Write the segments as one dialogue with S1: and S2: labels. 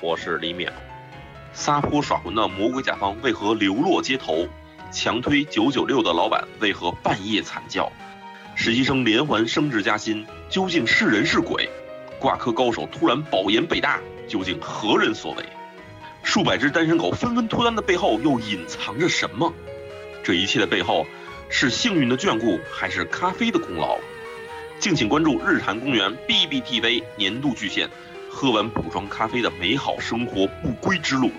S1: 我是李淼。撒泼耍混的魔鬼甲方为何流落街头？强推九九六的老板为何半夜惨叫？实习生连环升职加薪，究竟是人是鬼？挂科高手突然保研北大，究竟何人所为？数百只单身狗纷纷脱单的背后又隐藏着什么？这一切的背后，是幸运的眷顾，还是咖啡的功劳？敬请关注日坛公园 BBTV 年度巨献，喝完补妆咖啡的美好生活不归之路。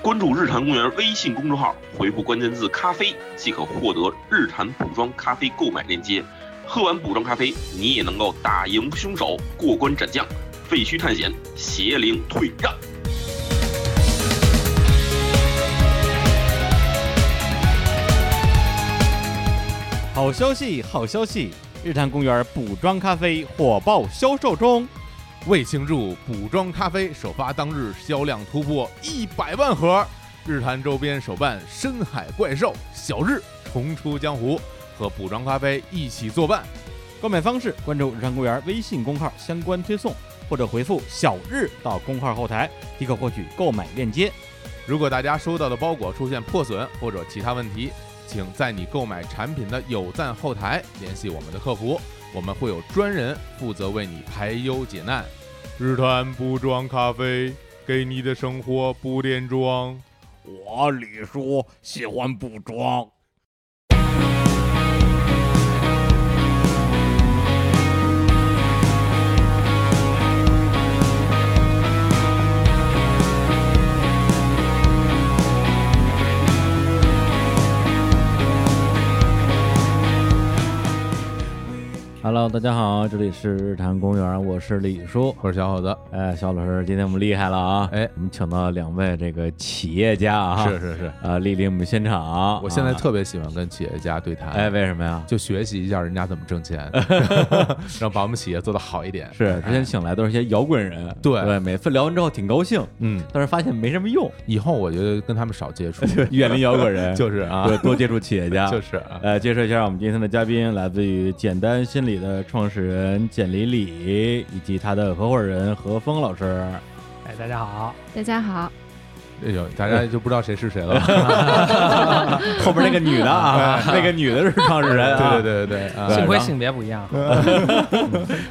S1: 关注日坛公园微信公众号，回复关键字“咖啡”即可获得日坛补妆咖啡购买链接。喝完补妆咖啡，你也能够打赢凶手，过关斩将，废墟探险，邪灵退让。
S2: 好消息，好消息！日坛公园补妆咖啡火爆销售中，
S3: 为庆祝补妆咖啡首发当日销量突破一百万盒，日坛周边手办《深海怪兽》小日重出江湖，和补妆咖啡一起作伴。
S2: 购买方式关注日坛公园微信公号相关推送，或者回复“小日”到公号后台即可获取购买链接。
S3: 如果大家收到的包裹出现破损或者其他问题，请在你购买产品的有赞后台联系我们的客服，我们会有专人负责为你排忧解难。日坛补妆咖啡，给你的生活补点妆。
S2: 我李叔喜欢补妆。Hello，大家好，这里是日坛公园，我是李叔。
S3: 我是小伙子，
S2: 哎，小老师，今天我们厉害了啊！
S3: 哎
S2: 我们请到两位这个企业家啊，
S3: 是是是，
S2: 啊，莅临我们现场。
S3: 我现在
S2: 啊
S3: 特别喜欢跟企业家对谈，
S2: 哎，为什么呀？
S3: 就学习一下人家怎么挣 钱，让把我们企业做得好一点。
S2: 是之前请来都是一些摇滚人，
S3: 对
S2: 对，每次聊完之后挺高兴，
S3: 嗯，
S2: 但是发现没什么用，
S3: 以后我觉得跟他们少接触，
S2: 远离摇滚人，
S3: 就是啊，
S2: 对，多接触企业家。
S3: 就是啊，
S2: 呃，介绍一下我们今天的嘉宾，来自于简单心理的创始人简黎李以及他的合伙人何峰老 师。
S4: 哎，大家好，
S5: 大家好，
S3: 哎呦，大家就不知道谁是谁了。
S2: 后边那个女的 啊，那个女的是创始人啊。
S3: 对对对对对，啊
S4: 幸亏性别不一样，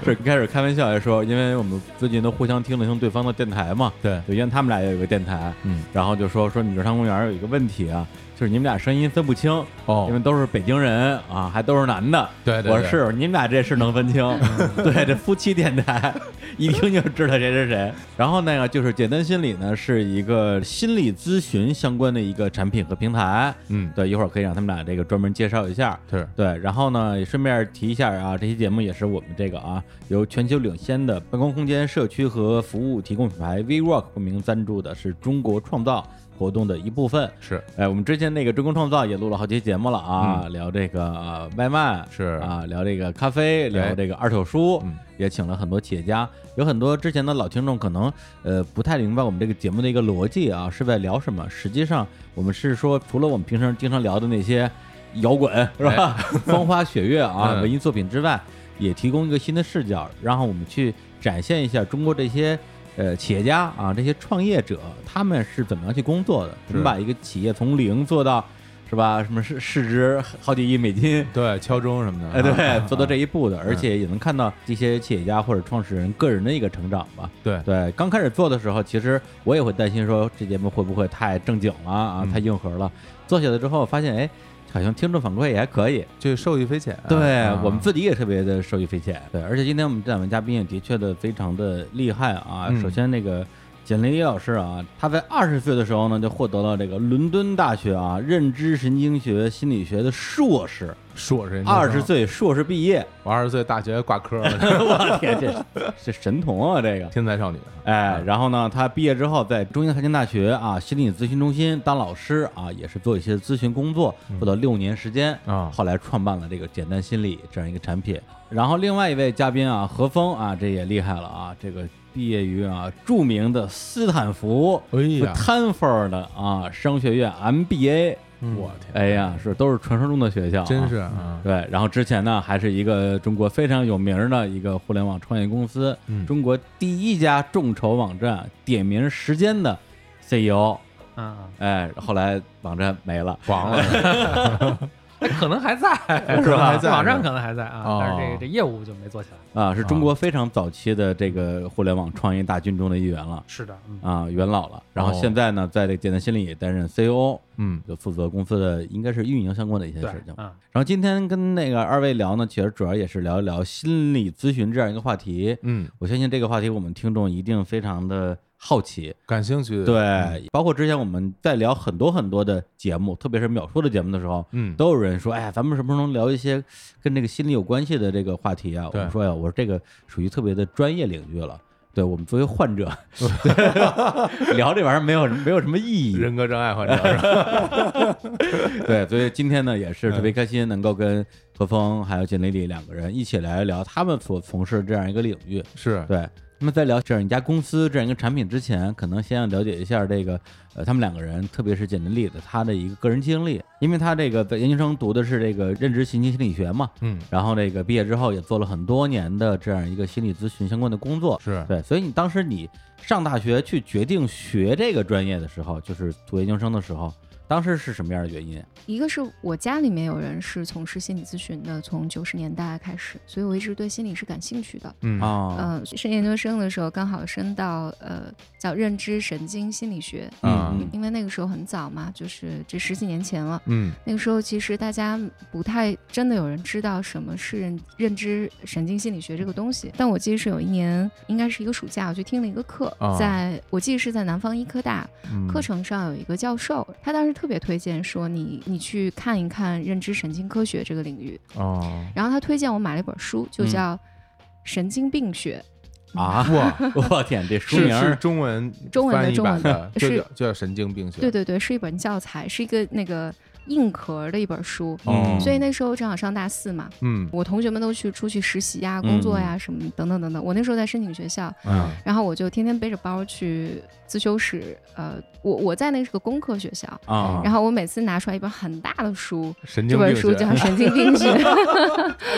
S2: 是开始开玩笑也说，因为我们最近都互相听了听对方的电台嘛，
S3: 对
S2: 对，因为他们俩也有一个电台，
S3: 嗯，
S2: 然后就说说你日常公园有一个问题啊，就是你们俩声音分不清，
S3: 哦
S2: 因为，都是北京人啊，还都是男的。
S3: 对对，
S2: 我
S3: 对嗯
S2: 是你们俩这是能分清， 对，这夫妻电台一听就知道谁是谁。然后那个就是简单心理呢，是一个心理咨询相关的一个产品和平台。
S3: 嗯
S2: 对，一会儿可以让他们俩这个专门介绍一下。
S3: 是
S2: 对，然后呢，也顺便提一下啊，这期节目也是我们这个啊，由全球领先的办公空间、社区和服务提供品牌 WeWork 冠名赞助的，是中国创造活动的一部分。
S3: 是
S2: 哎，我们之前那个中国创造也录了好期节目了啊，聊这个、呃外卖
S3: 是
S2: 啊，聊这个咖啡，聊这个二手书，
S3: 嗯
S2: 也请了很多企业家，有很多之前的老听众可能呃不太明白我们这个节目的一个逻辑啊，是在聊什么？实际上我们是说，除了我们平时经常聊的那些摇滚是吧， 风花雪月啊、
S3: 哎 嗯
S2: 文艺作品之外，也提供一个新的视角，然后我们去展现一下中国这些。呃，企业家啊，这些创业者，他们是怎么样去工作的？怎么
S3: 是
S2: 把一个企业从零做到，是吧？什么市市值好几亿美金，
S3: 对敲钟什么的，
S2: 哎，
S3: 啊
S2: 对，做到这一步的，而且也能看到这些企业家或者创始人个人的一个成长吧。
S3: 对
S2: 对，刚开始做的时候，其实我也会担心说这节目会不会太正经了啊，
S3: 嗯
S2: 太硬核了。做起来之后发现，哎，好像听众反馈也还可以。
S3: 这受益匪浅啊。
S2: 对
S3: 啊
S2: 我们自己也特别的受益匪浅。对，而且今天我们这两位嘉宾也的确的非常的厉害啊。
S3: 嗯
S2: 首先那个。简雷老师啊，他在二十岁的时候呢，就获得了这个伦敦大学啊认知神经学心理学的硕士，
S3: 硕士研究生
S2: 二十，岁硕士毕业，
S3: 我二十岁大学挂科了，
S2: 我天，这这神童啊，这个。
S3: 天才少女。
S2: 哎，然后呢，他毕业之后在中央财经大学啊心理咨询中心当老师啊，也是做一些咨询工作，做了六年时间
S3: 嗯啊
S2: 后来创办了这个简单心理这样一个产品。然后另外一位嘉宾啊，何峰啊，这也厉害了啊，这个毕业于啊著名的斯坦福
S3: 哎呀，
S2: ，Stanford 的啊商学院 MBA。
S4: 嗯
S3: 我天，
S2: 哎呀，是都是传说中的学校、
S3: 真是。啊，
S2: 对，然后之前呢，还是一个中国非常有名的一个互联网创业公司，
S3: 嗯
S2: 中国第一家众筹网站点名时间的 CEO，
S4: 嗯，
S2: 哎，后来网站没了，
S3: 黄了，
S4: 那嗯 可能还在，
S3: 可
S4: 是
S3: 能
S4: 吧？
S3: 还在
S4: 网站可能还在
S3: 哦
S4: 啊，但是这个这业务就没做起来。
S2: 啊，是中国非常早期的这个互联网创业大军中的一员了。
S4: 是的，嗯，
S2: 啊，元老了，然后
S3: 哦
S2: 现在呢，在这个简单心理也担任 CEO，
S3: 嗯
S2: 就负责公司的应该是运营相关的一些
S4: 对
S2: 事情，。
S4: 嗯，
S2: 然后今天跟那个二位聊呢，其实主要也是聊一聊心理咨询这样一个话题。
S3: 嗯，
S2: 我相信这个话题我们听众一定非常的好奇，
S3: 感兴趣的，
S2: 对，包括之前我们在聊很多很多的节目，特别是秒说的节目的时候，
S3: 嗯，
S2: 都有人说，哎呀，咱们什么时候能聊一些跟这个心理有关系的这个话题啊？我
S3: 对
S2: 们说呀，我说这个属于特别的专业领域了。对我们作为患 者，聊这玩意儿没有没有什么意义，
S3: 人格障碍患者是 吧，
S2: 对，所以今天呢也是特别
S3: 嗯
S2: 开心，能够跟驼峰还有简丽丽两个人一起来聊他们所从事这样一个领域。
S3: 是，
S2: 对，那么在聊这样一家公司、这样一个产品之前，可能先要了解一下这个呃他们两个人，特别是简丽丽的她的一个个人经历，因为她这个在研究生读的是这个认知行为心理学嘛，
S3: 嗯，
S2: 然后这个毕业之后也做了很多年的这样一个心理咨询相关的工作。
S3: 是，
S2: 对，所以你当时你上大学去决定学这个专业的时候，就是读研究生的时候，当时是什么样的原因？
S5: 一个是我家里面有人是从事心理咨询的，从九十年代开始，所以我一直对心理是感兴趣的。
S3: 嗯，
S2: 啊，
S5: 嗯、升研究生的时候刚好升到呃叫认知神经心理学，
S3: 啊
S2: 嗯
S5: 因为那个时候很早嘛，就是这十几年前了。
S3: 嗯，
S5: 那个时候其实大家不太真的有人知道什么是认认知神经心理学这个东西，但我记得是有一年应该是一个暑假，我去听了一个课
S3: 啊，
S5: 在我记得是在南方医科大，
S3: 嗯
S5: 课，程上有一个教授，他当时特别推荐说你你去看一看认知神经科学这个领域，
S3: 哦，
S5: 然后他推荐我买了一本书，就
S2: 嗯
S5: 叫《神经病学
S2: 啊！
S3: 哇，
S2: 我天，这书
S3: 是
S2: 名
S3: 是
S2: 儿
S3: 中文
S5: 中文的
S3: 翻译
S5: 中
S3: 版
S5: 文
S3: 的，就是叫就叫神经病学，》，
S5: 对对对，是一本教材，是一个那个硬壳的一本书。
S2: 哦
S5: 所以那时候正好上大四嘛，
S3: 嗯
S5: 我同学们都去出去实习呀、工作呀、什么等等等等。我那时候在申请学校，
S3: 嗯
S5: 然后我就天天背着包去自修室。呃，我我在那是个工科学校，
S2: 啊，
S5: 然
S2: 后
S5: 后我每次拿出来一本很大的书，
S3: 神
S5: 这
S3: 经
S5: 本
S3: 病
S5: 书
S3: 学，
S5: 叫 《神经病学》。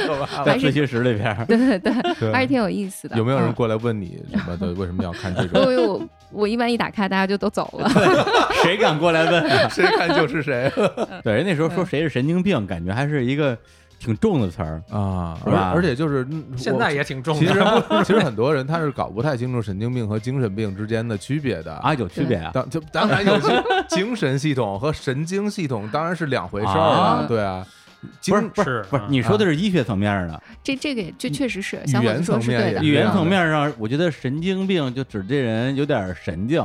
S3: 可怕了
S2: 在
S5: 还是
S2: 自习室里边儿
S5: 对对对，
S3: 对
S5: 还是挺有意思的。
S3: 有没有人
S5: 嗯？
S3: 过来问你什么的？为什么要看这
S5: 因
S3: 种？
S5: 为我我一般一打开，大家就都走了。
S2: 谁敢过来问？
S3: 谁看就是谁
S2: 对，人那时候说谁是神经病，感觉还是一个挺重的词儿。
S3: 啊！
S2: 是
S3: 而
S2: 吧
S3: 而且就是嗯我
S4: 现在也挺重
S3: 其实
S4: 的，
S3: 其实很多人他是搞不太清楚神经病和精神病之间的区别的
S2: 啊，。有区别啊？
S3: 当就当然有精神系统和神经系统当然是两回事儿
S2: 啊
S3: 了，对啊，
S2: 不是
S3: 精
S2: 不是
S4: 是
S2: 不是
S4: 啊，
S2: 你说的是医学层面的，
S5: 这这个也这确实是
S3: 语
S5: 小伙
S3: 言
S5: 子说
S3: 层
S5: 是
S3: 面
S5: 对
S3: 也
S5: 的
S3: 是。
S2: 语言
S3: 这样
S2: 层面上，我觉得神经病就指这人有点儿神 经，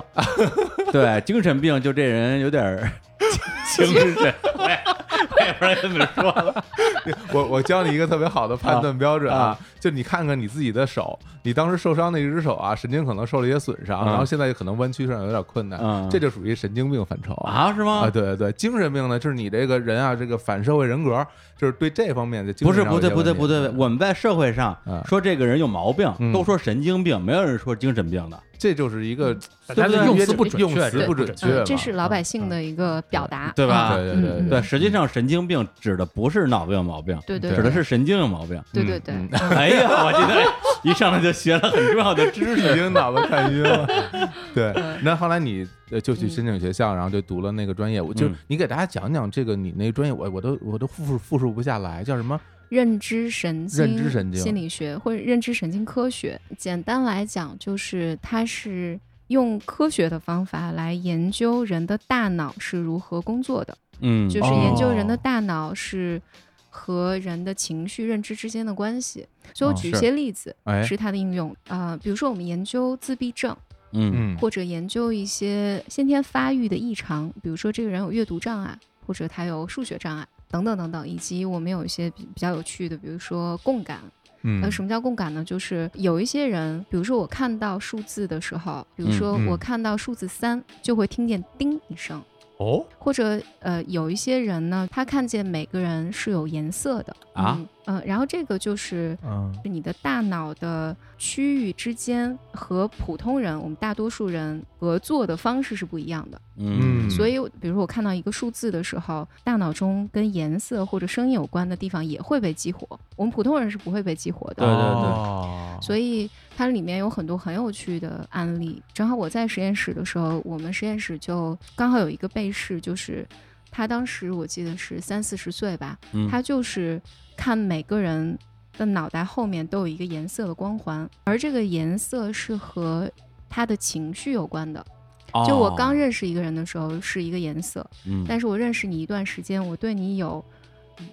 S2: 对，精神病就这人有点儿精 神。我也我也不知道怎么说了。
S3: 我我教你一个特别好的判断标准
S2: 啊
S3: 啊，就你看看你自己的手，你当时受伤那一只手啊，神经可能受了一些损伤，
S2: 嗯
S3: 然后现在可能弯曲上有点困难
S2: 嗯，
S3: 这就属于神经病范畴。
S2: 啊？是
S3: 啊，
S2: 吗？
S3: 对对对，精神病呢，就是你这个人啊，这个反社会人格，就是对这方面的精
S2: 不是
S3: 神上
S2: 不
S3: 有些
S2: 对不对
S3: 问题
S2: 不对，我们在社会上
S3: 嗯
S2: 说这个人有毛病，
S3: 嗯
S2: 都说神经病，没有人说精神病的。
S3: 这就是一个
S4: 大家的用词不准确，
S3: 用词
S4: 这个
S3: 不准
S4: 准
S3: 确
S5: 嗯，
S3: 嘛
S5: 这是老百姓的一个表达，
S2: 对吧
S5: 嗯
S3: 对对对
S5: 嗯嗯
S2: 对，实际上神经病指的不是脑子有毛病，
S5: 对对，
S2: 指的
S5: 对
S2: 是神经有毛 病。
S5: 对对对
S3: 嗯，
S2: 哎呀，我今天一上来就学了很重要的知
S3: 已
S2: 识。
S3: 经脑子看晕了。对，那后来你呃就去
S5: 嗯
S3: 申请学校，然后就读了那个专业。我就是
S2: 嗯
S3: 你给大家讲讲这个你那个专业，我我都我都复述复述不下来，叫什么？
S5: 认知神经、
S3: 认知神经
S5: 心理学或者认知神经科学。简单来讲，就是它是用科学的方法来研究人的大脑是如何工作的，
S2: 嗯，
S5: 就是研究人
S3: 哦
S5: 的大脑是和人的情绪认知之间的关系。所以我
S3: 哦
S5: 举一
S3: 是
S5: 些例子，
S3: 哎，
S5: 是它的应用。呃，比如说我们研究自闭症，
S2: 嗯
S3: 嗯，
S5: 或者研究一些先天发育的异常，比如说这个人有阅读障碍，或者他有数学障碍等等等等，以及我们有一些比比较有趣的，比如说共感。
S3: 嗯
S5: 呃，什么叫共感呢？就是有一些人，比如说我看到数字的时候，比如
S2: 嗯
S5: 说
S3: 嗯
S5: 我看到数字三，就会听见“叮”一声。
S3: 哦，
S5: 或者呃，有一些人呢，他看见每个人是有颜色的
S2: 啊
S5: 嗯，呃然后这个就是
S4: 嗯，
S5: 你的大脑的区域之间和普通人，我们大多数人合作的方式是不一样的。
S2: 嗯
S5: 所以，比如说我看到一个数字的时候，大脑中跟颜色或者声音有关的地方也会被激活。我们普通人是不会被激活的。
S2: 对对对
S3: 对
S5: 哦所以它里面有很多很有趣的案例。正好我在实验室的时候，我们实验室就刚好有一个被试，就是他当时我记得是三四十岁吧，
S2: 嗯
S5: 他就是看每个人的脑袋后面都有一个颜色的光环，而这个颜色是和他的情绪有关的。
S3: 哦
S5: 就我刚认识一个人的时候是一个颜色，
S2: 哦嗯
S5: 但是我认识你一段时间，我对你有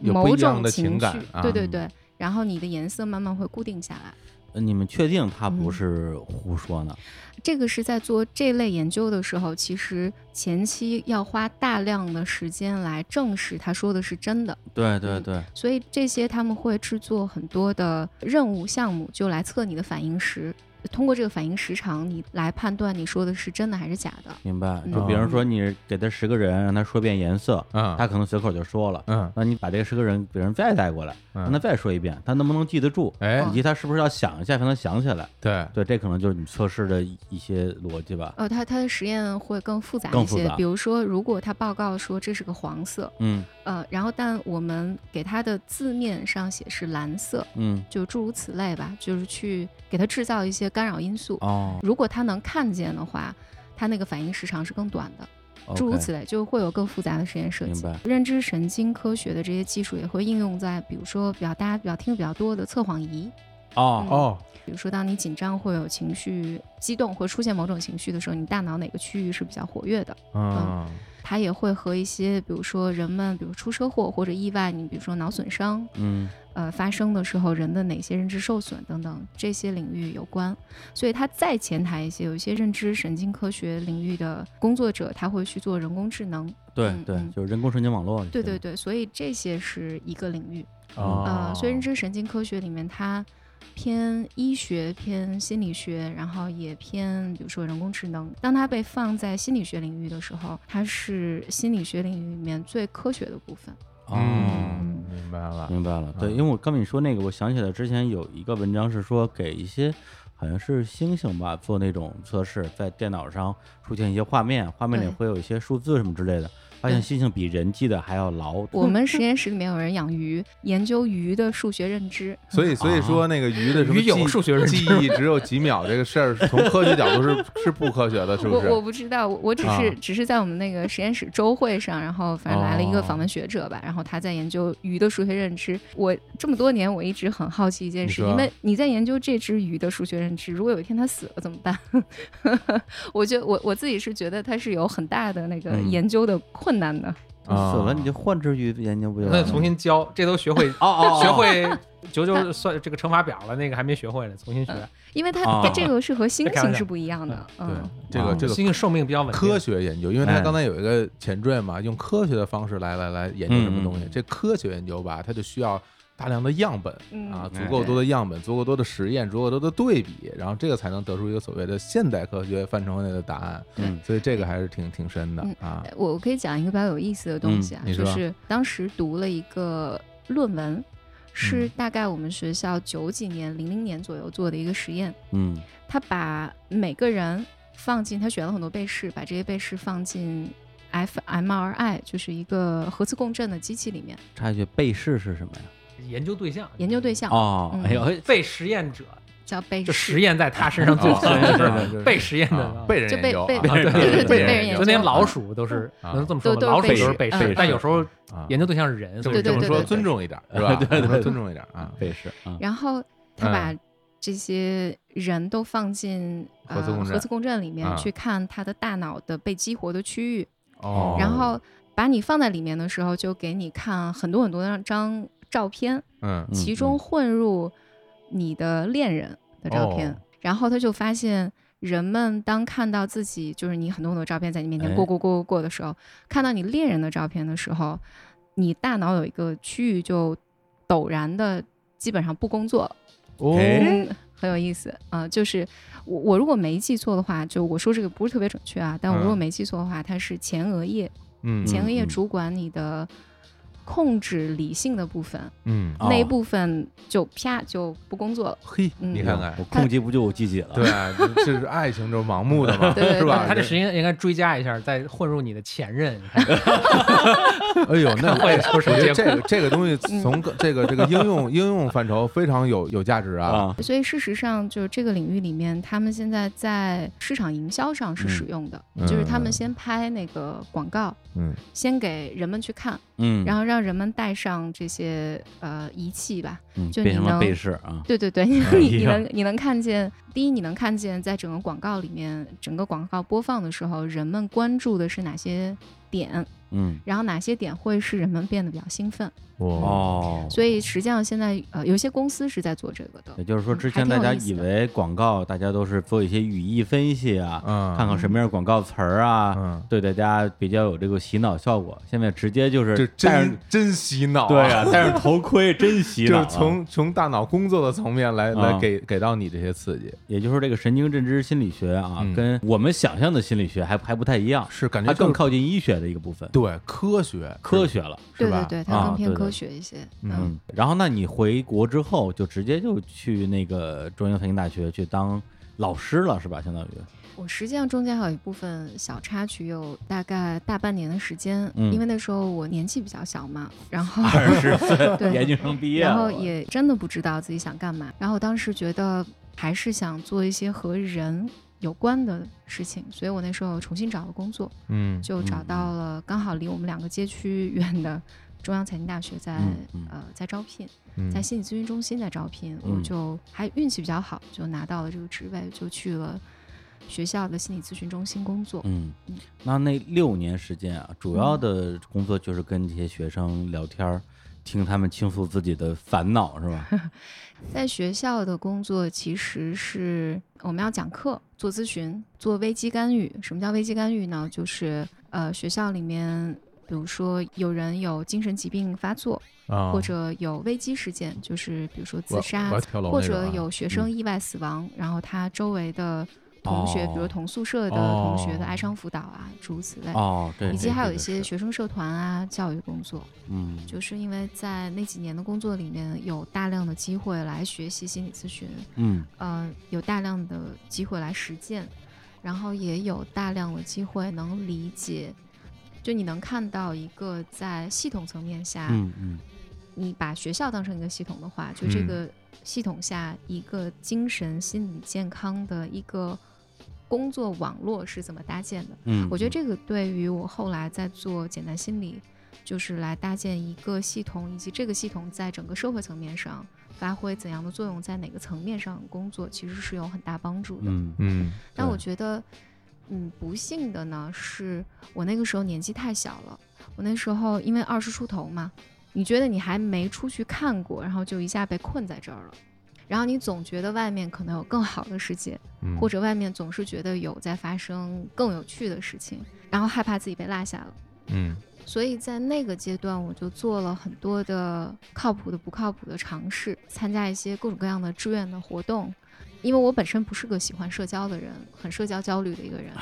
S3: 有不
S5: 某
S3: 一样
S5: 种
S3: 的
S5: 情
S3: 情
S5: 绪，
S3: 感啊
S5: 对对对，然后你的颜色慢慢会固定下来。
S2: 呃你们确定他不
S5: 嗯
S2: 是胡说呢？
S5: 这个是在做这类研究的时候，其实前期要花大量的时间来证实他说的是真的，
S2: 对对
S5: 嗯
S2: 对，
S5: 所以这些他们会制作很多的任务项目，就来测你的反应时，通过这个反应时长，你来判断你说的是真的还是假的。
S2: 明白。
S5: 嗯
S2: 就比如说你给他十个人，让他说遍颜色，
S3: 嗯，
S2: 他可能随口就说了。
S3: 嗯
S2: 那你把这个十个人，别人再带过来，让他
S3: 嗯，
S2: 再说一遍，他能不哦能记得住？
S3: 哎
S2: 以及他是不是要想一下才能想起来？
S3: 对，
S2: 对，这可能就是你测试的一一些逻辑吧。
S5: 呃，它它的实验会更复杂
S2: 更
S5: 一
S2: 复
S5: 些
S2: 杂，
S5: 比如说，如果他报告说这是个黄色，
S2: 嗯
S5: 呃，然后但我们给它的字面上写是蓝色，
S2: 嗯，
S5: 就诸如此类吧，就是去给它制造一些干扰因素。
S2: 哦，
S5: 如果他能看见的话，他那个反应时长是更短的，诸如
S2: OK，
S5: 此类，就会有更复杂的实验设
S2: 明
S5: 计。
S2: 白。
S5: 认知神经科学的这些技术也会应用在，比如说比较大家比较听得比较多的测谎仪，
S2: 哦，
S3: 哦，
S5: 比如说当你紧张会有情绪激动会出现某种情绪的时候，你大脑哪个区域是比较活跃的？
S3: 嗯
S5: 它也会和一些比如说人们，比如出车祸或者意外，你比如说脑损伤，
S2: 嗯，
S5: 呃发生的时候人的哪些认知受损等等这些领域有关，所以它再前台一些，有一些认知神经科学领域的工作者，他会去做人工智能，
S2: 对
S5: 嗯
S2: 对，
S5: 嗯
S2: 就是人工神经网络。
S5: 对对，对，所以这些是一个领域，
S3: 哦
S5: 呃，，所以认知神经科学里面它偏医学、偏心理学，然后也偏比如说人工智能。当它被放在心理学领域的时候，它是心理学领域里面最科学的部分。
S2: 哦。
S3: 嗯，明白了，
S2: 明白了，对，
S3: 嗯
S2: 因为我刚跟你说那个，我想起来之前有一个文章是说给一些好像是猩猩吧做那种测试，在电脑上出现一些画面，画面里
S5: 对
S2: 会有一些数字什么之类的，发现猩猩比人记得还要牢。
S5: 我们实验室里面有人养鱼，研究鱼的数学认知。
S3: 所以所以说那个鱼的什么
S4: 鱼有
S3: 记
S4: 数学认
S3: 记忆只有几秒这个事儿，从科学角度是是不科学的，是不
S5: 我我
S3: 是？
S5: 不知道，我我只是、
S3: 啊
S5: 只是在我们那个实验室周会上，然后反正来了一个
S3: 哦
S5: 访问学者吧，然后他在研究鱼的数学认知。我这么多年我一直很好奇一件事，
S3: 你说
S5: 因为你在研究这只鱼的数学认知，如果有一天它死了怎么办？ 我觉得我我自己是觉得它是有很大的那个
S2: 嗯
S5: 研究的困难的。
S3: 啊
S2: 死了你就换只鱼研究不就完
S4: 那
S2: 了
S4: 得
S2: 吗？
S4: 重新教，这都学会
S2: 哦哦，哦
S4: 学会九九算这个乘法表了，那个还没学会呢，重新学。
S5: 因为它、
S2: 哦
S5: 它这个是和星
S4: 开玩
S5: 星
S4: 笑
S5: 是不一样的，
S3: 啊对
S5: 嗯，
S3: 这个
S2: 哇
S3: 这个
S4: 星星寿命比较稳定，
S3: 科学研究，因为他
S2: 哎
S3: 刚才有一个前缀嘛，用科学的方式来来来研究什么东西。
S2: 嗯
S3: 这科学研究吧，它就需要大量的样本
S5: 嗯
S3: 啊，足
S2: 哎
S3: 够多的样本，足够多的实验，足够多的对比，然后这个才能得出一个所谓的现代科学范畴内的答案。
S2: 嗯
S3: 所以这个还是挺挺深的
S5: 嗯
S3: 啊。
S5: 我我可以讲一个比较有意思的东西啊，
S3: 嗯你
S5: 就
S3: 说
S5: 是当时读了一个论文，是大概我们学校九几年、零零年左右做的一个实验，
S2: 嗯
S5: 他把每个人放进，他选了很多被试，把这些被试放进 fMRI，就是一个核磁共振的机器里面
S2: 插一句，被试是什么呀？
S4: 研究对象，
S5: 研究对象，
S2: 哦，
S5: 嗯
S2: 哎呦，嘿
S4: 被实验者，
S5: 叫被
S4: 就
S5: 试
S4: 实。验在他 身上做
S3: 啊
S4: 实
S3: 啊
S4: 验
S3: 啊
S4: 的
S3: 啊，
S4: 被实验
S3: 啊
S4: 的，
S3: 被人
S5: 就
S3: 研
S5: 被
S3: 究啊，
S5: 被
S4: 啊对对
S3: 被
S5: 对被
S3: 人
S5: 人
S3: 研
S5: 研
S4: 就
S5: 究
S4: 那些老鼠都是
S3: 啊
S4: 能这么说
S5: 都
S4: 吗？
S5: 都是
S4: 老鼠
S5: 被
S4: 都是
S5: 试
S4: 被
S5: 嗯
S4: 试，但有时候
S3: 啊
S4: 研究对象是人，
S3: 这
S4: 所
S3: 么
S4: 以
S3: 这
S5: 对对
S3: 么
S5: 对
S3: 说
S5: 对
S3: 尊重一点是吧？
S2: 对对对
S3: 我们尊重一点啊。
S2: 被试啊，
S5: 然后他把这些人都放进、
S3: 核磁共
S5: 呃
S3: 振
S5: 核磁共振里面、
S3: 啊
S5: 去看他的大脑的被激活的区域，
S3: 哦，
S5: 然后把你放在里面的时候，就给你看很多很多张张照片，
S3: 嗯
S2: 嗯
S5: 其中混入你的恋人的照片，
S3: 哦
S5: 然后他就发现。人们当看到自己就是你很多很多照片在你面前
S2: 哎
S5: 过过过过过的时候，看到你恋人的照片的时候，你大脑有一个区域就陡然的基本上不工作了，
S3: 哦
S2: 哎
S5: 嗯，很有意思啊、呃就是我我如果没记错的话，就我说这个不是特别准确啊，但我如果
S3: 嗯
S5: 没记错的话，它是前额叶
S3: 嗯
S5: 前额叶
S2: 嗯
S5: 主管你的控制理性的部分，
S3: 嗯，
S2: 哦
S5: 那一部分就啪就不工作了。
S3: 嘿，
S5: 嗯
S3: 你看看
S2: 我，控制不住我自己了。
S3: 对，这这是爱情，这是盲目的嘛，
S5: 对对
S3: 是吧？
S5: 对
S4: 他这时间应该追加一下，再混入你的前任，你 看
S3: 哎呦，那
S4: 会出什
S3: 我
S4: 么
S3: 觉
S4: 结
S3: 得这个
S4: 果？
S3: 这个东西
S5: 嗯
S3: 从个这个这个应用应用范畴非常有有价值啊。
S2: 啊，
S5: 所以事实上，就是这个领域里面，他们现在在市场营销上是使用的，
S3: 嗯
S5: 就是他们先拍那个广告，
S3: 嗯
S5: 先给人们去看，
S2: 嗯，
S5: 然
S2: 后
S5: 后让人们带上这些呃仪器吧。就
S2: 变
S5: 你
S2: 成了
S5: 能
S2: 被试啊，
S5: 对对对，
S3: 嗯
S2: 哎呀
S5: 你你能你能看见，第一你能看见，在整个广告里面，整个广告播放的时候，人们关注的是哪些点，
S2: 嗯，
S5: 然后哪些点会使人们变得比较兴奋。
S3: 哇，
S2: 哦，
S5: 所以实际上现在呃，有一些公司是在做这个的
S2: 也。就是说，
S5: 嗯
S2: 之
S5: 还
S2: 前
S5: 挺
S2: 大
S5: 有
S2: 家
S5: 意思
S2: 以
S5: 的
S2: 为广告，大家都是做一些语义分析啊，
S3: 嗯，
S2: 看看什么样的广告词儿啊，
S3: 嗯，
S2: 对大家比较有这个洗脑效果。现在直接就是
S3: 这
S2: 戴上
S3: 真真洗脑啊，
S2: 对啊，戴上头盔真洗
S3: 就
S2: 脑啊。
S3: 是从从大脑工作的层面来来
S2: 啊
S3: 给给到你这些刺激，
S2: 也就是这个神经认知心理学啊，
S3: 嗯
S2: 跟我们想象的心理学还还不太一样，
S3: 是感觉
S2: 它更
S3: 就是
S2: 靠近医学的一个部分，
S3: 对科学
S2: 科学了。
S5: 对
S3: 是吧
S5: 对对，
S2: 啊
S5: 它更偏
S2: 对对
S5: 科学一些。
S3: 嗯
S2: 嗯，然后那你回国之后就直接就去那个中央财经大学去当老师了，是吧？相当 于，
S5: 我实际上中间还有一部分小插曲，有大概大半年的时间，
S2: 嗯
S5: 因为那时候我年纪比较小 嘛，然后
S2: 二十啊岁
S5: 对
S2: 研究生毕业了，
S5: 然后也真的不知道自己想干嘛。然后我当时觉得还是想做一些和人有关的事情，所以我那时候重新找了工作，
S3: 嗯
S5: 就找到了刚好离我们两个街区远的中央财经大学在
S2: 嗯嗯
S5: 呃在招聘，
S3: 嗯
S5: 在心理咨询中心在招聘，我
S2: 嗯
S5: 就还运气比较好，就拿到了这个职位，就去了学校的心理咨询中心工作。
S2: 嗯，那那六年时间啊，主要的工作就是跟这些学生聊天儿，听他们倾诉自己的烦恼，是 吧？
S5: 在学校的工作其实是我们要讲课、做咨询、做危机干预。什么叫危机干预呢？就是呃，学校里面，比如说有人有精神疾病发作，
S3: 啊
S5: 或者有危机事件，就是比如说
S3: 我
S5: 自杀
S3: 我要，跳楼
S5: 或
S3: 那种
S5: 者
S3: 啊
S5: 有学生意外死亡，然后他周围的同学，比
S2: 哦
S5: 如同宿舍的同学
S3: 哦
S5: 的哀伤辅导啊，诸如此类。
S2: 哦，对，
S5: 以及
S2: 这
S5: 还有
S2: 个
S5: 一些
S2: 是，
S5: 学生社团啊、教育工作，
S2: 嗯，
S5: 就是因为在那几年的工作里面，有大量的机会来学习心理咨询，
S2: 嗯
S5: 呃，有大量的机会来实践，然后也有大量的机会能理解，就你能看到一个在系统层面下，
S2: 嗯嗯，
S5: 你把学校当成一个系统的话，就这
S3: 嗯
S5: 个系统下一个精神心理健康的一个工作网络是怎么搭建的。
S2: 嗯，
S5: 我觉得这个对于我后来在做简单心理，就是来搭建一个系统，以及这个系统在整个社会层面上发挥怎样的作用，在哪个层面上工作，其实是有很大帮助的。
S2: 嗯嗯
S3: 嗯
S5: 但我
S2: 对
S5: 觉得，嗯，不幸的呢是我那个时候年纪太小了，我那时候因为二十出头嘛，你觉得你还没出去看过，然后就一下被困在这儿了。然后你总觉得外面可能有更好的世界，
S3: 嗯
S5: 或者外面总是觉得有在发生更有趣的事情，然后害怕自己被落下了。
S3: 嗯
S5: 所以在那个阶段，我就做了很多的靠谱的、不靠谱的尝试，参加一些各种各样的志愿的活动。因为我本身不是个喜欢社交的人，很社交焦虑的一个人，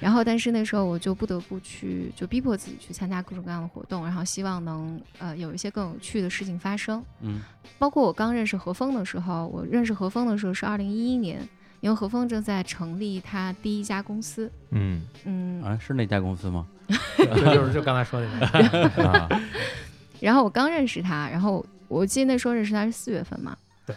S5: 然后但是那时候我就不得不去，就逼迫自己去参加各种各样的活动，然后希望能呃有一些更有趣的事情发生。
S2: 嗯
S5: 包括我刚认识何峰的时候，我认识何峰的时候是二零一一年，因为何峰正在成立他第一家公司，
S3: 嗯
S5: 嗯，
S2: 啊是那家公司 吗？
S4: 对，就是就刚才说的那个，
S3: 啊
S5: 然后我刚认识他，然后我记得那时候认识他是四月份嘛，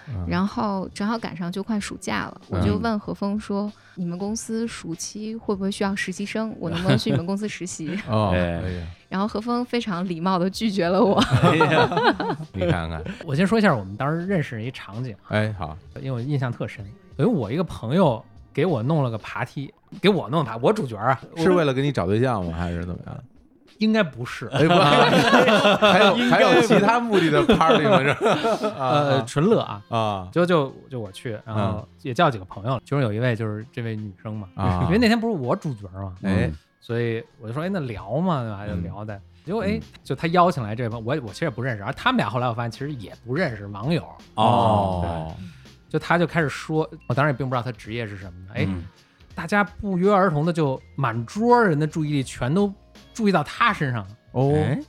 S3: 嗯
S5: 然后正好赶上就快暑假了，我就
S2: 嗯
S5: 问何峰说，你们公司暑期会不会需要实习生？我能不能去你们公司实习？
S3: 哦
S2: 哎
S3: 哎呀，
S5: 然后何峰非常礼貌的拒绝了我。
S3: 你看看，
S4: 我先说一下我们当时认识的一场景，
S3: 哎好，
S4: 因为我印象特深，因为我一个朋友给我弄了个爬梯，给我弄的爬，我主角啊，
S3: 是为了给你找对象吗？还是怎么样？
S4: 应该不是，
S3: 哎，不 还有还有其他目的的 party 吗？这
S4: 呃，
S3: 啊
S4: 纯乐啊。
S3: 啊
S4: 就就就我去，然后也叫几个朋友，其中有一位就是这位女生嘛，
S3: 嗯啊
S4: 因为那天不是我主角嘛，
S3: 哎
S2: 嗯
S4: 所以我就说，哎，那聊嘛，对吧？就
S3: 嗯
S4: 聊的。结果哎，就他邀请来这帮我，我其实也不认识。然后他们俩后来我发现其实也不认识，网友。
S2: 哦，
S4: 就他就开始说，我当然也并不知道他职业是什么的。哎，
S2: 嗯
S4: 大家不约而同的就满桌人的注意力全都注意到他身上了，
S3: 哦，
S2: 哎，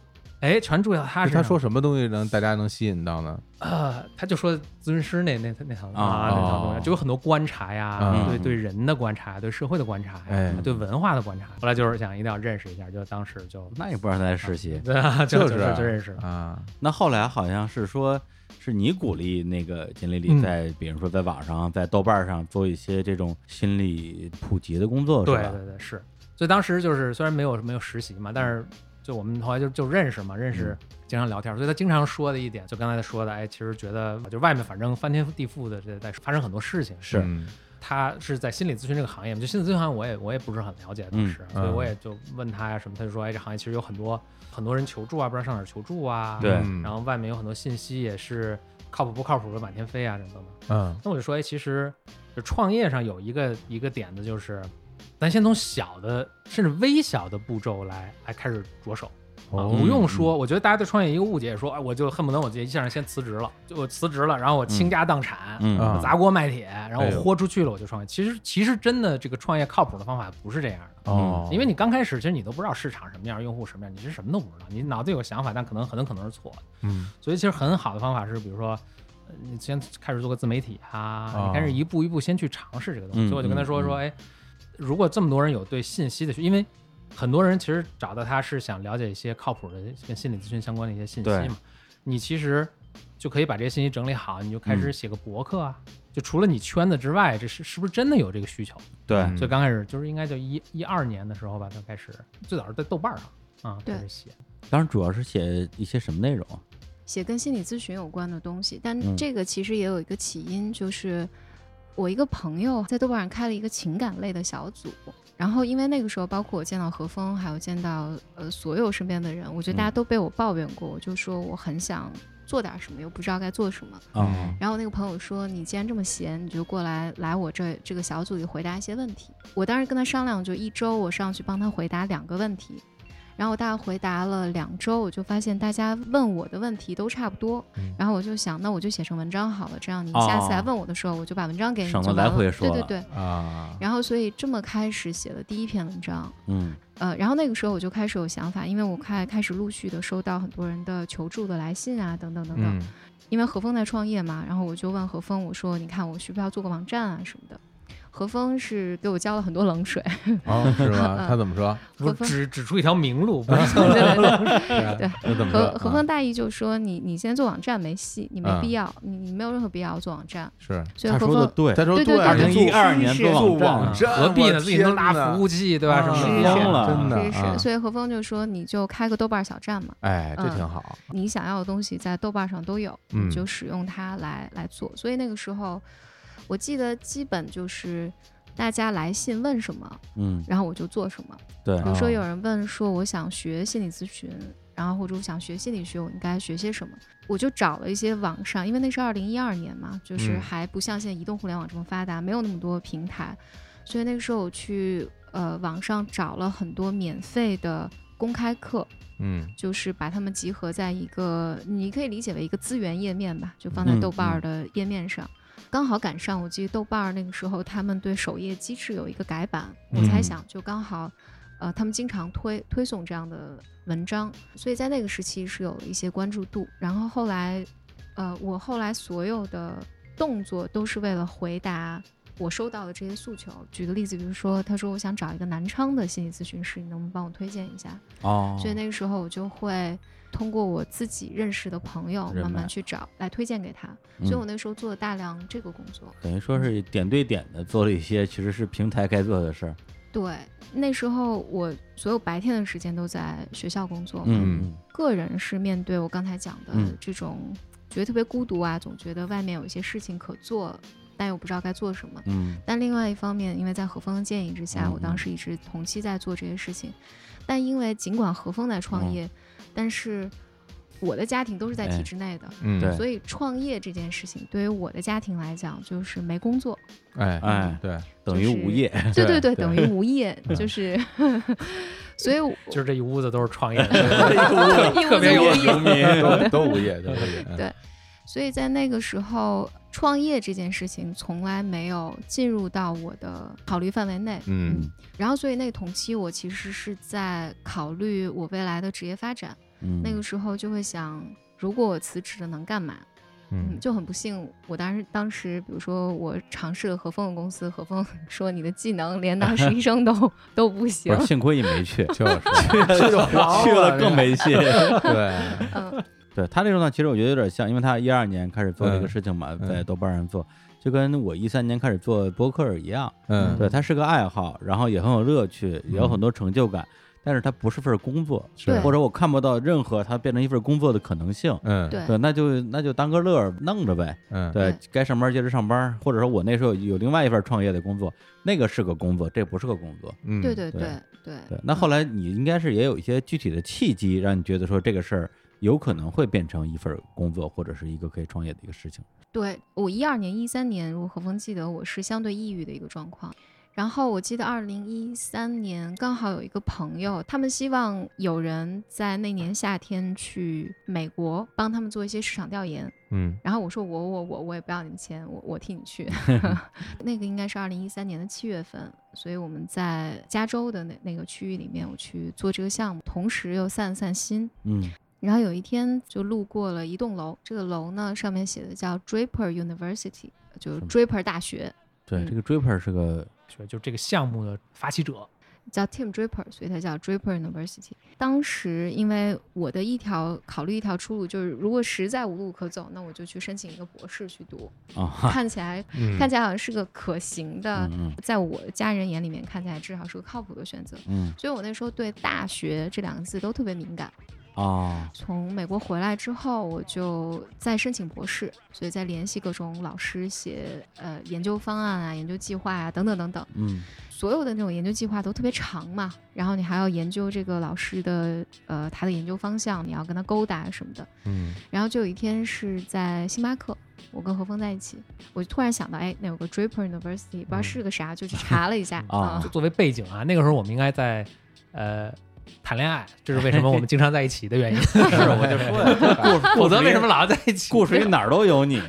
S4: 哎，全注意到他
S3: 就
S4: 身
S3: 他
S4: 上了。
S3: 说什么东西能大家能吸引到呢？
S4: 呃，他就说咨询师那那那套
S2: 啊
S4: 啊那套东
S3: 哦
S4: 西，就有很多观察呀，
S3: 嗯
S4: 对对人的观察，对社会的观察呀，
S3: 哎
S4: 对文化的观察。后来就是想一定要认识一下，就当时就
S2: 那也不让他实习。
S4: 对啊，就
S3: 就是
S4: 就
S3: 啊
S4: 就认识了。
S3: 啊，
S2: 那后来好像是说，是你鼓励那个金丽丽
S4: 嗯
S2: 在，比如说在网上、在豆瓣上做一些这种心理普及的工作，是
S4: 对
S2: 吧？
S4: 对对，是。所以当时就是虽然没有没有实习嘛，但是就我们后来就就认识嘛，认识
S2: 嗯
S4: 经常聊天，所以他经常说的一点，就刚才他说的，哎，其实觉得就外面反正翻天地覆的这在发生很多事情，
S2: 是
S3: 嗯
S4: 他是在心理咨询这个行业嘛，就心理咨询行业我也我也不是很了解，当时，
S3: 嗯
S4: 所以我也就问他呀什么，他就说，哎，这行业其实有很多很多人求助啊，不知道上哪儿求助啊，
S2: 对
S3: 嗯
S4: 然后外面有很多信息也是靠谱不靠谱的满天飞啊什么的嘛。
S3: 嗯
S4: 那我就说，哎，其实就创业上有一个一个点子就是，咱先从小的甚至微小的步骤来来开始着手。啊，
S3: 哦
S4: 不用说，我觉得大家对创业一个误解，说，哎，我就恨不得我自己一下先辞职了，就我辞职了，然后我倾家荡产，
S2: 嗯
S3: 啊
S4: 我砸锅卖铁，然后
S3: 哎
S4: 我
S3: 呦
S4: 豁出去了，我就创业。其实其实真的这个创业靠谱的方法不是这样的。
S3: 哦，
S4: 因为你刚开始，其实你都不知道市场什么样，用户什么样，你是什么都不知道。你脑子有个想法，但可能很有可能是错的。
S3: 嗯
S4: 所以其实很好的方法是，比如说，呃你先开始做个自媒体啊，
S3: 哦
S4: 你开始一步一步先去尝试这个东
S2: 嗯
S4: 西。所以我就跟他说
S2: 嗯
S4: 说，哎，如果这么多人有对信息的需，因为很多人其实找到他是想了解一些靠谱的跟心理咨询相关的一些信
S2: 对
S4: 息嘛，你其实就可以把这些信息整理好，你就开
S2: 嗯
S4: 始写个博客啊。就除了你圈子之外，这是是不是真的有这个需求？
S2: 对，
S3: 嗯
S4: 所以刚开始就是应该就一一二年的时候吧，他开始最早是在豆瓣上啊
S5: 对
S4: 开始写，
S2: 当时主要是写一些什么内容啊？
S5: 写跟心理咨询有关的东西，但
S2: 嗯
S5: 这个其实也有一个起因，就是我一个朋友在豆瓣上开了一个情感类的小组，然后因为那个时候，包括我见到何峰，还有见到呃所有身边的人，我觉得大家
S2: 嗯
S5: 都被我抱怨过，我就说我很想做点什么，又不知道该做什么。
S2: 啊
S5: 然后那个朋友说：“你既然这么闲，你就过来来我这这个小组里回答一些问题。”我当时跟他商量，就一周我上去帮他回答两个问题，然后我大概回答了两周，我就发现大家问我的问题都差不多，
S3: 嗯
S5: 然后我就想，那我就写成文章好了，这样你下次来
S2: 哦
S5: 问我的时候，我就把文章给你
S2: 省
S5: 就
S2: 得
S5: 完
S2: 来回
S5: 了
S2: 说
S5: 对
S2: 了
S5: 对对。
S3: 啊，
S5: 然后所以这么开始写了第一篇文章，
S2: 嗯
S5: 呃，然后那个时候我就开始有想法，因为我开开始陆续的收到很多人的求助的来信啊，等等等等。
S3: 嗯
S5: 因为何峰在创业嘛，然后我就问何峰，我说：“你看我需不需要做个网站啊什么的？”何峰是给我浇了很多 冷水，
S3: 哦是吗？他怎么说？
S4: 不
S5: 何
S4: 是
S5: 峰
S4: 指指出一条明路，不是
S5: 对对 对，
S3: 对，他怎么
S5: 何
S3: 说？
S5: 何
S3: 啊
S5: 峰大意就说你你现在做网站没戏，你没
S3: 嗯
S5: 必要，你你没有任何必要做网站。
S3: 是
S5: 所以
S2: 他
S5: 何
S2: 说的
S5: 峰
S2: 对，
S3: 他说
S5: 对对
S3: 啊
S2: 二
S5: 对
S2: 零
S5: 对
S2: 一
S5: 做
S2: 二
S5: 是
S2: 年
S5: 是
S2: 做
S5: 是
S2: 网站
S3: 网
S2: 啊，
S3: 站
S4: 嗯何必呢？
S3: 我
S4: 自己弄
S3: 天
S4: 拉
S3: 哪
S4: 服务器，对吧？什么
S5: 是
S4: 的
S5: 是
S2: 疯了
S3: 真的
S5: 这
S3: 啊
S5: 是，所以何峰就说你就开个豆瓣小站嘛，
S3: 哎，这挺好，
S5: 你想要的东西在豆瓣上都有，
S3: 嗯
S5: 你就使用它来来做。所以那个时候，我记得基本就是大家来信问什么，
S2: 嗯，
S5: 然后我就做什么。
S2: 对
S5: 比，如
S3: 哦
S5: 说有人问说我想学心理咨询，然后或者我想学心理学，我应该学些什么？我就找了一些网上，因为那是二零一二年嘛，就是
S3: 嗯
S5: 还不像现在移动互联网这么发达，没有那么多平台，所以那个时候我去呃网上找了很多免费的公开课，
S3: 嗯
S5: 就是把它们集合在一个，你可以理解为一个资源页面吧，就放在
S2: 嗯
S5: 豆瓣
S2: 嗯
S5: 儿的页面上。刚好赶上，我记得豆瓣儿那个时候他们对首页机制有一个改版，我猜
S2: 嗯
S5: 想就刚好，呃，他们经常推推送这样的文章，所以在那个时期是有了一些关注度。然后后来，呃，我后来所有的动作都是为了回答我收到的这些诉求。举个例子，比如说他说我想找一个南昌的心理咨询师，你能不能帮我推荐一下？
S2: 哦，
S5: 所以那个时候我就会通过我自己认识的朋友
S2: 人
S5: 慢慢
S2: 脉
S5: 去找来推荐给他，所以
S2: 嗯
S5: 我那时候做了大量这个工作。
S2: 等于说是点对点的做了一些其实是平台该做的事儿，
S5: 对，那时候我所有白天的时间都在学校工作，
S2: 嗯
S5: 个人是面对我刚才讲的
S2: 嗯
S5: 这种觉得特别孤独啊，总觉得外面有一些事情可做，但又不知道该做什么。
S2: 嗯
S5: 但另外一方面，因为在何峰的建议之下，
S2: 嗯
S5: 我
S2: 嗯
S5: 当时一直同期在做这些事情。但因为尽管何峰在
S2: 嗯
S5: 创业，但是我的家庭都是在
S2: 哎
S5: 体制内的，
S3: 嗯，
S2: 对
S5: 所以创业这件事情对于我的家庭来讲，就是没工作，
S3: 哎
S2: 嗯，哎，
S3: 对，
S2: 等于无 业，
S5: 对对
S3: 对
S5: 对，等于无业，就是， 所以我
S4: 就是这一屋子都是创 业
S5: 一屋
S4: 的，
S5: 子
S4: 特别有
S5: 无业
S4: 名。
S3: 都都无业，都无业，嗯
S5: 对 所以在那个时候，创业这件事情从来没有进入到我的考虑范围内。
S3: 嗯
S5: 然后，所以那同期我其实是在考虑我未来的职业发展。
S2: 嗯，
S5: 那个时候就会想，如果我辞职了能干嘛？嗯，
S3: 嗯，
S5: 就很不幸，我当时当时，比如说我尝试了何峰的公司，何峰 说你的技能连当实习 生都都不行
S2: 不。是幸亏你没 去
S3: 就是
S2: 去了 去了更没戏。
S3: 对，
S5: 嗯，
S2: 对他这种呢，其实我觉得有点像，因为他一二年开始做这个
S3: 嗯
S2: 事情嘛，
S3: 嗯
S2: 在豆瓣上做，就跟我一三年开始做播客一样。
S3: 嗯
S2: 对，它是个爱好，然后也很有乐趣，也有
S3: 嗯
S2: 很多成就感，但是它不是份儿工作，
S3: 是对
S2: 或者我看不到任何它变成一份工作的可能性。
S3: 嗯
S5: 对，
S2: 对，那就那就当个乐儿弄着呗。
S3: 嗯
S2: 对
S5: 对，
S2: 该上班接着上班，或者说我那时候有另外一份创业的工作，那个是个工作，这不是个工作。
S3: 嗯
S5: 对对
S2: 对
S5: 对对嗯
S2: 对，那后来你应该是也有一些具体的契机，让你觉得说这个事儿有可能会变成一份儿工作，或者是一个可以创业的一个事情。
S5: 嗯对，我一二年、一三年，如果何峰记得，我是相对抑郁的一个状况。然后我记得二零一三年刚好有一个朋友，他们希望有人在那年夏天去美国帮他们做一些市场调研。
S3: 嗯
S5: 然后我说我我我我也不要你们钱，我我替你去。 那个应该是二零一三年的七月份，所以我们在加州的那那个区域里面，我去做这个项目，同时又散了散心。
S2: 嗯
S5: 然后有一天就路过了一栋楼，这个楼呢上面写的叫 Draper University，就是
S2: 什么
S5: Draper 大学，
S2: 对，
S5: 嗯
S2: 这个 Draper 是个
S4: 就就这个项目的发起者，
S5: 叫 Tim Draper，所以它叫 Draper University。当时因为我的一条考虑一条出路就是，如果实在无路可走，那我就去申请一个博士去读，
S2: 啊， 哈
S5: 看起来
S3: 嗯
S5: 看起来好像是个可行的
S2: 嗯，嗯
S5: 在我家人眼里面看起来至少是个靠谱的选择。
S2: 嗯
S5: 所以我那时候对“大学”这两个字都特别敏感。
S2: 啊，
S5: 从美国回来之后，我就在申请博士，所以在联系各种老师写呃研究方案啊、研究计划啊等等等等，
S2: 嗯
S5: 所有的那种研究计划都特别长嘛，然后你还要研究这个老师的呃他的研究方向，你要跟他勾搭什么的。
S3: 嗯
S5: 然后就有一天是在星巴克，我跟何峰在一起，我就突然想到，哎，那有个 Draper University，不知道是个啥，就去查了一下
S2: 啊
S4: 作为背景啊，那个时候我们应该在呃谈恋爱，这是为什么我们经常在一起的 原因。是，我就说呀， 否则为什么老要在一起？啊
S2: 故事里哪儿都有你。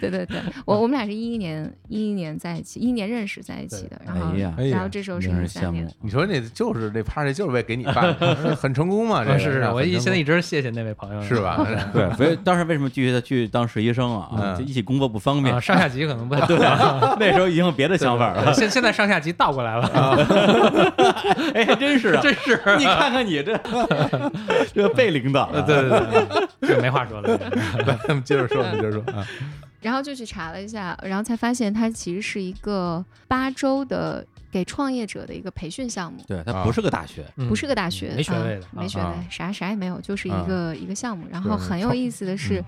S5: 对对对，我我们俩是一一年一一年在一起，一一年认识在一起的，然后
S2: 哎呀
S3: 哎呀
S5: 啊然后这时候是
S2: 令人
S5: 一
S2: 羡
S5: 三年
S2: 慕，。
S3: 你说你就是这 party 就是为给你办的， 很成功嘛？这
S4: 啊
S3: 个
S4: 是是，我
S3: 很成
S4: 一
S3: 功
S4: 现在一直谢谢那位朋友，
S3: 是 吧？
S2: 对，所以当时为什么拒绝他去当实习生啊？啊
S3: 嗯
S2: 就一起工作不方便
S4: 啊，。上下级可能不 太
S2: 对，啊那时候已经有别的想法了。
S4: 现现在上下级倒过来了，
S2: 哎，还啊真是啊！
S4: 真是，
S2: 你看看你这这个被领导了，
S4: 对对对，这没话说了。
S3: 来，咱们接着说，我们接着说啊，
S5: 然后就去查了一下，然后才发现它其实是一个八周的给创业者的一个培训项目，
S2: 对，它不是个大学，
S4: 嗯
S5: 不是个大学，
S4: 没学
S5: 啊
S4: 位的啊
S5: 没学位
S3: 啊，
S5: 啥啥也没有，就是
S3: 啊
S5: 一个一个项目。然后
S3: 对
S5: 很有
S3: 创
S5: 意思的是
S3: 嗯，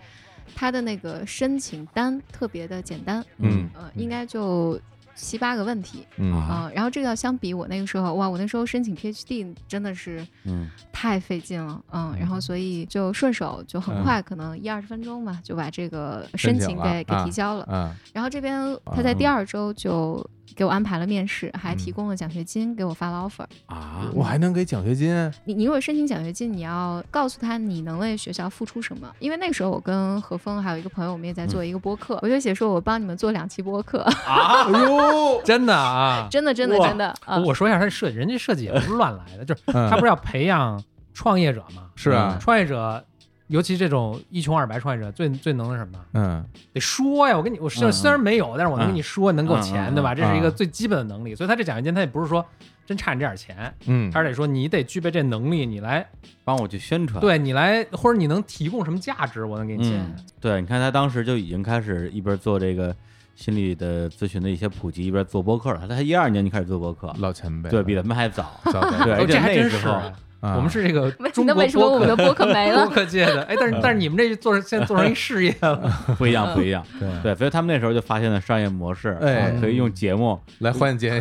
S5: 它的那个申请单特别的简单，
S3: 嗯
S5: 呃，应该就七八个问题，
S3: 嗯
S5: 嗯，然后这个要相比我那个时候，哇，我那时候申请 PhD 真的是
S2: 嗯
S5: 太费劲了，嗯，然后所以就顺手就很快，可能一二十分钟吧，就把这个
S3: 申
S5: 申
S3: 请
S5: 请
S3: 了
S5: 给给
S3: 啊
S5: 提交了。
S3: 啊
S5: 然后这边他在第二周就给我安排了面试，还提供了奖学金，给我发了 offer。
S2: 啊，
S3: 我还能给奖学金，
S5: 你你如果申请奖学金，你要告诉他你能为学校付出什么。因为那个时候我跟何峰还有一个朋友，我们也在做一个播客，我就写说我帮你们做两期播客，
S3: 哎呦，
S4: 真的啊，
S5: 真的真的
S4: 哇
S5: 真的啊。
S4: 我说一下他设计，人家设计也不是乱来的，就是
S2: 嗯
S4: 他
S3: 他
S4: 不是要培养创业者吗？
S3: 嗯是啊，
S4: 创业者，尤其这种一穷二白创业者，最最能的是什么？
S3: 嗯
S4: 得说呀！我跟你，我虽
S2: 嗯嗯
S4: 然虽然没有，但是我能跟你说，能给我
S2: 嗯嗯
S4: 钱，
S2: 嗯
S4: 对吧？这是一个
S3: 嗯
S4: 最基本的能力。所以他这奖学金，他也不是说真差你这点钱，
S3: 嗯，
S4: 他是得说你得具备这能力，你来，
S2: 帮我去宣传。
S4: 对你来，或者你能提供什么价值，我能给你钱。
S2: 嗯，对，你看他当时就已经开始一边做这个心理的咨询的一些普及，一边做播客了。他才一二年就开始做播客，
S3: 老前辈，
S2: 对比咱们还早。
S3: 早呗，
S2: 对
S4: 哦
S2: 而且
S4: 这还
S2: 那
S4: 真
S2: 时
S4: 是
S2: 候
S4: 啊，
S3: 啊
S4: 我们是这个
S5: 为
S4: 中
S5: 那
S4: 国
S5: 为什么
S4: 播
S5: 我们
S4: 客
S5: 的播客没
S4: 播
S5: 了？
S4: 客界的，哎，但
S2: 嗯
S4: 是但是你们这做成现在做成一 事业了，
S2: 不一样，不一样。
S3: 对
S2: 对，所以他们那时候就发现了商业模式，
S3: 哎
S2: 啊可以用节目
S3: 来换 节，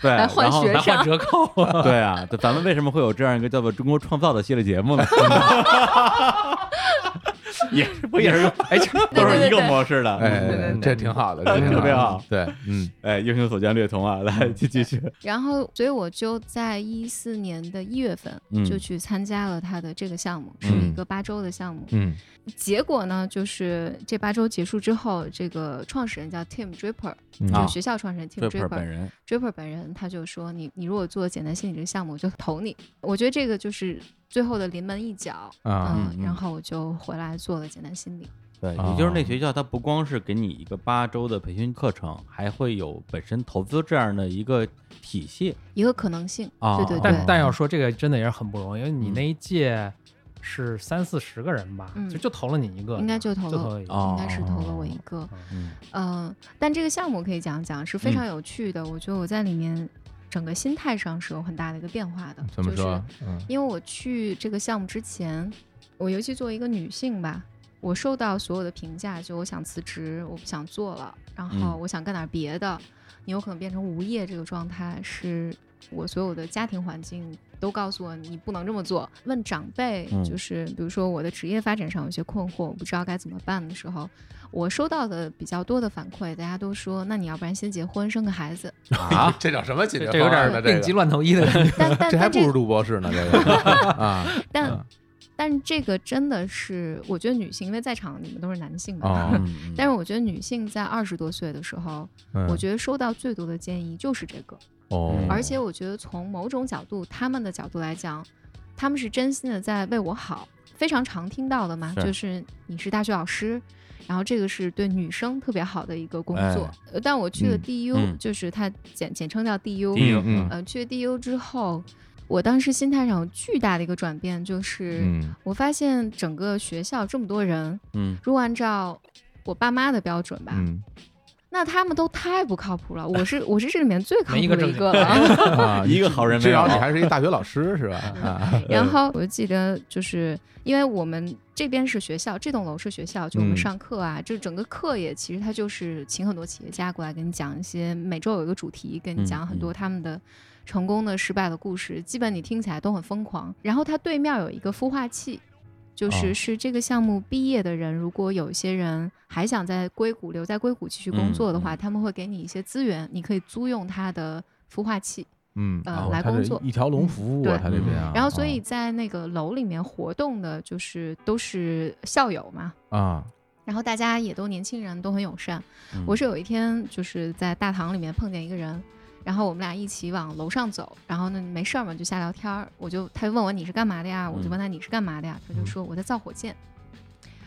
S2: 对，
S5: 来换
S2: 然后
S5: 学
S4: 来换折扣。
S2: 对啊，对咱们为什么会有这样一个叫做“中国创造”的系列节目呢？ 也是不也是
S4: 哎
S2: HR 都是一个模式的，
S3: 哎
S5: 对对对，
S3: 这挺好的，这挺
S2: 特别好
S3: 的。对，嗯，
S2: 哎，英雄所见略同啊，来
S5: 嗯
S2: 继继续，
S5: 然后，所以我就在一四年的一月份
S2: 嗯
S5: 就去参加了他的这个项目，是
S3: 嗯
S5: 一个八周的项目。
S3: 嗯
S5: 结果呢，就是这八周结束之后，这个创始人叫 Tim Draper，、
S2: 啊
S5: 就学校创始人 Tim
S2: 本
S5: Draper。
S2: 人
S5: Draper 本人他就说：“你你如果做简单心理这个项目，我就投你。”我觉得这个就是最后的临门一脚。
S3: 啊
S5: 嗯
S2: 嗯嗯
S5: 然后我就回来做了简单心理。
S2: 对，
S3: 啊
S2: 也就是那学校，它不光是给你一个八周的培训课程，还会有本身投资这样的一个体系
S5: 一个可能性，
S2: 啊
S5: 对对对
S4: 但但要说这个真的也是很不容易，因为你那一届是三四十个人吧，
S5: 嗯
S4: 就就投了你一个，
S5: 应该就投了
S4: 就投了一个。
S2: 啊
S5: 应该是投了我一个。
S2: 嗯
S5: 嗯、但这个项目可以讲讲，是非常有趣的。我觉得我在里面整个心态上是有很大的一个变化的。
S3: 怎么
S5: 就
S3: 说
S5: 是？
S3: 嗯
S5: 因为我去这个项目之前，我尤其作为一个女性吧，我受到所有的评价，就我想辞职，我不想做了，然后
S2: 嗯
S5: 我想干点别的，你有可能变成无业这个状态，是我所有的家庭环境都告诉我你不能这么做。问长辈
S2: 嗯，
S5: 就是比如说我的职业发展上有些困惑，我不知道该怎么办的时候，我收到的比较多的反馈，大家都说，那你要不然先结婚生个孩子，
S3: 啊， 这叫什么解决
S4: 这有
S3: 方案
S4: 点
S3: 呢？
S4: 病急
S3: 这个啊
S4: 乱投医的感觉。
S5: 但但
S3: 这还
S5: 但
S3: 不如录博士呢，这 个啊
S5: 但
S3: 嗯
S5: 但这个真的是，我觉得女性，因为在场你们都是男性嘛，
S3: 哦
S2: 嗯，嗯
S5: 但是我觉得女性在二十多岁的时候，
S3: 嗯
S5: 我觉得收到最多的建议就是这个，
S3: 哦，
S5: 而且我觉得从某种角度，他们的角度来讲，他们是真心的在为我好，非常常听到的嘛，
S2: 是
S5: 就是你是大学老师。然后这个是对女生特别好的一个工作，呃但我去了
S2: 嗯
S5: DU，、
S2: 嗯
S5: 就是它简简称叫 DU，
S2: 第一
S3: 嗯
S5: 呃，去了 DU 之后，我当时心态上有巨大的一个转变，就是、
S3: 嗯
S5: 我发现整个学校这么多人，
S2: 嗯
S5: 如果按照我爸妈的标准吧，
S3: 嗯
S5: 那他们都太不靠谱了。我是我是这里面最靠
S4: 没一
S5: 谱
S4: 个
S5: 的
S4: 正
S5: 一
S4: 经
S5: 个 了。
S3: 啊，
S2: 一个好人没
S3: 至
S2: 有嗯
S3: 少你还是一大学老师是吧？啊，
S5: 然后我就记得，就是因为我们这边是学校，这栋楼是学校，就我们
S3: 嗯
S5: 上课啊，就整个课也其实它就是请很多企业家过来跟你讲一些，每周有一个主题，跟你讲很
S2: 嗯
S5: 多他们的。成功的、失败的故事，基本你听起来都很疯狂。然后它对面有一个孵化器，就
S3: 哦
S5: 是是这个项目毕业的人，如果有一些人还想在硅谷留在硅谷继续
S2: 嗯
S5: 工作的话，他们会给你一些资源，你可以租用他的孵化器。
S3: 嗯，
S5: 呃
S3: 哦
S5: 来
S3: 他
S5: 工
S3: 这
S5: 作嗯
S3: 一条龙服务啊，
S5: 对
S3: 他这边
S2: 嗯
S3: 啊，
S5: 然后，
S2: 哦
S5: 所以在那个楼里面活动的，就是都是校友嘛。
S3: 哦啊，
S5: 然后大家也都年轻人，都很友善。
S2: 嗯
S5: 我是有一天就是在大堂里面碰见一个人，然后我们俩一起往楼上走，然后呢没事儿嘛就瞎聊天儿，我就他就问我你是干嘛的呀，我
S2: 嗯
S5: 就问他你是干嘛的呀，他就说我在造火箭，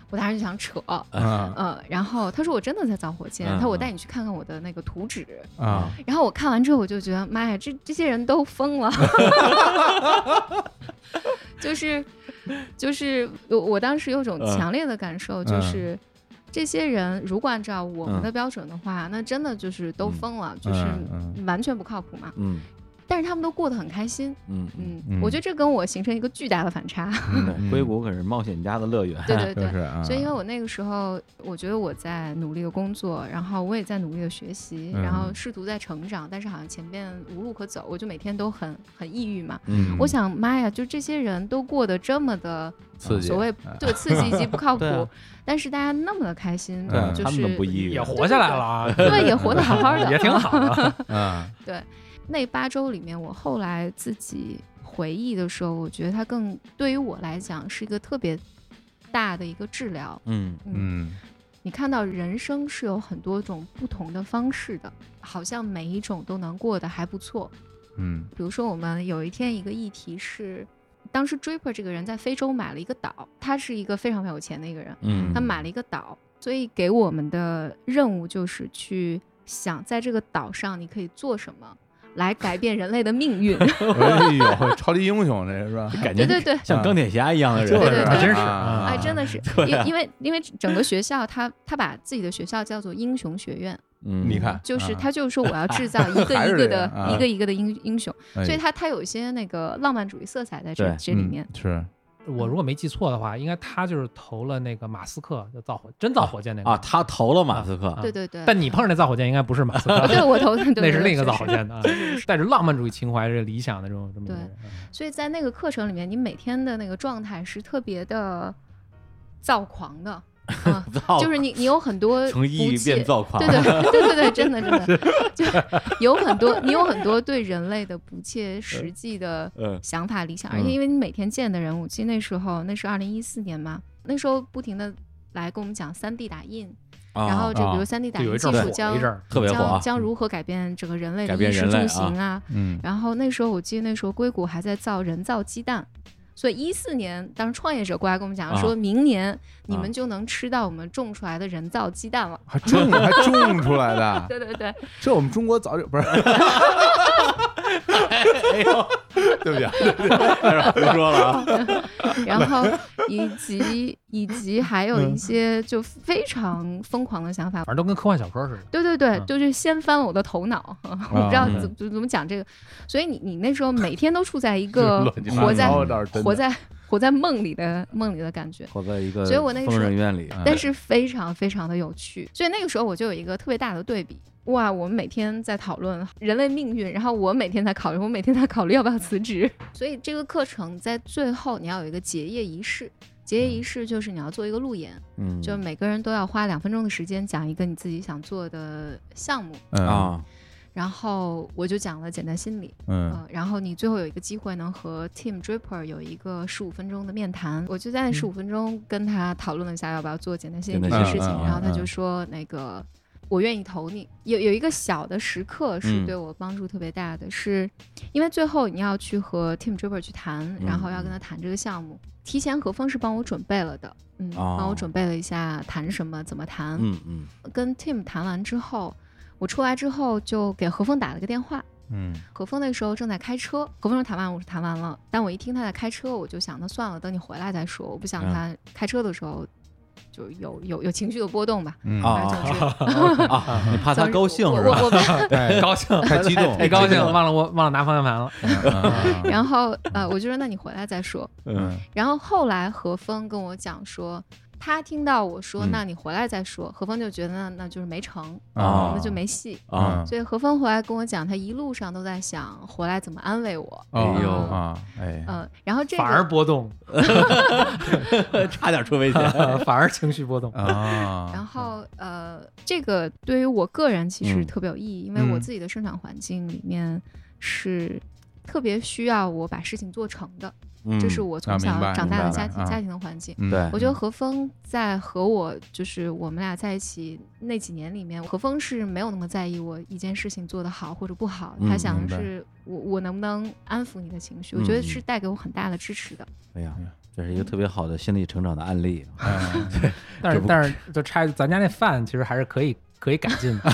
S5: 我当时就想扯，
S3: 啊
S5: 呃，然后他说我真的在造火箭，
S2: 嗯
S5: 他说我
S2: 嗯
S5: 带你去看看我的那个图纸，
S3: 啊，
S5: 然后我看完之后我就觉得妈呀，这这些人都疯 了，就是就是我我当时有种
S2: 嗯
S5: 强烈的感受就是。这些人如果按照我
S2: 嗯
S5: 们的标准的话，那真的就是都
S2: 嗯
S5: 疯了，就是
S3: 嗯
S5: 完全不靠谱嘛。
S2: 嗯
S5: 但是他们都过得很开心，
S2: 嗯嗯
S5: 嗯，
S3: 嗯
S5: 我觉得这跟我形成一个巨大的反 差。
S2: 对，硅谷可是冒险家的乐园，
S5: 对对
S3: 就
S5: 对，
S3: 是啊，
S5: 所以因为我那个时候，我觉得我在努力的工作，然后我也在努力的学习，
S3: 嗯
S5: 然后试图在成长，但是好像前面无路可走，我就每天都很很抑郁嘛。
S2: 嗯
S5: 我想，妈呀，就这些人都过得这么的
S3: 刺激
S5: 所谓
S3: 嗯
S5: 对刺激以及不靠谱
S2: 对啊，
S5: 但是大家那么的开心，
S3: 对
S2: 嗯
S5: 就
S2: 他们
S5: 是
S2: 不抑郁
S4: 也活下来了 啊，
S5: 对也活得好好 的，
S4: 也挺。好的。
S3: 啊，
S5: 那八周里面，我后来自己回忆的时候，我觉得它更对于我来讲是一个特别大的一个治疗。
S2: 嗯
S3: 嗯
S5: 你看到人生是有很多种不同的方式的，好像每一种都能过得还不错。
S3: 嗯
S5: 比如说，我们有一天一个议题是，当时 Draper 这个人在非洲买了一个岛，他是一个非常非常有钱的一个人，
S2: 嗯，
S5: 他买了一个岛，所以给我们的任务就是去想在这个岛上你可以做什么，来改变人类的 命运。
S3: 哎呦，超级英雄这是吧？
S2: 感觉
S5: 对对对，
S2: 像钢铁侠一样的人，
S5: 对对对
S4: 真是
S3: 啊
S5: 哎，
S4: 啊
S5: 真的是，因因为因为整个学校他他把自己的学校叫做英雄学院。
S2: 嗯，
S3: 你看，
S5: 就是
S3: 啊
S5: 他就是说我要制造一个
S3: 还是
S5: 一个
S3: 这样
S5: 的、
S3: 啊
S5: 一个一个的英英雄，
S3: 哎
S5: 所以他他有一些那个浪漫主义色彩在这
S2: 对
S5: 这里
S3: 嗯
S5: 面。
S3: 是
S4: 我如果没记错的话，应该他就是投了那个马斯克的造火，真造火箭那个
S2: 啊，。他投了马斯克
S4: 啊，
S5: 对对对，
S4: 但你碰上那造火箭应该不是马斯克，
S5: 对我头对
S4: 那是另一个造
S5: 早
S4: 火箭的，啊，带着浪漫主义情怀、这理想的这种这么一个人。啊
S5: 所以在那个课程里面，你每天的那个状态是特别的躁狂的啊， 就是你你有很多
S2: 从抑
S5: 不
S2: 郁变
S5: 解
S2: 躁狂，
S5: 对对对对对，真的真的，就有很多你有很多对人类的不切实际的
S2: 嗯
S5: 想法、理想，
S2: 嗯
S5: 而且因为你每天见的人，我记得那时候那是二零一四年嘛，那时候不停的来跟我们讲三 D 打印，
S2: 啊，
S5: 然后这
S2: 啊
S5: 比如三 D 打
S4: 就有
S5: 印
S4: 一
S5: 技
S4: 阵儿火有
S5: 术
S4: 一阵
S5: 将
S4: 儿，
S2: 特别火啊
S5: 将，将如何改变整个人类的
S2: 改变
S5: 衣食
S2: 人类
S5: 住
S2: 啊
S5: 行啊，
S2: 嗯
S5: 然后那时候我记得那时候硅谷还在造人造鸡蛋，所以一四年当时创业者过来跟我们讲
S2: 啊
S5: 说，明年你
S2: 啊
S5: 们就能吃到我们种出来的人造鸡 蛋了。
S3: 还种还种出来的，
S5: 对对对，
S3: 这我们中国早就不是，
S2: 哎呦，
S3: 对不起，啊
S2: 胡哎说了 啊，
S5: 然后以及以及还有
S2: 嗯
S5: 一些就非常疯狂的想法。
S4: 反正都跟科幻小说似的。
S5: 对对对，
S4: 嗯
S5: 就是掀翻了我的头脑， 我不知
S3: 啊嗯
S5: 道怎怎么讲这个。所以你你那时候每天都 处在
S2: 嗯
S5: 一个
S3: 乱七八
S5: 活在
S3: 糟的真的嗯
S5: 活在活在梦里的梦里的感觉。
S2: 活在一个
S5: 所以我那个
S2: 疯
S5: 时候
S2: 人院里，啊
S5: 但是非常非常的有趣。所以那个时候我就有一个特别大的对比，哇，我们每天在讨论人类命运，然后我每天在考虑，我每天在考虑要不要辞职。所以这个课程在最后你要有一个结业仪式。结
S3: 嗯
S5: 业仪式就是你要做一个路演，
S2: 嗯，
S5: 就是每个人都要花两分钟的时间讲一个你自己想做的项目，
S3: 嗯
S2: 啊，
S5: 然后我就讲了简单心理，
S3: 嗯，
S5: 呃，然后你最后有一个机会能和 Tim Draper 有一个十五分钟的面谈，我就在那十五分钟跟他讨论了一下要不要做简单心理
S2: 嗯简
S5: 这
S2: 单
S5: 个
S3: 心理
S5: 事
S3: 嗯
S5: 情，
S3: 嗯
S5: 然后他
S2: 嗯
S5: 就说那个我愿意投你。有有一个小的时刻是
S2: 嗯
S5: 对我帮助特别大的，是因为最后你要去和 Tim Draper 去谈，然后要
S2: 嗯
S5: 跟他谈这个项目，提前和风是帮我准备了的，嗯，帮
S2: 哦
S5: 我准备了一下谈什么，怎么谈，
S2: 嗯嗯
S5: 跟 Tim 谈完之后，我出来之后就给何峰打了个电话。
S3: 嗯，
S5: 何峰那时候正在开车，何峰说谈完，我说谈完了。但我一听他在开车，我就想，那算了，等你回来再说。我不想
S2: 嗯
S5: 他开车的时候就有有有情绪的波动吧。
S3: 嗯
S2: 啊
S5: 反正 总之，
S2: 啊，你怕
S5: 总
S2: 他
S5: 之
S2: 高兴
S5: 我
S2: 是吧？
S5: 我我
S3: 太
S4: 高兴，
S3: 太 激
S2: 哎
S3: 动，
S4: 太哎高兴了，忘了我忘了拿方向盘了。
S3: 哎嗯，
S5: 然后呃，我就说那你回来再说。
S3: 嗯
S5: 然后后来何峰跟我讲说，他听到我说，
S2: 嗯
S5: 那你回来再说。何峰就觉得那那就是没成，
S2: 啊
S5: 那就没戏。
S3: 嗯
S2: 啊，
S5: 所以何峰回来跟我讲，他一路上都在想回来怎么安慰我。
S2: 哎呦
S3: 啊，哎，
S5: 嗯，然后这个
S4: 反而波动，呃
S2: 差点出危 险，
S4: 反而情绪波动。
S3: 啊，
S5: 嗯然后呃，这个对于我个人其实
S2: 嗯
S5: 特别有意义，因为我
S3: 嗯
S5: 自己的生长环境里面是特别需要我把事情做成的，这是
S2: 嗯
S5: 我
S3: 啊
S5: 从
S3: 明
S5: 小
S3: 白
S5: 长
S2: 明
S5: 大的
S2: 白
S5: 家庭、
S3: 啊
S5: 家庭的环境。
S3: 嗯
S2: 对
S5: 我觉得何峰在和我就是我们俩在一起那几年里面，何峰是没有那么在意我一件事情做得好或者不好，
S2: 嗯
S5: 他想
S3: 明
S5: 的
S3: 白
S5: 是我我能不能安抚你的情绪，我
S2: 嗯
S5: 觉得是带给我很大的支持的。
S2: 哎呀，这是一个特别好的心理成长的案例啊。
S3: 哎
S4: 但是
S2: 这不
S4: 但是就差一个咱家那饭其实还是可以可以改进的。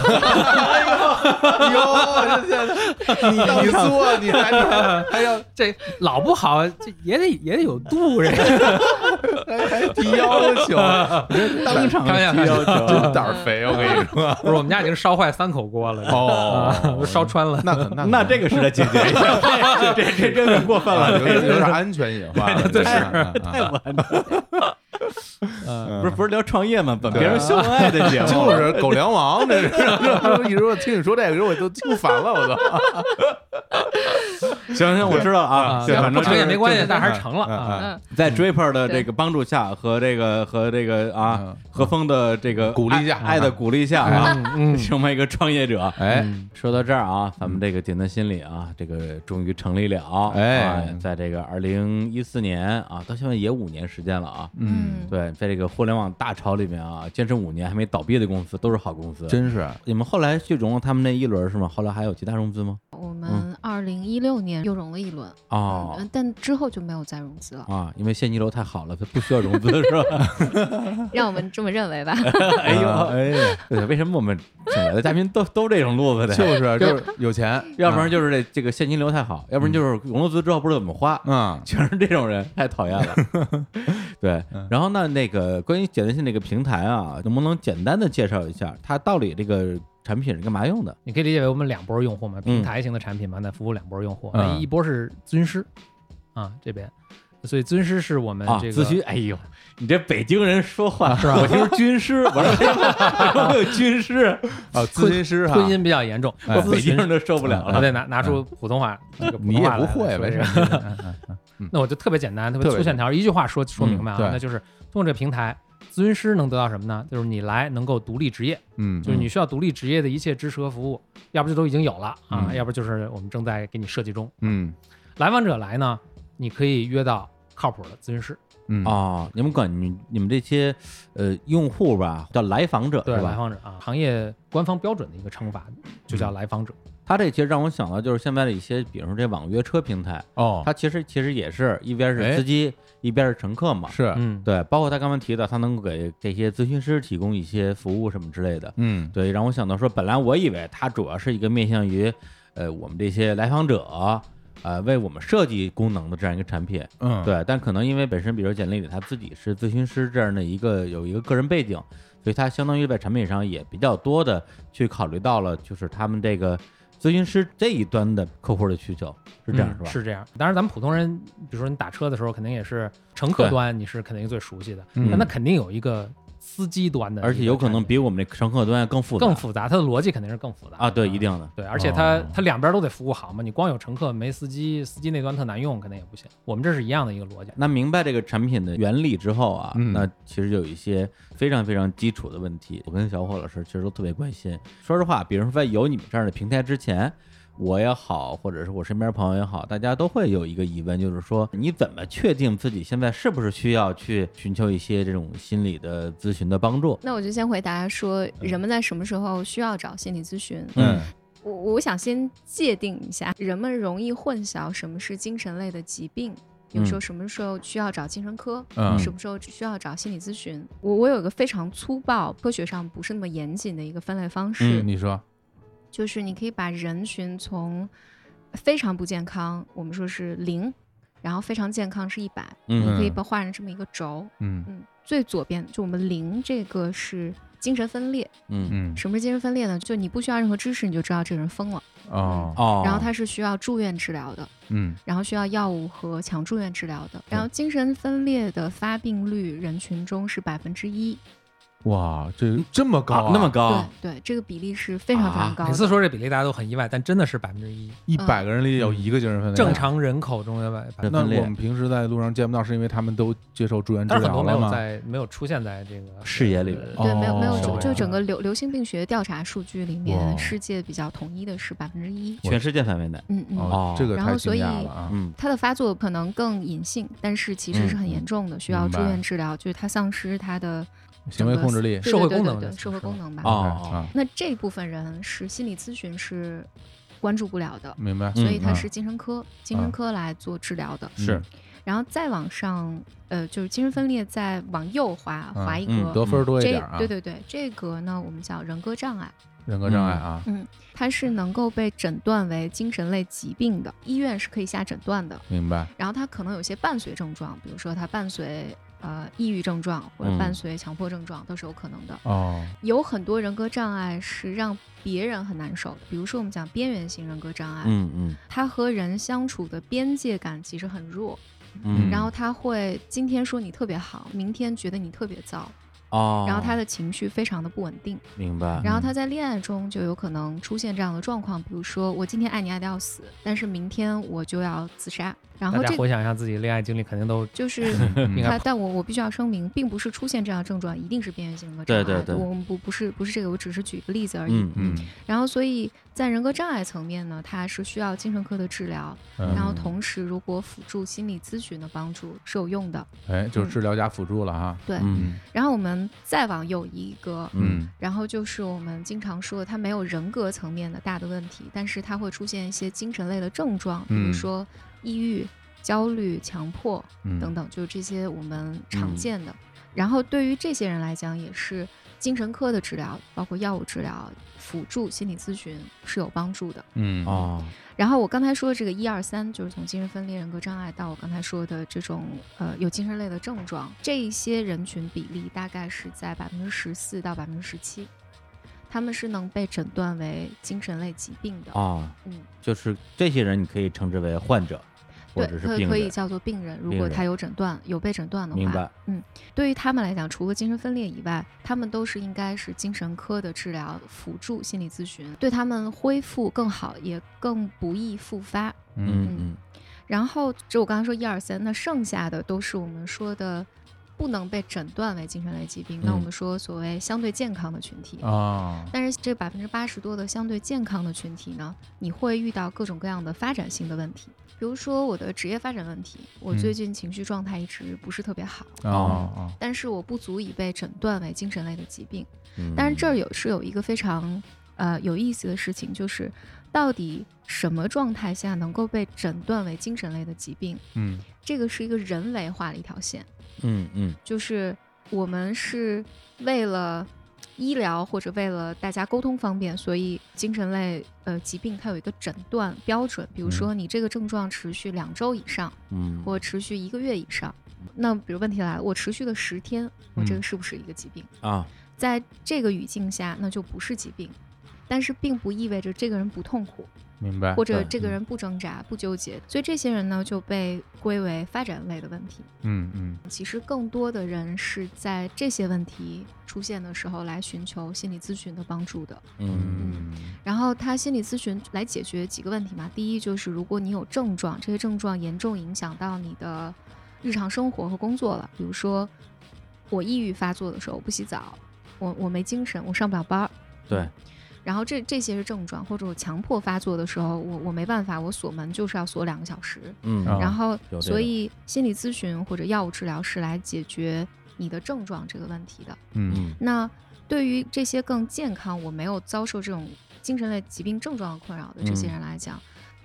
S3: 哟，哎这这，你你做你还
S4: 还有哎这老不好，这也得也得有度，这个
S3: 还还提要求，
S2: 当场
S4: 开玩笑
S2: 提要求，
S3: 真胆儿肥，我跟你说，
S4: 不是我们家已经烧坏三口锅了， 啊都烧穿了。
S3: 哦那可 那
S2: 哦那这个是得解决一下， 这这这真的过分
S3: 啊
S2: 了，
S3: 有有点安全隐患了，这
S2: 太
S3: 是，啊
S2: 完了。 呃
S4: 嗯
S2: 不是不是聊创业吗？本
S3: 对
S2: 别人秀恩爱的节目，
S3: 就是狗粮王，这是，一 直说听你说这个时候我都不烦了，我都。
S2: 行行，我知道了啊。
S4: 啊
S2: 行，
S4: 行
S2: 反
S4: 不
S2: 正
S4: 成
S2: 就
S4: 也
S2: 是
S4: 没关系
S3: 就是
S4: 但还是成了
S3: 嗯
S4: 啊
S3: 嗯
S2: 在 Draper 的
S5: 对
S2: 这个帮助下和这个和这个啊
S3: 嗯
S2: 和风的这个
S3: 鼓励下
S2: 爱爱的鼓励下啊，
S4: 嗯，
S2: 成为一个创业者。
S3: 哎，
S2: 说到这儿啊，咱们这个简单心理啊，这个终于成立了。
S3: 哎
S2: 啊在这个二零一四年啊，到现在也五年时间了啊。
S3: 嗯，
S2: 对，在这个互联网大潮里面啊，坚持五年还没倒闭的公司都是好公司。
S3: 真是，啊
S2: 你们后来去融了他们那一轮是吗？后来还有其他融资吗？
S5: 我们二零一六年又融了一轮，
S2: 嗯哦
S5: 嗯，但之后就没有再融资了，
S2: 啊，因为现金流太好了，它不需要融资是吧？
S5: 让我们这么认为 吧。
S2: 哎呦，
S3: 哎呦，
S2: 对，为什么我们请来的嘉宾都都这种路子的？
S3: 就是就是有钱，
S2: 要不然就是这这个现金流太好，要不然就是融了资之后不知道怎么花，
S3: 嗯，
S2: 全是这种人，太讨厌了。对，然后呢，那个关于简单性这个平台啊，能不能简单的介绍一下，它到底这个产品是干嘛用的？
S4: 你可以理解为我们两波用户嘛，平台型的产品嘛，那服务两波用户，那
S3: 嗯
S4: 一波是咨询师啊这边，所以咨询师是我们
S2: 啊，
S4: 这个啊
S2: 咨询，哎呦，你这北京人说话是吧？我听说军师，我说哎我有军师，
S3: 啊，咨询师哈，
S4: 婚姻比较严重，
S3: 哎
S2: 我
S4: 咨
S2: 北京
S4: 询
S2: 人都受不了
S4: 我
S2: 了。
S4: 得啊拿拿出普通话，这个普
S3: 你
S4: 通
S3: 也
S4: 话
S3: 不
S4: 来
S3: 会
S4: 说
S3: 呗
S4: 这个
S3: 是吧？
S4: 那我就特别简单，特别
S3: 特别
S4: 粗线条，一句话说说明白
S3: 嗯对
S4: 啊，那就是通过这个平台，咨询师能得到什么呢？就是你来能够独立职业，
S3: 嗯，
S4: 就是你需要独立职业的一切支持和服务，要不就都已经有了啊，
S3: 嗯
S4: 要不就是我们正在给你设计中。
S3: 嗯
S4: 来访者来呢，你可以约到靠谱的咨询师，
S3: 嗯
S2: 哦，你们管你你们这些呃用户吧，叫来访者
S4: 对
S2: 是
S4: 来
S2: 吧？
S4: 访者啊，行业官方标准的一个称法就叫来访者。
S2: 他这其实让我想到就是现在的一些，比如说这网约车平台，
S3: 哦，
S2: 它其实其实也是一边
S3: 哎
S2: 是司机，一边是乘客嘛。
S3: 是
S4: 嗯，
S2: 对，包括他刚刚提到，他能够给这些咨询师提供一些服务什么之类的。
S3: 嗯
S2: 对，让我想到说，本来我以为它主要是一个面向于，呃，我们这些来访者，呃，为我们设计功能的这样一个产品。
S3: 嗯
S2: 对，但可能因为本身，比如简历里他自己是咨询师这样的一个有一个个人背景，所以他相当于在产品上也比较多的去考虑到了，就是他们这个咨询师这一端的客户的需求，是这样、
S4: 嗯
S2: 是吧？
S4: 是这样。当然，咱们普通人，比如说你打车的时候，肯定也是乘客
S2: 对
S4: 端你是肯定最熟悉的，
S3: 嗯
S4: 但它肯定有一个司机端的一个
S2: 而
S4: 产
S2: 且
S4: 品，
S2: 有可能比我们这乘客端要更复杂
S4: 更复杂，它的逻辑肯定是更复杂
S2: 啊，对，
S4: 的
S2: 一。定的。
S4: 对，而且它、
S3: 哦
S4: 它两边都得服务好嘛，你光有乘客没司机，司机那端特难用，肯定也不行。我们这是一样的一个逻辑。
S2: 那明白这个产品的原理之后啊，
S3: 嗯
S2: 那其实有一些非常非常基础的问题，我跟小伙老师其实都特别关心。说实话，比如说在有你们这样的平台之前，我也好，或者是我身边朋友也好，大家都会有一个疑问，就是说你怎么确定自己现在是不是需要去寻求一些这种心理的咨询的帮助？
S5: 那我就先回答说，人们在什么时候需要找心理咨询？
S2: 嗯
S5: 我我想先界定一下，人们容易混淆什么是精神类的疾病，比如说
S2: 嗯
S5: 什么时候需要找精神科，
S3: 嗯
S5: 什么时候需要找心理咨询。我我有一个非常粗暴、科学上不是那么严谨的一个分类方
S2: 嗯
S5: 式，
S3: 嗯你说
S5: 就是你可以把人群从非常不健康，我们说是零，然后非常健康是一百，你
S2: 嗯
S5: 可以把它画成这么一个轴。
S3: 嗯
S5: 嗯，最左边就我们零这个是精神分裂。
S2: 嗯
S3: 嗯
S5: 什么是精神分裂呢？就你不需要任何知识，你就知道这个人疯了。
S3: 哦
S2: 哦，
S5: 然后它是需要住院治疗的，
S3: 嗯
S5: 然后需要药物和强住院治疗的。
S2: 嗯
S5: 然后精神分裂的发病率人群中是百分之一，
S3: 哇这这么高
S2: 啊那么高
S5: 对，对，这个比例是非常非常
S2: 啊
S5: 高
S4: 每次
S5: 的。
S4: 说这比例，大家都很意外，但真的是百分之一，
S3: 一
S5: 嗯
S3: 百个人里有一个精神分裂
S4: 正。
S2: 啊
S4: 常人口中的百分之
S3: 那
S2: 分裂
S3: 我们平时在路上见不到，是因为他们都接受住院治
S4: 但是很
S3: 疗
S4: 多没
S3: 了
S4: 有
S3: 吗？
S4: 在没有出现在这个
S2: 视野里边
S4: 呃
S5: 对，没有没有，
S3: 哦
S5: 就就整个流流行病学调查数据里
S3: 哇
S5: 面，世界比较统一的是百分之一。
S2: 全世界范围内，
S5: 嗯嗯，
S3: 哦
S2: 哦，
S3: 这个
S5: 然
S3: 太
S5: 后所
S3: 惊讶
S5: 以
S3: 了啊！
S2: 嗯
S5: 它的发作可能更隐性，但是其实是很严重的，需
S3: 嗯
S5: 要
S3: 明白
S5: 住院治疗，就是它丧失它的
S3: 行为控制力
S5: 对
S4: 社会
S5: 对对
S4: 功
S5: 对
S4: 能
S5: 对
S4: 的
S5: 社会功能吧。
S2: 哦
S3: 啊，
S5: 那这部分人是心理咨询是关注不了的，
S3: 明白。
S5: 所以它
S3: 嗯
S5: 是精神科、精神科来做治疗的。
S3: 是
S5: 然后再往上，呃，就是精神分裂再往右滑
S3: 嗯
S5: 滑一
S2: 嗯
S5: 格，
S3: 得分多一
S5: 这
S3: 点啊，
S5: 对对对，这格呢我们叫人格障碍，
S3: 人格障碍
S5: 嗯
S3: 啊，
S5: 它是能够被诊断为精神类疾病的，医院是可以下诊断的。
S3: 明白。
S5: 然后它可能有一些伴随症状，比如说它伴随呃抑郁症状或
S2: 嗯
S5: 者伴随强迫症状都是有可能的。
S3: 哦，
S5: 有很多人格障碍是让别人很难受的，比如说我们讲边缘型人格障碍，
S2: 嗯嗯
S5: 他和人相处的边界感其实很弱，
S2: 嗯，
S5: 然后他会今天说你特别好，明天觉得你特别糟，
S2: 哦，
S5: 然后他的情绪非常的不稳定，
S2: 明白，
S5: 然后他在恋爱中就有可能出现这样的状况，比如说我今天爱你爱的要死，但是明天我就要自杀，然
S4: 大
S5: 后
S4: 家
S5: 这
S4: 回想一下自己恋爱经历，肯定都
S5: 就是。
S3: 应
S4: 应
S5: 他，
S4: 该
S5: 但我我必须要声明，并不是出现这样的症状一定是边缘性人格障碍
S2: 对对对
S5: 我们不不是不是这个，我只是举一个例子而已。
S2: 嗯嗯
S3: 嗯
S5: 然后，所以在人格障碍层面呢，它是需要精神科的治疗，
S3: 嗯
S5: 然后同时如果辅助心理咨询的帮助是有用的。
S3: 哎，就是治疗加辅助了哈。
S5: 对，
S2: 嗯
S5: 然后我们再往右一个，
S2: 嗯
S5: 然后就是我们经常说的，它没有人格层面的大的问题，但是它会出现一些精神类的症状，比
S3: 嗯
S5: 如说抑郁、焦虑、强迫
S3: 嗯
S5: 等等，就是这些我们
S2: 嗯
S5: 常见的。然后对于这些人来讲，也是精神科的治疗，包括药物治疗、辅助心理咨询是有帮助的。
S3: 嗯
S2: 哦，
S5: 然后我刚才说的这个一二三，就是从精神分裂人格障碍到我刚才说的这种呃有精神类的症状，这一些人群比例大概是在百分之十四到百分之十七，他们是能被诊断为精神类疾病的。
S2: 哦，
S5: 嗯，
S2: 就是这些人，你可以称之为患者，或
S5: 对，
S2: 者是
S5: 可以
S2: 病
S5: 可以
S2: 人。
S5: 叫做病人，如
S2: 病
S5: 果
S2: 人
S5: 他有诊断有被诊断的话。
S2: 明白，
S5: 对于他们来讲，除了精神分裂以外，他们都是应该是精神科的治疗辅助心理咨询，对他们恢复更好，也更不易复发。
S2: 嗯嗯
S5: 然后这我刚才说一二三，那剩下的都是我们说的不能被诊断为精神类疾病，那
S2: 嗯
S5: 我
S2: 哦
S5: 们说所谓相对健康的群体。
S3: 啊，
S5: 但是这百分之八十多的相对健康的群体呢，你会遇到各种各样的发展性的问题，比如说我的职业发展问题，我
S3: 嗯
S5: 最近情绪状态一直不是特别好，
S3: 啊啊，
S5: 但是我不足以被诊断为精神类的疾病。
S2: 嗯
S5: 但是这儿有是有一个非常呃有意思的事情，就是到底什么状态下能够被诊断为精神类的疾病，
S3: 嗯
S5: 这个是一个人为画的一条线。
S2: 嗯嗯
S5: 就是我们是为了医疗或者为了大家沟通方便，所以精神类呃疾病它有一个诊断标准，比如说你这个症状持续两周以上，
S2: 嗯，
S5: 或持续一个月以上。那比如问题来了，我持续了十天，我
S2: 嗯
S5: 这个是不是一个疾病？
S2: 啊
S5: 在这个语境下，那就不是疾病。但是并不意味着这个人不痛苦，
S3: 明白
S5: 或，者
S2: 对
S5: 这个
S2: 嗯
S5: 人不挣扎、不纠结，所以这些人呢就被归为发展类的问题。
S3: 嗯嗯
S5: 其实更多的人是在这些问题出现的时候来寻求心理咨询的帮助的。
S2: 嗯
S5: 然后他心理咨询来解决几个问题嘛，第一就是如果你有症状，这些症状严重影响到你的日常生活和工作了，比如说我抑郁发作的时候，我不洗澡，我我没精神，我上不了班儿。
S2: 对，
S5: 然后这这些是症状，或者我强迫发作的时候，我我没办法，我锁门就是要锁两个小时。
S2: 嗯
S3: 啊
S5: 然后
S2: 有，这
S5: 所
S2: 个
S5: 以心理咨询或者药物治疗是来解决你的症状这个问题的。
S3: 嗯
S2: 嗯
S5: 那对于这些更健康，我没有遭受这种精神类疾病症状困扰的
S2: 嗯
S5: 这些人来讲，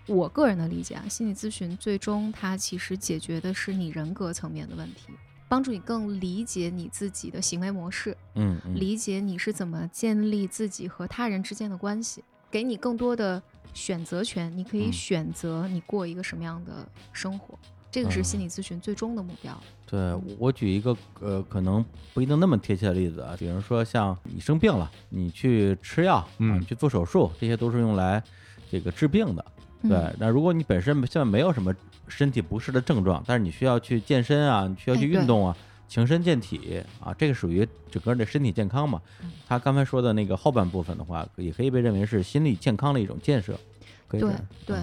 S5: 我个人的理解啊，心理咨询最终它其实解决的是你人格层面的问题，帮助你更理解你自己的行为模式，
S2: 嗯嗯
S5: 理解你是怎么建立自己和他人之间的关系，给你更多的选择权，你可以
S2: 嗯
S5: 选择你过一个什么样的生活，这
S2: 嗯
S5: 个是心理咨询最终的目标。
S2: 对，我我举一个呃，可能不一定那么贴切的例子啊，比如说像你生病了，你去吃药，啊，
S3: 嗯
S2: 你去做手术，这些都是用来这个治病的。对，
S5: 嗯
S2: 那如果你本身现在没有什么身体不适的症状，但是你需要去健身啊，你需要
S5: 哎
S2: 去
S5: 对
S2: 运动啊，强身健体啊，这个属于整个的身体健康嘛
S5: 嗯。
S2: 他刚才说的那个后半部分的话，也可以被认为是心理健康的一种建设。可以这
S5: 对
S2: 样
S5: 对，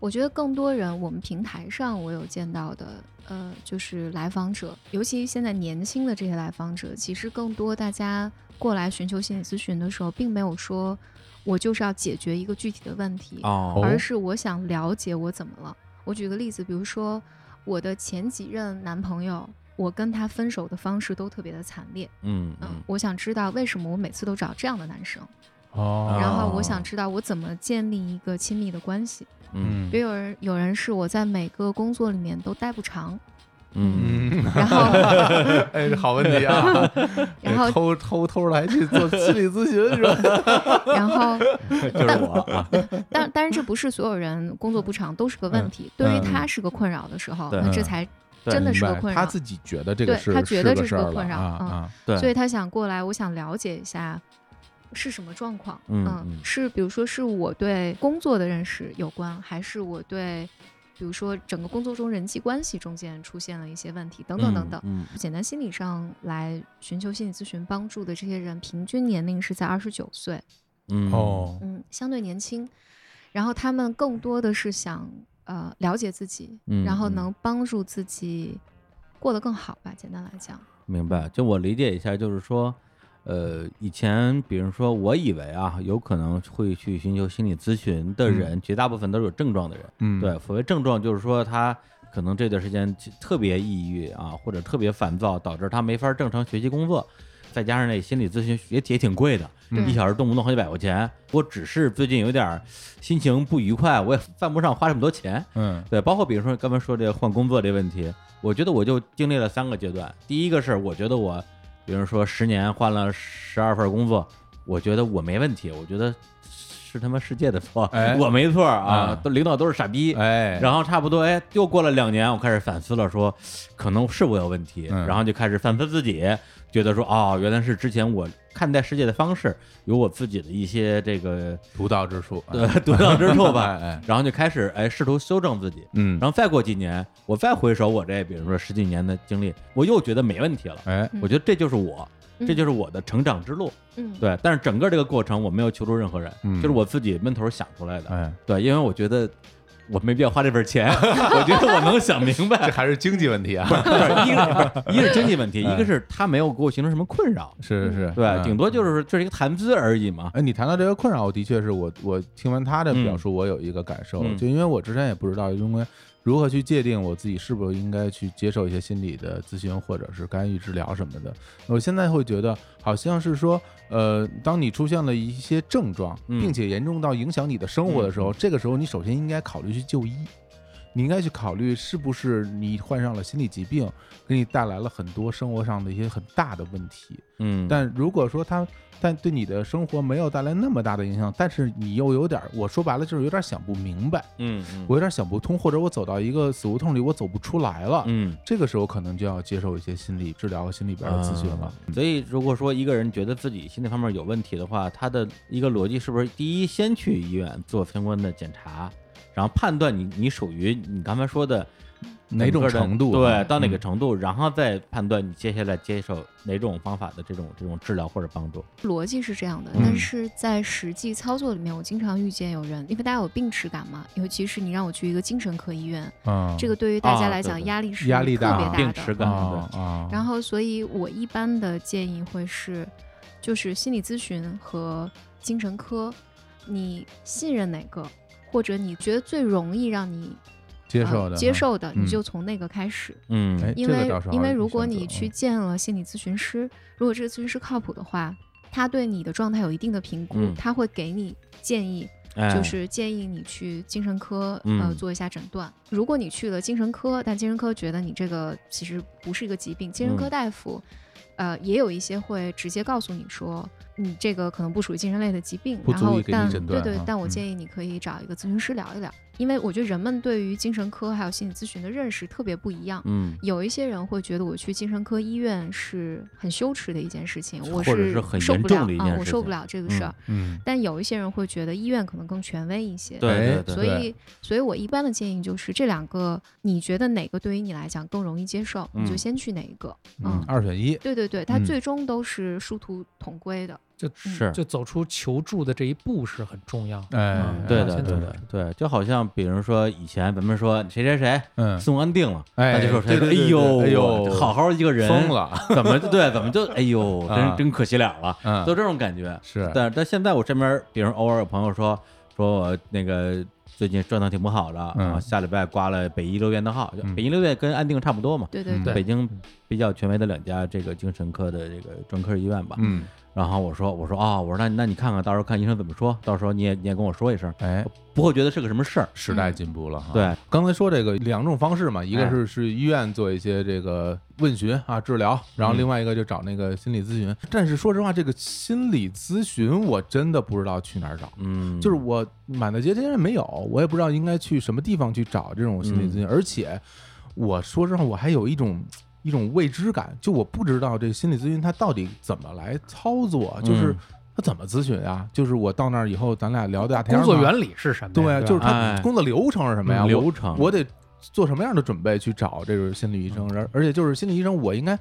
S5: 我觉得更多人，我们平台上我有见到的，呃，就是来访者，尤其现在年轻的这些来访者，其实更多大家过来寻求心理咨询的时候，并没有说我就是要解决一个具体的问题，
S2: 哦，
S5: 而是我想了解我怎么了。我举个例子，比如说我的前几任男朋友，我跟他分手的方式都特别的惨烈。
S2: 嗯
S5: 嗯，
S2: 嗯
S5: 我想知道为什么我每次都找这样的男生，
S3: 哦，
S5: 然后我
S2: 哦
S5: 想知道我怎么建立一个亲密的关系。
S2: 嗯
S3: 嗯
S5: 比如有人有人是我在每个工作里面都待不长，
S2: 嗯
S3: 嗯，
S5: 然后
S3: 哎，好问题啊！
S5: 然后
S3: 偷偷偷来去做心理咨询是吧？
S5: 然后，
S2: 就是我啊，
S5: 但当然这不是所有人工作不长都是个问
S3: 嗯
S5: 题，对于他是个困扰的时候，
S2: 对
S5: 那这才
S2: 对
S5: 真的是个
S3: 明白
S5: 困
S3: 他
S5: 扰。
S3: 自己觉得这个
S5: 对
S3: 是
S5: 他觉得这
S3: 是
S5: 是
S3: 个事
S5: 个
S3: 儿
S5: 困
S3: 了
S5: 扰
S3: 啊
S5: 嗯
S3: 啊，
S2: 对，
S5: 所以他想过来，我想了解一下是什么状况。
S2: 嗯嗯
S5: 是比如说是我对工作的认识有关，还是我对，比如说整个工作中人际关系中间出现了一些问题，等等等等。
S2: 嗯，
S5: 简单心理上来寻求心理咨询帮助的这些人，平均年龄是在二十九岁，
S2: 嗯，
S3: 哦，
S5: 嗯，相对年轻。然后他们更多的是想呃了解自己，
S2: 嗯
S5: 然后
S2: 嗯
S5: 能帮助自己过得更好吧。简单来讲，
S2: 明白。就我理解一下，就是说，呃，以前比如说，我以为啊，有可能会去寻求心理咨询的人，绝大部分都是有症状的人。
S3: 嗯，
S2: 对，所谓症状就是说他可能这段时间特别抑郁啊，或者特别烦躁，导致他没法正常学习工作。再加上那心理咨询也也挺贵的，
S5: 对
S3: 嗯
S2: 一小时动不动好几百块钱。我只是最近有点儿心情不愉快，我也犯不上花这么多钱。
S3: 嗯
S2: 对，包括比如说刚才说这个换工作这问题，我觉得我就经历了三个阶段。第一个是我觉得我，比如说十年换了十二份工作，我觉得我没问题，我觉得是他妈世界的错，
S3: 哎
S2: 我没错
S3: 啊
S2: 啊，都领导都是傻逼。
S3: 哎，
S2: 然后差不多，哎，又过了两年，我开始反思了说，可能是我有问题，
S3: 嗯
S2: 然后就开始反思自己，觉得说，哦，原来是之前我看待世界的方式有我自己的一些这个
S3: 独到之处，啊
S2: 呃独到之处吧，
S3: 哎哎，
S2: 然后就开始哎试图修正自己，
S3: 嗯，
S2: 然后再过几年，我再回首我这比如说十几年的经历，我又觉得没问题了。
S3: 哎，
S2: 我觉得这就是我，
S5: 嗯
S2: 这就是我的成长之路。
S5: 嗯，
S2: 对，但是整个这个过程我没有求助任何人，
S3: 嗯
S2: 就是我自己闷头想出来的。
S3: 哎，
S2: 对，因为我觉得我没必要花这份钱， 我觉得我能想明白
S3: 这。还是经济问题啊。
S2: 不是，一个一个是经济问题，
S3: 哎
S2: 一个是他没有给我形成什么困扰，
S3: 是是 是，
S2: 对，
S3: 嗯
S2: 顶多就是这是一个谈资而已嘛。
S3: 哎，你谈到这个困扰，我的确是我我听完他的表述，我有一个感受，
S2: 嗯
S3: 就因为我之前也不知道应该如何去界定我自己是不是应该去接受一些心理的咨询或者是干预治疗什么的。我现在会觉得，好像是说，呃，当你出现了一些症状，
S2: 嗯
S3: 并且严重到影响你的生活的时候，这个时候你首先应该考虑去就医。你应该去考虑是不是你患上了心理疾病，给你带来了很多生活上的一些很大的问题。
S2: 嗯，
S3: 但如果说它，但对你的生活没有带来那么大的影响，但是你又有点儿，我说白了就是有点儿想不明白，
S2: 嗯嗯
S3: 我有点儿想不通，或者我走到一个死胡同里，我走不出来了。
S2: 嗯。
S3: 这个时候可能就要接受一些心理治疗和心理边的咨询了。
S2: 所以，如果说一个人觉得自己心理方面有问题的话，他的一个逻辑是不是第一先去医院做相关的检查，然后判断你你属于你刚才说的
S3: 哪种
S2: 整个的
S3: 程度啊
S2: 对，到哪个程度，然后再判断你接下来接受哪种方法的这种这种治疗或者帮助。
S5: 逻辑是这样的，
S2: 嗯
S5: 但是在实际操作里面，我经常遇见有人，因为大家有病耻感嘛，尤其是你让我去一个精神科医院，
S3: 啊，
S5: 这个对于大
S2: 啊
S5: 家来
S2: 对
S5: 讲
S2: 对
S5: 压力是
S3: 压力
S5: 特别
S3: 大
S2: 病
S5: 大
S2: 耻
S5: 的。
S2: 感
S3: 啊啊，
S5: 然后，所以我一般的建议会是，就是心理咨询和精神科，你信任哪个，或者你觉得最容易让你
S3: 接受的
S2: 啊
S5: 呃、接
S3: 哈，
S5: 受的，
S3: 嗯
S5: 你就从那个开始。
S2: 嗯，
S3: 哎，
S5: 因
S3: 这个
S5: 为、
S3: 倒是
S5: 因
S3: 好
S5: 为
S3: 有
S5: 如果
S3: 选择
S5: 你去
S3: 嗯
S5: 见了心理咨询师，如果这个咨询师靠谱的话，他对你的状态有一定的评估，
S2: 嗯
S5: 他会给你建议，
S2: 哎
S5: 就是建议你去精神科、呃
S2: 嗯
S5: 做一下诊断。如果你去了精神科，但精神科觉得你这个其实不是一个疾病，精神科
S2: 嗯
S5: 大夫、呃也有一些会直接告诉你说你这个可能不属于精神类的疾病，
S3: 不
S5: 然
S3: 足以
S5: 后
S3: 给你
S5: 但
S3: 诊
S5: 对
S3: 断
S5: 对
S3: 啊，
S5: 但我
S3: 嗯
S5: 建议你可以找一个咨询师聊一聊，因为我觉得人们对于精神科还有心理咨询的认识特别不一样。
S2: 嗯，
S5: 有一些人会觉得我去精神科医院是很羞耻的一件事情，我
S2: 或者是很
S5: 受
S2: 严
S5: 不
S2: 重
S5: 了
S2: 的一
S5: 啊
S2: 件，
S5: 我
S2: 事
S5: 受
S2: 情
S5: 不了这个事儿。
S3: 嗯，
S5: 但有一些人会觉得医院可能更权威一些，
S2: 对对
S3: 哎
S2: 对，
S5: 所以，所以我一般的建议就是这两个，你觉得哪个对于你来讲更容易接受，你就
S2: 嗯
S5: 先去哪一个。
S3: 嗯，二选一，
S5: 对对对，它
S3: 嗯
S5: 最终都是殊途同归的。
S4: 就是就走出求助的这一步是很重要。
S3: 哎
S5: 嗯，
S2: 对
S4: 到
S2: 的，
S4: 现
S2: 对
S4: 在
S2: 的，对，就好像比如说以前咱们说谁谁谁
S3: 嗯，
S2: 送安定了，
S3: 哎
S2: 那就说谁
S3: 对
S2: 说
S3: 对对
S2: 呦
S3: 对哎呦
S2: 好好一个人
S3: 疯，了，
S2: 怎么就对怎么就哎呦
S3: 啊
S2: 真真可惜了了，
S3: 嗯
S2: 都，这种感觉。
S3: 是，
S2: 但但现在我身边，比如偶尔有朋友说说我那个最近状态挺不好的，
S3: 嗯
S2: 然后下礼拜刮了北医六院的号，就
S3: 嗯
S2: 北医六院跟安定差不多嘛，
S5: 对对
S3: 嗯
S5: 对，
S2: 北京比较权威的两家这个精神科的这个专科医院吧。
S3: 嗯，
S2: 然后我说我说啊、我说那那你看看到时候看医生怎么说，到时候你也你也跟我说一声，
S3: 哎，
S2: 不会觉得是个什么事儿。啊
S3: 时代进步了哈。
S2: 嗯对，
S3: 刚才说这个两种方式嘛，一个
S2: 哎
S3: 是是医院做一些这个问询啊治疗，然后
S2: 嗯
S3: 另外一个就找那个心理咨询。但是说实话，这个心理咨询我真的不知道去哪儿找。
S2: 嗯，
S3: 就是我满大街现在没有，我也不知道应该去什么地方去找这种心理
S2: 嗯
S3: 咨询，而且我说实话，我还有一种一种未知感，就我不知道这心理咨询它到底怎么来操作，就是
S2: 嗯
S3: 它怎么咨询啊？就是我到那儿以后，咱俩聊大天儿
S4: 工作
S3: 吗
S4: 原理是什么呀？
S3: 对啊，
S4: 吧
S3: 就是他
S2: 哎
S3: 工作流程是什么呀？
S2: 嗯
S3: 我
S2: 流程
S3: 我得做什么样的准备去找这种心理医生？而而且就是心理医生，我应该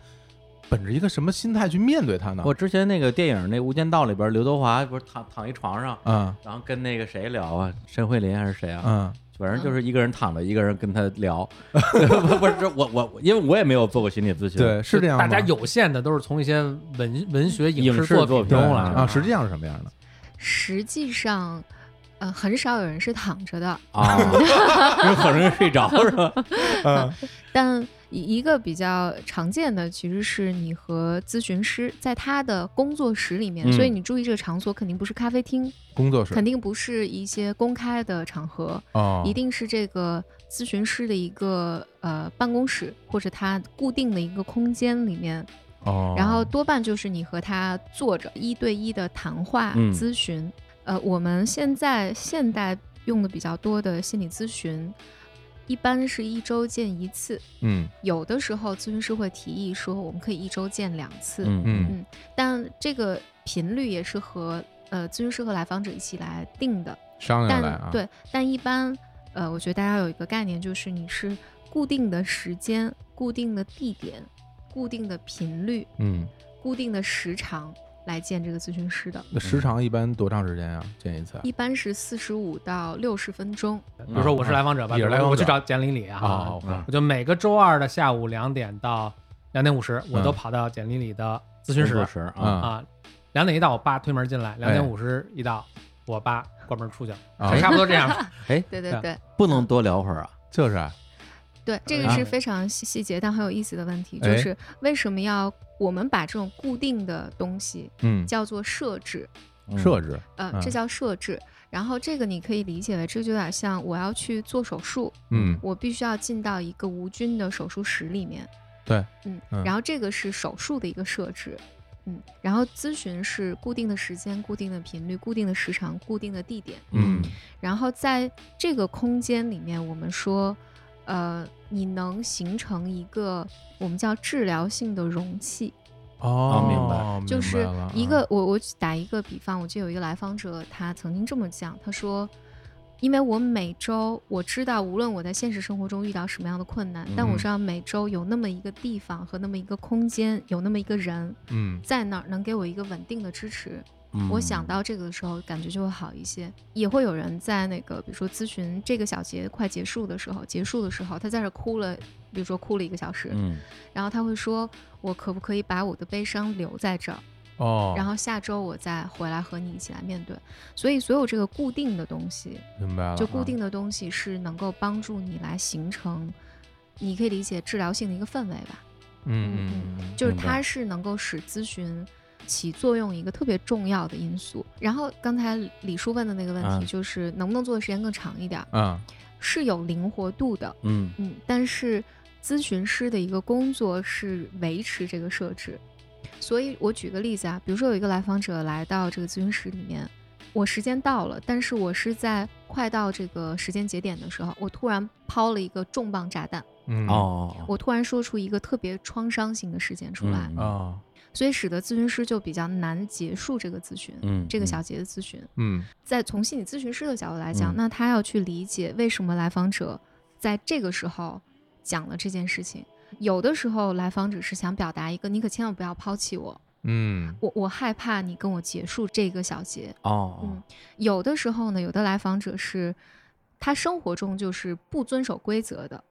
S3: 本着一个什么心态去面对他呢？
S2: 我之前那个电影那《无间道》里边，刘德华不是躺躺一床上，
S3: 啊
S2: 然后跟那个谁聊啊，申慧琳还是谁啊？
S3: 啊
S2: 反正就是一个人躺着，一个人跟他聊。 不不是我我，我因为我也没有做过心理咨询。
S3: 对，是这样吗
S4: 大家有限的都是从一些文文学
S2: 影
S4: 视
S2: 视
S4: 作
S2: 作
S4: 品
S2: 品
S4: 中
S3: 对
S4: 来的
S3: 啊，实际上是什么样的？
S5: 实际上，呃，很少有人是躺着的，
S2: 啊， 因为很容易睡着是 吧？
S5: 但一一个比较常见的其实是你和咨询师在他的工作室里面，
S2: 嗯
S5: 所以你注意这个场所肯定不是咖啡厅，
S3: 工作室
S5: 肯定不是一些公开的场合，
S3: 哦，
S5: 一定是这个咨询师的一个呃办公室或者他固定的一个空间里面，
S3: 哦，
S5: 然后多半就是你和他坐着一对一的谈话、
S2: 嗯
S5: 咨询。呃，我们现在现代用的比较多的心理咨询，一般是一周见一次，
S3: 嗯
S5: 有的时候咨询师会提议说我们可以一周见两次，
S2: 嗯
S3: 嗯
S5: 但这个频率也是和呃咨询师和来访者一起来定的。
S3: 商量
S5: 但
S3: 来啊，
S5: 对，但一般，呃，我觉得大家有一个概念，就是你是固定的时间、固定的地点、固定的频率、
S3: 嗯
S5: 固定的时长，来见这个咨询师的，
S3: 那时长一般多长时间呀？啊见一次？
S5: 一般是四十五到六十分钟。
S4: 比如说我是来访者吧，
S3: 嗯
S4: 比
S3: 也
S4: 如
S3: 是来
S4: 说
S3: 访
S4: 我
S3: 者
S4: 去找简经理啊
S3: 哦，
S2: 嗯
S4: 我就每个周二的下午两点到两点五十，我都
S3: 嗯
S4: 跑到简经理的咨
S2: 工
S4: 询室
S2: 作室啊，
S4: 啊，两点一到我爸推门进来，
S3: 哎
S4: 两点五十一到我爸关门出去了，
S3: 啊
S4: 差不多这 样吧。
S2: 哎，
S5: 对对
S4: 对
S5: 对
S2: 不能多聊会儿啊，
S3: 这是啊
S5: 对，这个
S2: 啊
S5: 是非常细细节但很有意思的问题，就
S3: 哎
S5: 是为什么要我们把这种固定的东西
S3: 嗯，
S5: 叫做设置？
S2: 嗯
S3: 设置
S5: 呃，
S3: 嗯
S5: 这叫设置。然后这个你可以理解为，这就有点像我要去做手术，
S3: 嗯
S5: 我必须要进到一个无菌的手术室里面。
S3: 对，
S5: 嗯
S3: 嗯，
S5: 然后这个是手术的一个设置，嗯，然后咨询是固定的时间、固定的频率、固定的时长、固定的地点。
S3: 嗯
S5: 然后在这个空间里面，我们说，呃，你能形成一个我们叫治疗性的容器，
S3: 哦
S2: 哦明白
S5: 就
S3: 明
S5: 是
S3: 白了啊
S5: 一个我我打一个比方，我记得有一个来访者，他曾经这么讲，他说，因为我每周我知道，无论我在现实生活中遇到什么样的困难，但
S3: 嗯
S5: 我知道每周有那么一个地方和那么一个空间，有那么一个人
S3: 嗯
S5: 在那儿能给我一个稳定的支持。我想
S2: 嗯
S5: 到这个的时候，感觉就会好一些。也会有人在那个，比如说咨询这个小节快结束的时候，结束的时候他在这儿哭了，比如说哭了一个小时，
S2: 嗯
S5: 然后他会说，我可不可以把我的悲伤留在这儿？
S3: 哦，
S5: 然后下周我再回来和你一起来面对。所以所有这个固定的东西，
S3: 明白了，
S2: 嗯
S3: 啊
S5: 就固定的东西是能够帮助你来形成，你可以理解治疗性的一个氛围吧，
S3: 嗯嗯嗯
S5: 就是
S2: 明白
S5: 它是能够使咨询。起作用一个特别重要的因素。然后刚才李叔问的那个问
S2: 啊
S5: 题，就是能不能做的时间更长一点儿，
S3: 嗯
S5: 是有灵活度的，
S2: 嗯
S5: 嗯，但是咨询师的一个工作是维持这个设置，所以我举个例子啊，比如说有一个来访者来到这个咨询室里面，我时间到了，但是我是在快到这个时间节点的时候，我突然抛了一个重磅炸弹，
S3: 嗯
S2: 哦，哦
S5: 我突然说出一个特别创伤性的事件出来，
S2: 嗯
S3: 哦
S5: 所以使得咨询师就比较难结束这个咨询，
S2: 嗯
S5: 这个
S2: 嗯
S5: 小节的咨询。
S3: 嗯
S5: 在从心理咨询师的角度来讲，
S2: 嗯
S5: 那他要去理解为什么来访者在这个时候讲了这件事情。有的时候，来访者是想表达一个“你可千万不要抛弃我，
S3: 嗯
S5: 我我害怕你跟我结束这个小节。
S2: 哦，
S5: 嗯”有的时候呢，有的来访者是他生活中就是不遵守规则的，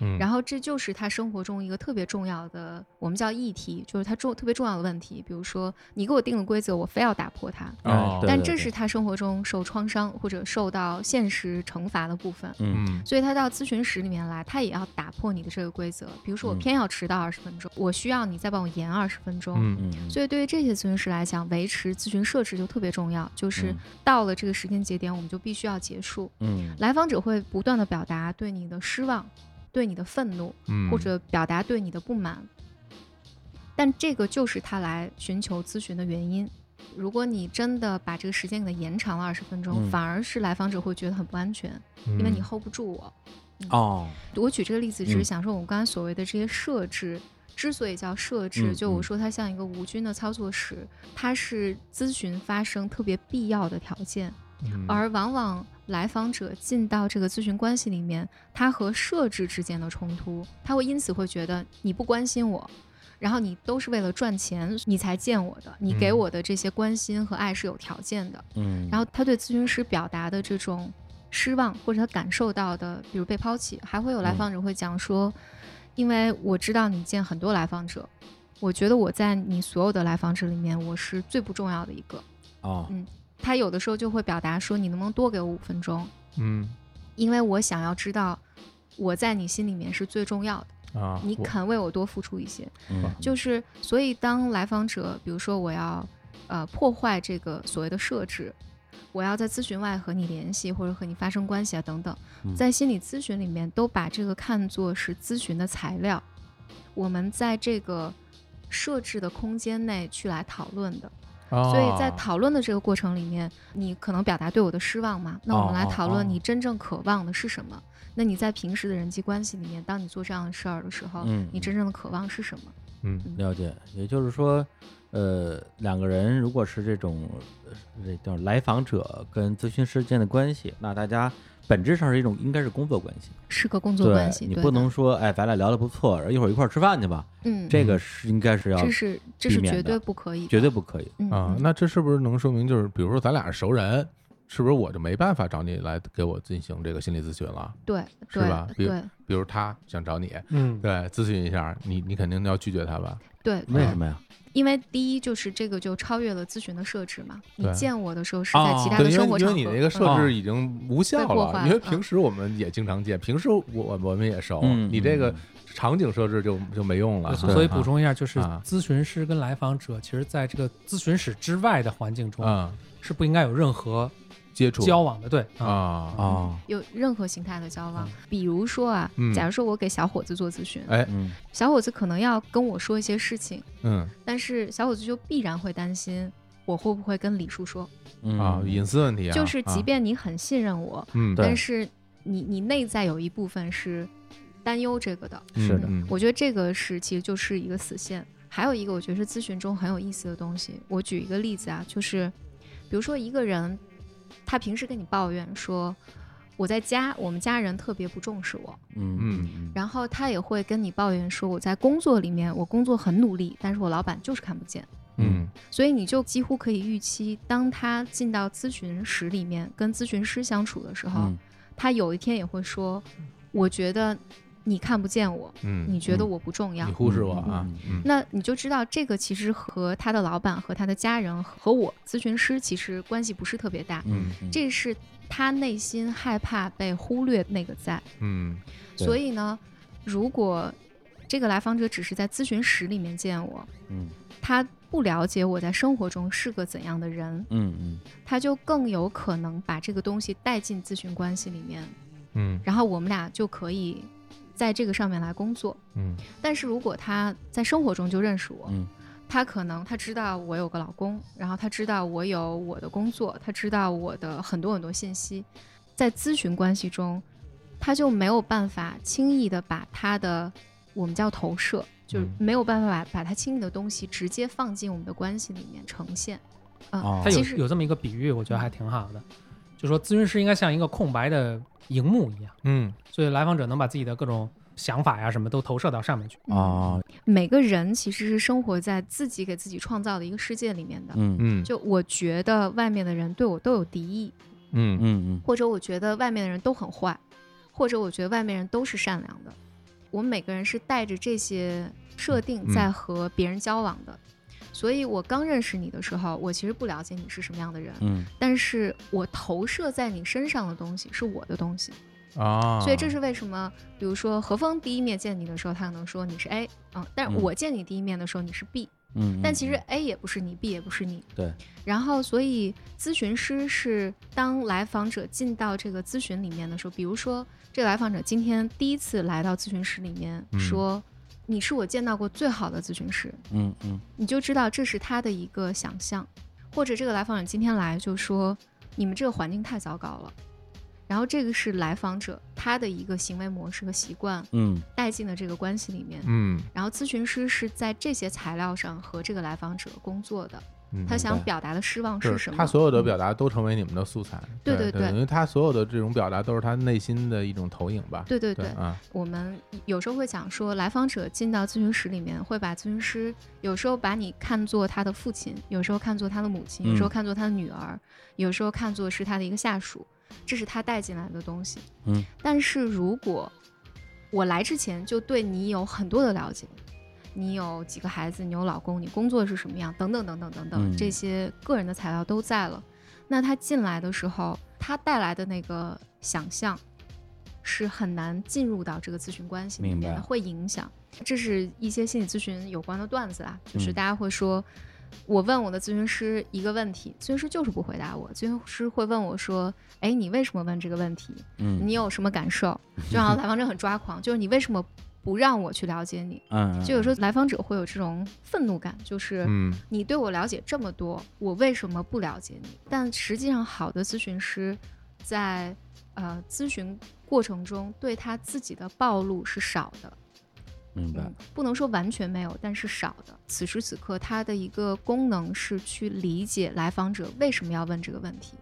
S3: 嗯，
S5: 然后这就是他生活中一个特别重要的，我们叫议题，就是他重特别重要的问题。比如说，你给我定了规则，我非要打破它，
S3: 哦
S2: 哎对
S5: 但
S2: 对
S5: 这
S2: 对
S5: 是他生活中受创伤或者受到现实惩罚的部分，
S2: 嗯
S3: 嗯
S5: 所以他到咨询室里面来，他也要打破你的这个规则。比如说，我
S2: 嗯
S5: 偏要迟到二十分钟，我需要你再帮我延二十分钟。
S3: 嗯
S2: 嗯嗯
S5: 所以对于这些咨询师来讲，维持咨询设置就特别重要，就是
S2: 嗯
S5: 到了这个时间节点，我们就必须要结束。
S2: 嗯
S5: 来访者会不断的表达对你的失望、对你的愤怒，
S3: 嗯
S5: 或者表达对你的不满。但这个就是他来寻求咨询的原因。如果你真的把这个时间给他延长了二十分钟，
S2: 嗯
S5: 反而是来访者会觉得很不安全，因为你 hold 不住我。
S2: 哦，
S5: 我举这个例子只是
S2: 嗯
S5: 想说，我们刚才所谓的这些设置，之所以叫设置，
S2: 嗯
S5: 就我
S2: 嗯
S5: 说它像一个无菌的操作室，它是咨询发生特别必要的条件。
S3: 嗯
S5: 而往往来访者进到这个咨询关系里面，他和设置之间的冲突，他会因此会觉得你不关心我，然后你都是为了赚钱你才见我的，你给
S3: 嗯
S5: 我的这些关心和爱是有条件的。
S2: 嗯，
S5: 然后他对咨询师表达的这种失望，或者他感受到的，比如被抛弃，还会有来
S2: 嗯
S5: 访者会讲说，因为我知道你见很多来访者，我觉得我在你所有的来访者里面，我是最不重要的一个。
S2: 哦，
S5: 他有的时候就会表达说：“你能不能多给我五分钟？
S3: 嗯
S5: 因为我想要知道我在你心里面是最重要的，
S3: 啊，
S5: 你肯为我多付出一些。
S2: 嗯”
S5: 就是，所以当来访者，比如说我要呃破坏这个所谓的设置，我要在咨询外和你联系或者和你发生关系啊等等
S2: 嗯，
S5: 在心理咨询里面都把这个看作是咨询的材料，我们在这个设置的空间内去来讨论的。
S3: 啊
S2: 哦
S5: 所以在讨论的这个过程里面，你可能表达对我的失望嘛？那我们来
S2: 哦哦
S5: 讨
S2: 哦
S5: 论你真正渴望的是什么？那你在平时的人际关系里面，当你做这样的事儿的时候，
S2: 嗯
S5: 你真正的渴望是什么？
S3: 嗯
S2: 了解，也就是说，呃，两个人如果是这种，呃这叫来访者跟咨询师之间的关系，那大家本质上是一种应该是工作关系，
S5: 是个工作
S2: 对
S5: 关系，
S2: 你
S5: 对
S2: 不
S5: 的
S2: 能说哎，咱俩聊得不错，一会儿一块儿吃饭去吧，
S5: 嗯，
S2: 这个是应该是要
S5: 这是这
S2: 避
S5: 是
S2: 免
S5: 绝
S2: 的
S5: 对不可以的，
S2: 绝对不可以。
S5: 嗯
S3: 啊，
S5: 嗯
S3: 那这是不是能说明就是，比如说咱俩是熟人，是不是我就没办法找你来给我进行这个心理咨询了？
S5: 对
S3: 是
S5: 对
S3: 吧比如
S5: 对
S3: 比如他想找你，
S4: 嗯，
S3: 对，咨询一下，你你肯定要拒绝他吧？
S5: 对，
S2: 为
S5: 对
S2: 什么呀？
S5: 因为第一就是这个就超越了咨询的设置嘛，你
S3: 对
S5: 见我的时候是在
S2: 哦
S5: 其他
S3: 对，
S5: 的
S3: 因为
S5: 生活
S3: 因
S5: 场
S3: 为
S5: 合，
S3: 你那个设
S5: 嗯
S4: 啊
S3: 置已经无效
S5: 被破
S3: 了，
S5: 坏
S3: 因为
S5: 了啊
S3: 平时我们也经常见，平时我我我们也熟，
S2: 嗯
S3: 你这个场景设置就就没用了。
S4: 所所以补充一下，就是
S3: 啊
S4: 咨询师跟来访者，其实在这个咨询室之外的环境中，
S3: 啊，
S4: 是不应该有任何
S3: 接触
S4: 交往的。对
S3: 啊，
S4: 啊，
S2: 哦，
S5: 嗯有任何形态的交往，比如说啊，
S3: 嗯
S5: 假如说我给小伙子做咨询，
S3: 哎，
S2: 嗯嗯，
S5: 小伙子可能要跟我说一些事情，
S3: 嗯
S5: 但是小伙子就必然会担心我会不会跟李叔说，
S2: 嗯
S3: 啊，隐私问题啊，
S5: 就是
S3: 啊
S5: 即便你很信任我，
S3: 嗯
S2: 对
S5: 但是你你内在有一部分是担忧这个的，
S3: 嗯
S2: 是的
S3: 嗯
S5: 我觉得这个是其实就是一个死线。还有一个，我觉得是咨询中很有意思的东西。我举一个例子啊，就是比如说一个人，他平时跟你抱怨说我在家，我们家人特别不重视我，
S2: 嗯
S3: 嗯
S2: 嗯
S5: 然后他也会跟你抱怨说我在工作里面，我工作很努力，但是我老板就是看不见。
S3: 嗯
S5: 所以你就几乎可以预期，当他进到咨询室里面跟咨询师相处的时候，
S2: 嗯
S5: 他有一天也会说，我觉得你看不见我，
S3: 嗯，
S5: 你觉得
S2: 嗯
S5: 我不重要
S3: 你。忽视我啊
S2: 嗯，
S3: 嗯
S5: 那你就知道，这个其实和他的老板、和他的家人、和我咨询师其实关系不是特别大，
S2: 嗯嗯，
S5: 这是他内心害怕被忽略那个在。
S3: 嗯
S2: 对
S5: 所以呢，如果这个来访者只是在咨询室里面见我，
S2: 嗯
S5: 他不了解我在生活中是个怎样的人，
S2: 嗯嗯
S5: 他就更有可能把这个东西带进咨询关系里面，
S3: 嗯
S5: 然后我们俩就可以在这个上面来工作。
S3: 嗯
S5: 但是如果他在生活中就认识我，
S2: 嗯
S5: 他可能他知道我有个老公，然后他知道我有我的工作，他知道我的很多很多信息，在咨询关系中，他就没有办法轻易的把他的我们叫投射，就是
S3: 嗯
S5: 没有办法把他轻易的东西直接放进我们的关系里面呈现。啊、
S2: 哦
S4: 他有
S5: 其实
S4: 有这么一个比喻，我觉得还挺好的，就说咨询师应该像一个空白的荧幕一样，
S3: 嗯
S4: 所以来访者能把自己的各种想法呀什么都投射到上面去。
S5: 嗯
S2: 啊
S5: 每个人其实是生活在自己给自己创造的一个世界里面的。
S2: 嗯嗯
S3: 嗯
S5: 就我觉得外面的人对我都有敌意，
S3: 嗯
S2: 嗯
S5: 或者我觉得外面的人都很坏，或者我觉得外面人都是善良的。我们每个人是带着这些设定
S3: 嗯
S5: 在和别人交往的。所以我刚认识你的时候，我其实不了解你是什么样的人，
S2: 嗯
S5: 但是我投射在你身上的东西是我的东西。
S3: 啊，
S5: 所以这是为什么，比如说何峰第一面见你的时候，他可能说你是 A 啊，但是
S2: 嗯
S5: 我见你第一面的时候你是 B，、
S2: 嗯，
S5: 但其实 A 也不是你，B 也不是你。
S2: 对。
S5: 然后，所以咨询师是当来访者进到这个咨询里面的时候，比如说这个来访者今天第一次来到咨询室里面
S3: 嗯
S5: 说：“你是我见到过最好的咨询师。
S2: 嗯嗯”
S5: 你就知道这是他的一个想象，或者这个来访者今天来就说：“你们这个环境太糟糕了。”然后这个是来访者他的一个行为模式和习惯
S2: 嗯
S5: 带进了这个关系里面。
S3: 嗯
S5: 然后咨询师是在这些材料上和这个来访者工作的，
S3: 嗯
S5: 他想
S2: 白
S5: 表达的失望
S3: 就是
S5: 什么？嗯
S3: 他所有的表达都成为你们的素材，
S5: 对
S3: 对
S5: 对对
S3: 因为他所有的这种表达都是他内心的一种投影吧。
S5: 对对对，
S3: 啊，
S5: 我们有时候会讲说，来访者进到咨询室里面，会把咨询师有时候把你看作他的父亲，有时候看作他的母亲，有时候
S2: 嗯
S5: 看作他的女儿，有时候看作是他的一个下属，这是他带进来的东西。
S2: 嗯，
S5: 但是如果我来之前就对你有很多的了解，你有几个孩子，你有老公，你工作是什么样，等等等等等等，
S2: 嗯
S5: 这些个人的材料都在了。那他进来的时候，他带来的那个想象是很难进入到这个咨询关系里
S2: 明
S5: 面
S2: 白
S5: 的，会影响。这是一些心理咨询有关的段子啦，就是
S2: 嗯
S5: 大家会说，我问我的咨询师一个问题，咨询师就是不回答我，咨询师会问我说，哎，你为什么问这个问题？
S2: 嗯，
S5: 你有什么感受？ 就让来访者很抓狂，就是你为什么不让我去了解你？
S2: 嗯
S5: 就有时候来访者会有这种愤怒感，就是
S3: 嗯
S5: 你对我了解这么多，我为什么不了解你？但实际上，好的咨询师在呃咨询过程中对他自己的暴露是少的，
S2: 明白
S5: 嗯，不能说完全没有，但是少的。此时此刻，它的一个功能是去理解来访者为什么要问这个问题。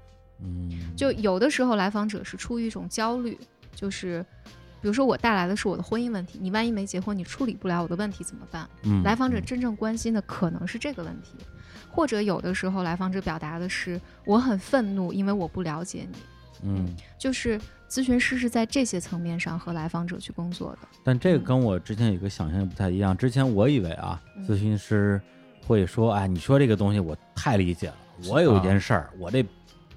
S2: 嗯，
S5: 就有的时候，来访者是出于一种焦虑，就是比如说我带来的是我的婚姻问题，你万一没结婚，你处理不了我的问题怎么办？
S2: 嗯
S5: 来访者真正关心的可能是这个问题，或者有的时候来访者表达的是我很愤怒，因为我不了解你。
S2: 嗯，
S5: 就是咨询师是在这些层面上和来访者去工作的。
S2: 但这个跟我之前有个想象不太一样。之前我以为啊，
S5: 嗯
S2: 咨询师会说：“哎，你说这个东西我太理解了，我有一件事儿，我这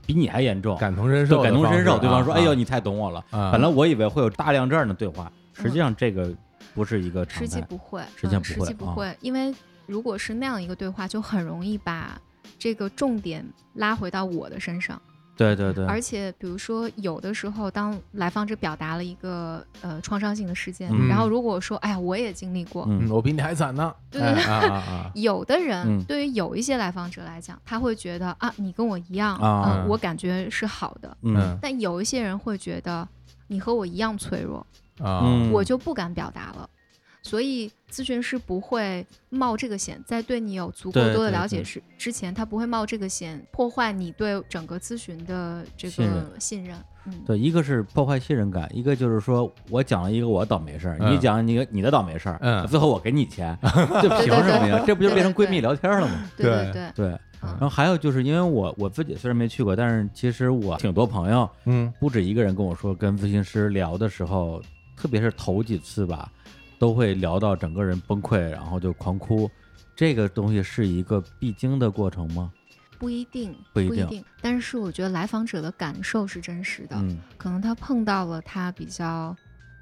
S2: 比你还严重，
S3: 感同身
S2: 就
S3: 受的
S2: 啊感
S3: 方式啊，
S2: 同身受。”对方说：“
S3: 啊
S2: 哎呦，，你太懂我了。”
S3: 啊
S2: 本来我以为会有大量这样的对话，实际
S5: 嗯
S2: 上这个不是一个呃常
S5: 实际
S2: 态。
S5: 不会，
S2: 实际上
S5: 嗯
S2: 不
S5: 实
S2: 会
S5: 际不
S2: 啊
S5: 会，因为如果是那样一个对话，就很容易把这个重点拉回到我的身上。
S2: 对对对，
S5: 而且，比如说，有的时候当来访者表达了一个呃创伤性的事件，
S2: 嗯
S5: 然后如果说“哎呀，我也经历过”，
S3: 嗯，
S2: 嗯
S3: 我比你还惨呢，
S5: 对
S3: 哎
S5: 对
S3: 啊啊啊，
S5: 有的人
S2: 嗯
S5: 对于有一些来访者来讲，他会觉得啊，你跟我一样，
S2: 啊
S5: 嗯我感觉是好的。
S3: 啊
S2: 嗯
S5: 但有一些人会觉得你和我一样脆弱，
S3: 啊，
S2: 嗯，
S5: 我就不敢表达了。所以咨询师不会冒这个险，在对你有足够
S2: 对
S5: 多的
S2: 对
S5: 了解
S2: 对
S5: 之之前，他不会冒这个险，破坏你对整个咨询的这
S2: 信
S5: 个
S2: 任
S5: 信任。嗯，
S2: 对，一个是破坏信任感，一个就是说我讲了一个我倒霉事儿，你
S3: 嗯
S2: 讲你你的倒霉事儿，
S3: 嗯
S2: 最后我给你 钱，这凭什么呀？这不就变成闺蜜聊天了吗？
S5: 对
S3: 对
S5: 对对，
S2: 对。然后还有就是，因为我我自己虽然没去过，但是其实我挺多朋友，
S3: 嗯
S2: 不止一个人跟我说，跟咨询师聊的时候，特别是头几次吧，都会聊到整个人崩溃，然后就狂哭。这个东西是一个必经的过程吗？
S5: 不一定，
S2: 不一
S5: 一
S2: 定
S5: 定。但是我觉得来访者的感受是真实的，
S2: 嗯
S5: 可能他碰到了他比较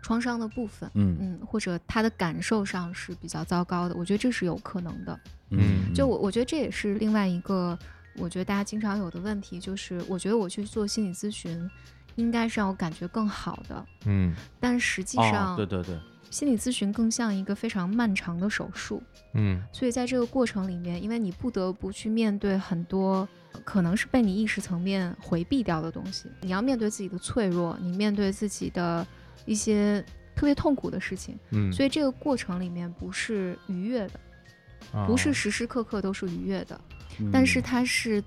S5: 创伤的部分，
S2: 嗯
S5: 嗯，或者他的感受上是比较糟糕的，我觉得这是有可能的。
S2: 嗯，
S5: 就我，我觉得这也是另外一个，我觉得大家经常有的问题，就是我觉得我去做心理咨询，应该是让我感觉更好的，
S3: 嗯
S5: 但实际
S2: 哦
S5: 上，
S2: 对对对，
S5: 心理咨询更像一个非常漫长的手术。
S3: 嗯
S5: 所以在这个过程里面，因为你不得不去面对很多呃可能是被你意识层面回避掉的东西，你要面对自己的脆弱，你面对自己的一些特别痛苦的事情，
S3: 嗯，
S5: 所以这个过程里面不是愉悦的，不
S3: 哦啊
S5: 是时时刻刻都是愉悦的，但是
S2: 嗯
S5: 它是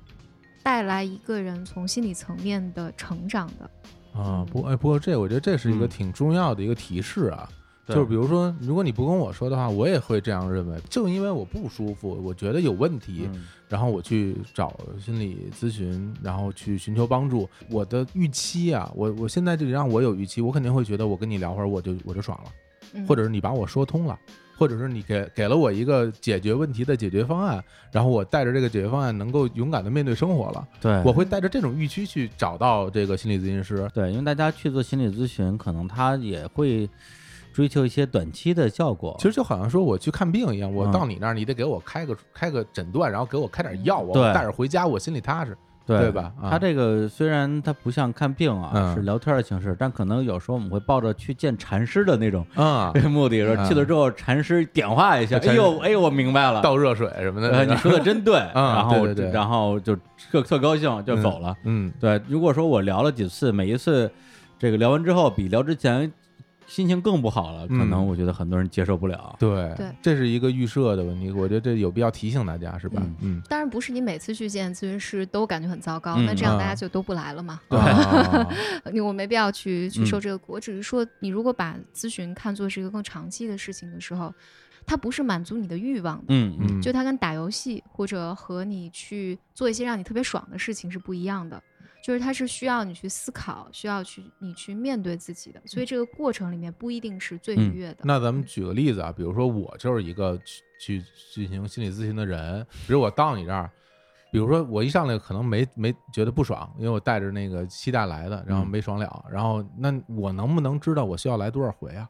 S5: 带来一个人从心理层面的成长的。
S3: 啊，不，哎，不过这我觉得这是一个
S2: 嗯
S3: 挺重要的一个提示啊。
S2: 对
S3: 就是比如说，如果你不跟我说的话，我也会这样认为。就因为我不舒服，我觉得有问题，
S2: 嗯
S3: 然后我去找心理咨询，然后去寻求帮助。我的预期啊，我我现在就让我有预期，我肯定会觉得我跟你聊会儿，我就我就爽了，
S5: 嗯、
S3: 或者是你把我说通了，或者是你给给了我一个解决问题的解决方案，然后我带着这个解决方案能够勇敢的面对生活了。
S2: 对
S3: 我会带着这种预期去找到这个心理咨询师。
S2: 对，因为大家去做心理咨询，可能他也会追求一些短期的效果。
S3: 其实就好像说我去看病一样，我
S2: 嗯
S3: 到你那儿，你得给我开个开个诊断，然后给我开点药，我
S2: 对
S3: 带着回家，我心里踏实。
S2: 对
S3: 对吧啊
S2: 他这个虽然他不像看病啊，
S3: 嗯
S2: 是聊天的形式，但可能有时候我们会抱着去见禅师的那种
S3: 啊，
S2: 目的，说去了之后禅师点化一下，
S3: 禅
S2: 哎呦哎呦，我明白了。
S3: 倒热水什么的，
S2: 呃，你说的真对，
S3: 嗯
S2: 然后
S3: 对对对
S2: 然后就特特高兴就走了。
S3: 嗯
S2: 对，如果说我聊了几次，每一次这个聊完之后比聊之前心情更不好了，可
S3: 嗯
S2: 能我觉得很多人接受不了。
S3: 对
S5: 对
S3: 这是一个预设的问题，我觉得这有必要提醒大家，是吧？嗯，
S5: 当然不是你每次去见咨询师都感觉很糟糕，
S2: 嗯
S5: 那这样大
S3: 啊
S5: 家就都不来了嘛。
S3: 对， 啊
S5: 你我没必要去去
S2: 嗯
S5: 受这个苦，我只是说，你如果把咨询看作是一个更长期的事情的时候，它不是满足你的欲望的，
S2: 嗯嗯
S3: 嗯，
S5: 就它跟打游戏或者和你去做一些让你特别爽的事情是不一样的，就是它是需要你去思考，需要去你去面对自己的，所以这个过程里面不一定是最
S2: 嗯
S5: 愉悦的。
S3: 嗯那咱们举个例子啊，比如说我就是一个去去进行心理咨询的人，比如我到你这儿，比如说我一上来可能没没觉得不爽，因为我带着那个期待来的，然后
S2: 嗯
S3: 没爽了，然后那我能不能知道我需要来多少回啊？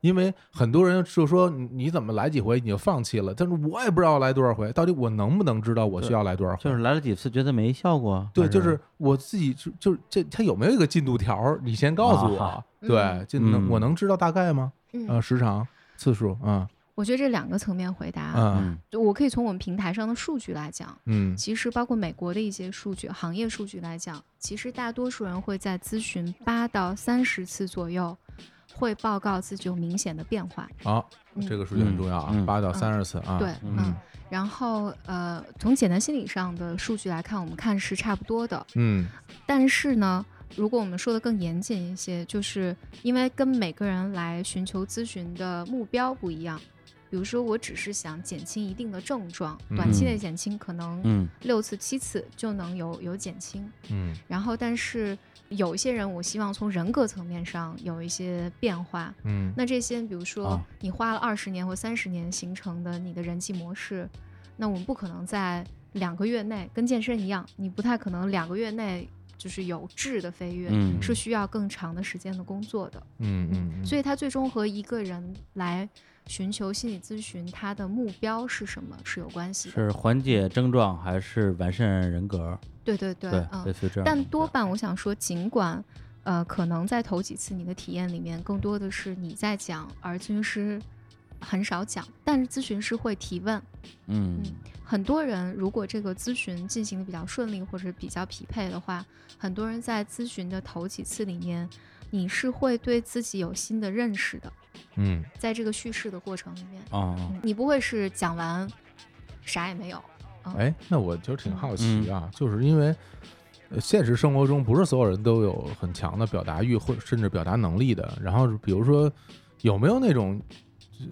S3: 因为很多人就说你你怎么来几回你就放弃了，但是我也不知道来多少回，到底我能不能知道我需要来多少回
S2: 就是？来了几次觉得没效果，
S3: 对，
S2: 还
S3: 就是我自己就就是这它有没有一个进度条儿？你先告诉我，
S2: 啊
S3: 对，就能、
S2: 嗯
S3: 我能知道大概吗？
S5: 嗯
S3: 呃，，时长、次数，嗯
S5: 我觉得这两个层面回答，
S3: 嗯
S2: 嗯
S5: 就我可以从我们平台上的数据来讲，
S3: 嗯
S5: 其实包括美国的一些数据、行业数据来讲，其实大多数人会在咨询八到三十次左右，会报告自己有明显的变化。
S3: 啊，
S5: 嗯
S3: 这个数据很重要啊
S2: 嗯，嗯
S3: 八到三十次啊，
S5: 对，
S2: 嗯
S5: 嗯，然后呃，从简单心理上的数据来看，我们看是差不多的。
S3: 嗯
S5: 但是呢，如果我们说的更严谨一些，就是因为跟每个人来寻求咨询的目标不一样。比如说，我只是想减轻一定的症状，短期
S2: 嗯
S5: 内减轻，可能
S2: 嗯
S5: 六次七次就能有有减轻。
S3: 嗯
S5: 然后，但是有一些人，我希望从人格层面上有一些变化。
S3: 嗯
S5: 那这些，比如说
S2: 啊
S5: 你花了二十年或三十年形成的你的人际模式，那我们不可能在两个月内跟健身一样，你不太可能两个月内就是有质的飞跃，
S2: 嗯
S5: 是需要更长的时间的工作的。
S3: 嗯嗯，以
S5: 所以他最终和一个人来寻求心理咨询，他的目标是什么是有关系的。
S2: 是缓解症状还是完善人格？
S5: 对对对，
S2: 对，
S5: 嗯
S2: 类。似于这样的。
S3: 啊
S5: 但多半我想说，尽管呃，可能在头几次你的体验里面，更多的是你在讲，而咨询师很少讲。但是咨询师会提问，
S2: 嗯
S5: 嗯很多人如果这个咨询进行的比较顺利或者比较匹配的话，很多人在咨询的头几次里面，你是会对自己有新的认识的，
S3: 嗯
S5: 在这个叙事的过程里面，
S2: 哦，哦
S5: 嗯你不会是讲完啥也没有。
S3: 哎，那我就挺好奇
S5: 嗯
S3: 啊，就是因为。呃现实生活中不是所有人都有很强的表达欲或甚至表达能力的。然后比如说，有没有那种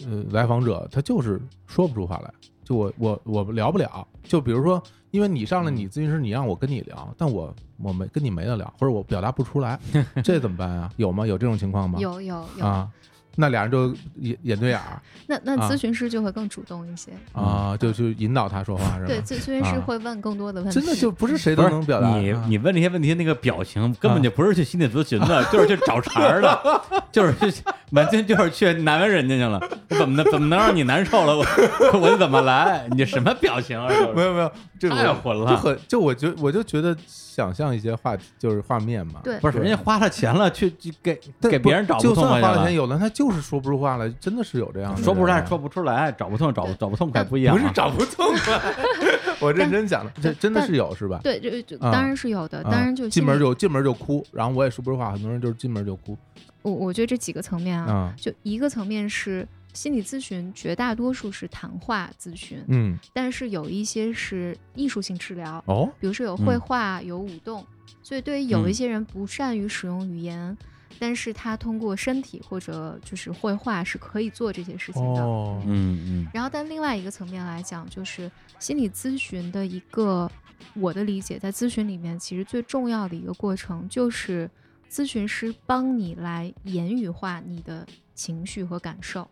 S3: 呃来访者他就是说不出话来，就我我我聊不了。就比如说，因为你
S5: 嗯
S3: 上了你咨询师，你让我跟你聊，但我我没跟你没得聊，或者我表达不出来，这怎么办啊？有吗？有这种情况吗？
S5: 有有有，
S3: 啊，那俩人就眼眼对眼儿
S5: 那那
S3: 啊
S5: 咨询师就会更主动一些。
S3: 啊，就去引导他说话是吧？
S5: 嗯对，咨咨询师
S3: 啊
S5: 会问更多的问题。
S3: 真的就不是谁
S2: 不
S3: 都
S2: 是
S3: 能表达。
S2: 你
S3: 啊
S2: 你问这些问题那个表情，根本就不是去心理咨询的，就是去找茬儿的， 就是去完全就是去难为人家去了。我怎么能怎么能让你难受了？我我怎么来？你什么表情啊？这
S3: 没
S2: 是
S3: 有没有，这个我
S2: 太混了
S3: 就很就我觉我就觉得想象一些画就是画面嘛。
S5: 对
S2: 不是人家花了钱了，去去给
S3: 但
S2: 给
S3: 不
S2: 别人找
S3: 就
S2: 不痛快
S3: 算
S2: 去
S3: 花了钱，
S2: 了，
S3: 有的人他就是说不出话来，真的是有
S5: 啊
S3: 这样的，啊
S2: 说不出来，说。不出来，找不痛，找不
S5: 对
S2: 找不痛快
S5: 但
S2: 不一样
S3: 不
S2: 啊，
S3: 是找不痛快， 我认真讲的，这
S5: 但
S3: 真的
S5: 但
S3: 是有是吧？
S5: 对，这这
S3: 啊
S5: 当然是有的，
S3: 啊，
S5: 当然就是
S3: 进
S5: 心
S3: 门
S5: 理
S3: 就进门就哭，然后我也说不出话，很多人就是进门就哭
S5: 我我觉得这几个层面啊，
S3: 啊，
S5: 就一个层面是心理咨询，绝大多数是谈话咨询，
S3: 嗯，
S5: 但是有一些是艺术性治疗，
S3: 哦，
S5: 比如说有
S2: 嗯
S5: 绘画、有舞动，所以对于有
S2: 嗯
S5: 一些人不善于使用语言。但是他通过身体或者就是绘画是可以做这些事情的。
S3: 哦
S2: 嗯
S5: 然后，但另外一个层面来讲，就是心理咨询的一个我的理解，在咨询里面，其实最重要的一个过程就是咨询师帮你来言语化你的情绪和感受，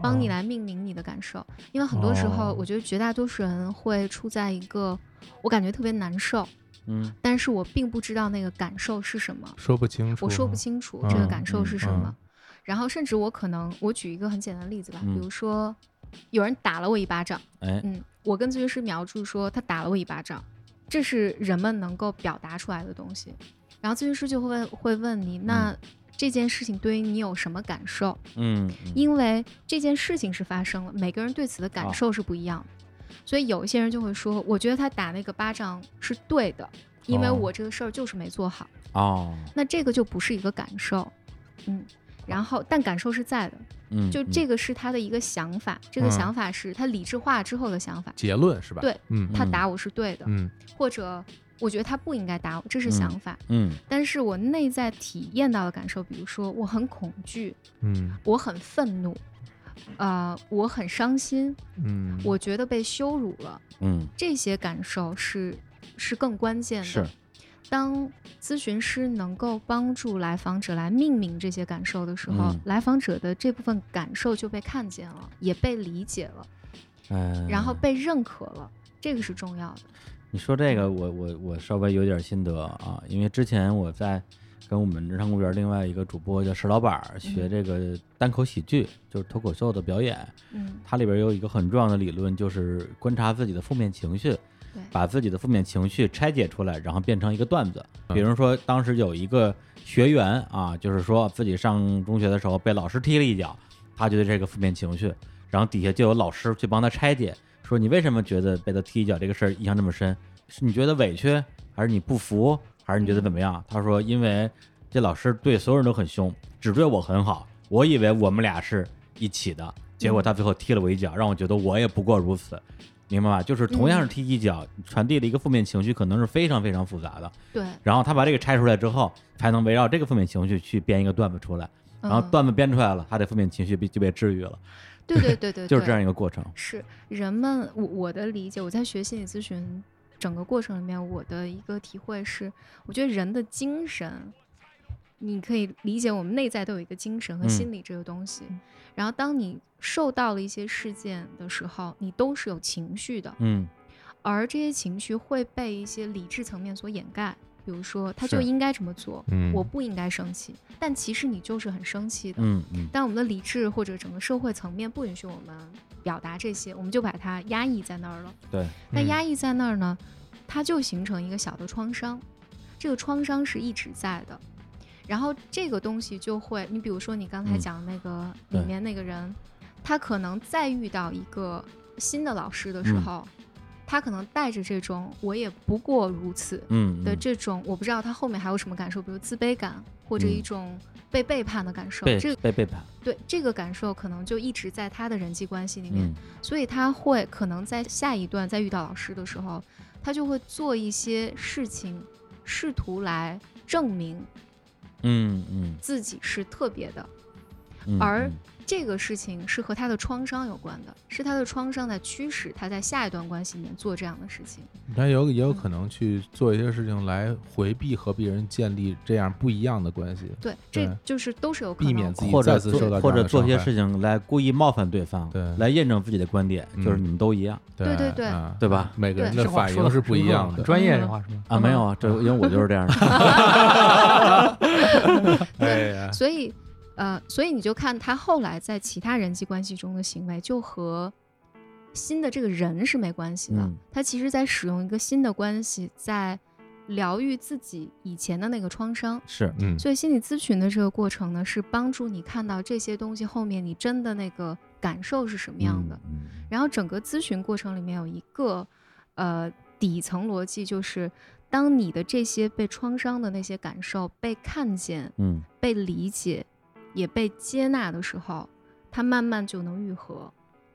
S5: 帮你来命名你的感受。因为很多时候
S3: 哦，
S5: 我觉得绝大多数人会处在一个我感觉特别难受，
S2: 嗯
S5: 但是我并不知道那个感受是什么。
S3: 说不清楚，
S5: 我说不清楚这个感受是什
S3: 嗯嗯嗯
S5: 么。然后甚至我可能，我举一个很简单的例子吧，
S2: 嗯
S5: 比如说有人打了我一巴掌，
S2: 嗯，哎，
S5: 嗯，我跟咨询师描述说他打了我一巴掌，这是人们能够表达出来的东西。然后咨询师就会问会问你，那这件事情对于你有什么感受？
S2: 嗯，嗯
S5: 因为这件事情是发生了，每个人对此的
S2: 啊
S5: 感受是不一样的，所以有一些人就会说，我觉得他打那个巴掌是对的，因为
S3: 哦
S5: 我这个事儿就是没做好。
S2: 哦，
S5: 那这个就不是一个感受，嗯，然后但感受是在的，
S2: 嗯，
S5: 就
S2: 嗯
S5: 这个是他的一个想法，这个
S3: 嗯
S5: 想法是他理智化之后的想法，
S3: 结论是吧？
S5: 对，
S3: 嗯
S5: 他
S2: 嗯
S5: 打我是对的，
S3: 嗯
S5: 或者我觉得他不应该打我，这是
S2: 嗯
S5: 想法，
S2: 嗯
S5: 但是我内在体验到的感受，比如说我很恐惧，
S3: 嗯
S5: 我很愤怒，呃，我很伤心，
S3: 嗯，
S5: 我觉得被羞辱了，
S2: 嗯
S5: 这些感受是是更关键的，
S2: 是
S5: 当咨询师能够帮助来访者来命名这些感受的时候，
S2: 嗯
S5: 来访者的这部分感受就被看见了，也被理解了，
S2: 嗯，
S5: 然后被认可了，这个是重要的。
S2: 你说这个，我我我稍微有点心得啊，因为之前我在跟我们人生公园另外一个主播叫石老板儿学这个单口喜剧，就是脱口秀的表演，
S5: 嗯，
S2: 它里边有一个很重要的理论，就是观察自己的负面情绪，
S5: 对
S2: 把自己的负面情绪拆解出来，然后变成一个段子。比如说，当时有一个学员啊，就是说自己上中学的时候被老师踢了一脚，他觉得这个负面情绪，然后底下就有老师去帮他拆解，说你为什么觉得被他踢一脚这个事儿印象这么深？是你觉得委屈，还是你不服，还是你觉得怎么样？他说，因为这老师对所有人都很凶，只对我很好，我以为我们俩是一起的，结果他最后踢了我一脚，让我觉得我也不过如此。明白吧？就是同样是踢一脚，传递的一个负面情绪，可能是非常非常复杂的。
S5: 对，
S2: 然后他把这个拆出来之后，才能围绕这个负面情绪去编一个段子出来。然后
S5: 嗯
S2: 段子编出来了，他的负面情绪被就被治愈了，
S5: 对对对对，
S2: 就是
S5: 对
S2: 这样一个过程。
S5: 是人们，我我的理解，我在学心理咨询整个过程里面，我的一个体会是，我觉得人的精神，你可以理解，我们内在都有一个精神和
S2: 嗯
S5: 心理这个东西。然后，当你受到了一些事件的时候，你都是有情绪的，
S2: 嗯，
S5: 而这些情绪会被一些理智层面所掩盖。比如说，他
S2: 是
S5: 就应该这么做，
S3: 嗯
S5: 我不应该生气，但其实你就是很生气的。
S2: 嗯嗯
S5: 但我们的理智或者整个社会层面不允许我们表达这些，我们就把它压抑在那儿了。
S2: 对，
S5: 那
S3: 嗯
S5: 压抑在那儿呢，它就形成一个小的创伤，这个创伤是一直在的。然后这个东西就会，你比如说你刚才
S2: 嗯
S5: 讲的那个、
S2: 对
S5: 里面那个人，他可能再遇到一个新的老师的时
S2: 嗯
S5: 候，他可能带着这种我也不过如此，
S2: 嗯
S5: 的
S2: 嗯
S5: 这种，我不知道他后面还有什么感受，比如自卑感或者一
S2: 嗯
S5: 种被背叛的感受。
S2: 被
S5: 这
S2: 被背叛，
S5: 对这个感受可能就一直在他的人际关系里面，
S2: 嗯
S5: 所以他会可能在下一段再遇到老师的时候，他就会做一些事情，试图来证明
S2: 嗯嗯
S5: 自己是特别的。
S2: 嗯，
S5: 而
S2: 嗯
S5: 这个事情是和他的创伤有关的，是他的创伤在驱使他在下一段关系里面做这样的事情。
S3: 他有也有可能去做一些事情来回避和别人建立这样不一样的关系，
S5: 对，这
S3: 对
S5: 就是都是有可
S3: 避
S5: 能
S3: 免自己
S2: 或
S3: 再
S2: 者
S3: 次受
S2: 做
S3: 到
S2: 或者做
S3: 这
S2: 些
S3: 样的伤害
S2: 事情来故意冒犯对方，
S3: 对
S2: 来验证自己的观点，就是
S3: 嗯
S2: 你们都一样
S3: 对
S5: 对对
S3: 啊
S2: 对吧
S3: 每个人
S5: 对
S3: 的
S4: 这话
S3: 反
S4: 说
S3: 应
S4: 得
S3: 是不一
S4: 很
S3: 样的
S4: 很。专业这
S5: 嗯
S4: 话是吗？
S2: 啊？没有啊，这因为我就是这 样的，
S3: 哎呀，
S5: 所以，呃，所以你就看他后来在其他人际关系中的行为，就和新的这个人是没关系的。
S2: 嗯
S5: 他其实在使用一个新的关系，在疗愈自己以前的那个创伤。
S2: 是
S3: 嗯，
S5: 所以，心理咨询的这个过程呢，是帮助你看到这些东西后面你真的那个感受是什么样的。，
S2: 嗯嗯
S5: 然后整个咨询过程里面有一个呃底层逻辑，就是当你的这些被创伤的那些感受被看见、
S2: 嗯
S5: 被理解、也被接纳的时候，它慢慢就能愈合。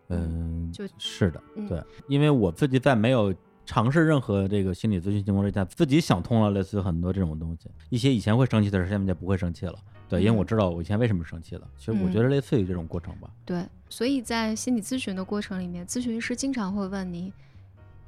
S2: 嗯，
S5: 就是
S2: 的，
S5: 嗯
S2: 对，因为我自己在没有尝试任何这个心理咨询情况之下，自己想通了类似很多这种东西，一些以前会生气的事，现在就不会生气了。对，因为我
S5: 嗯
S2: 知道我以前为什么生气了。其实我觉得
S5: 嗯
S2: 类似于这种过程吧。
S5: 对，所以在心理咨询的过程里面，咨询师经常会问你。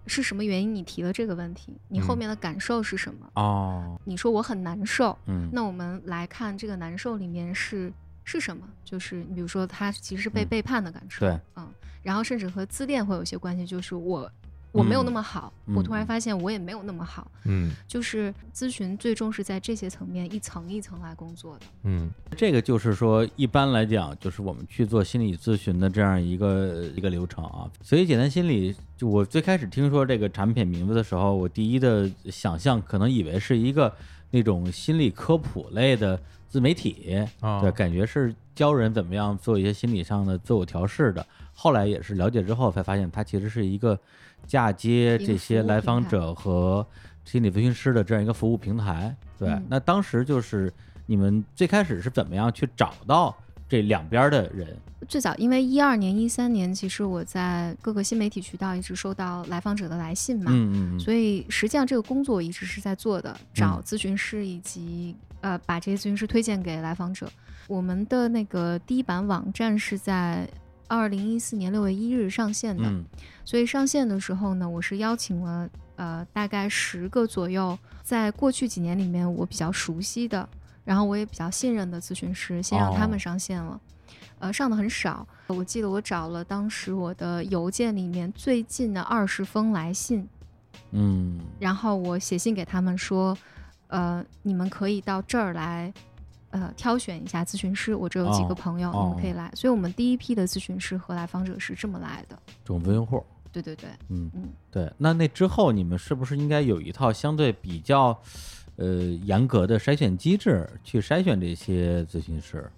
S5: 是什么原因你提了这个问题？你后
S3: 嗯
S5: 面的感受是什么？
S2: 哦，
S5: 你说我很难受，
S2: 嗯，
S5: 那我们来看这个难受里面是是什么？就是你比如说，他其实是被
S2: 嗯
S5: 背叛的感受，
S2: 对，
S5: 嗯，然后甚至和自恋会有一些关系，就是我我没有那
S2: 嗯
S5: 么好，我突然
S2: 嗯
S5: 发现我也没有那么好，
S3: 嗯
S5: 就是咨询最终是在这些层面一层一层来工作的，
S3: 嗯
S2: 这个就是说，一般来讲，就是我们去做心理咨询的这样一个一个流程啊。所以，简单心理，就我最开始听说这个产品名字的时候，我第一的想象可能以为是一个那种心理科普类的自媒体，
S3: 啊
S2: 对，感觉是教人怎么样做一些心理上的自我调试的。后来也是了解之后才发现，它其实是一个嫁接
S5: 一个
S2: 这些
S5: 服务
S2: 来
S5: 平
S2: 访
S5: 台
S2: 者和心理咨询师的这样一个服务平台。对，
S5: 嗯
S2: 那当时就是你们最开始是怎么样去找到这两边儿的人？
S5: 最早因为一二年、一三年，其实我在各个新媒体渠道一直收到来访者的来信嘛，
S2: 嗯嗯嗯，
S5: 所以实际上这个工作我一直是在做的，找咨询师以及呃把这些咨询师推荐给来访者。我们的那个第一版网站是在二零一四年六月一日上线的，
S2: 嗯
S5: 所以上线的时候呢，我是邀请了呃大概十个左右，在过去几年里面我比较熟悉的，然后我也比较信任的咨询师，先让他
S2: 哦
S5: 们上线了。呃，上的很少，我记得我找了当时我的邮件里面最近的二十封来信，
S2: 嗯，
S5: 然后我写信给他们说，呃，你们可以到这儿来，呃，挑选一下咨询师。我这有几
S2: 哦
S5: 个朋友，你们可以来。所以我们第一批的咨询师和来访者是这么来的。
S2: 种子用户。
S5: 对对对，
S2: 嗯
S5: 嗯，
S2: 对。那那之后，你们是不是应该有一套相对比较，呃，严格的筛选机制去筛选这些咨询师？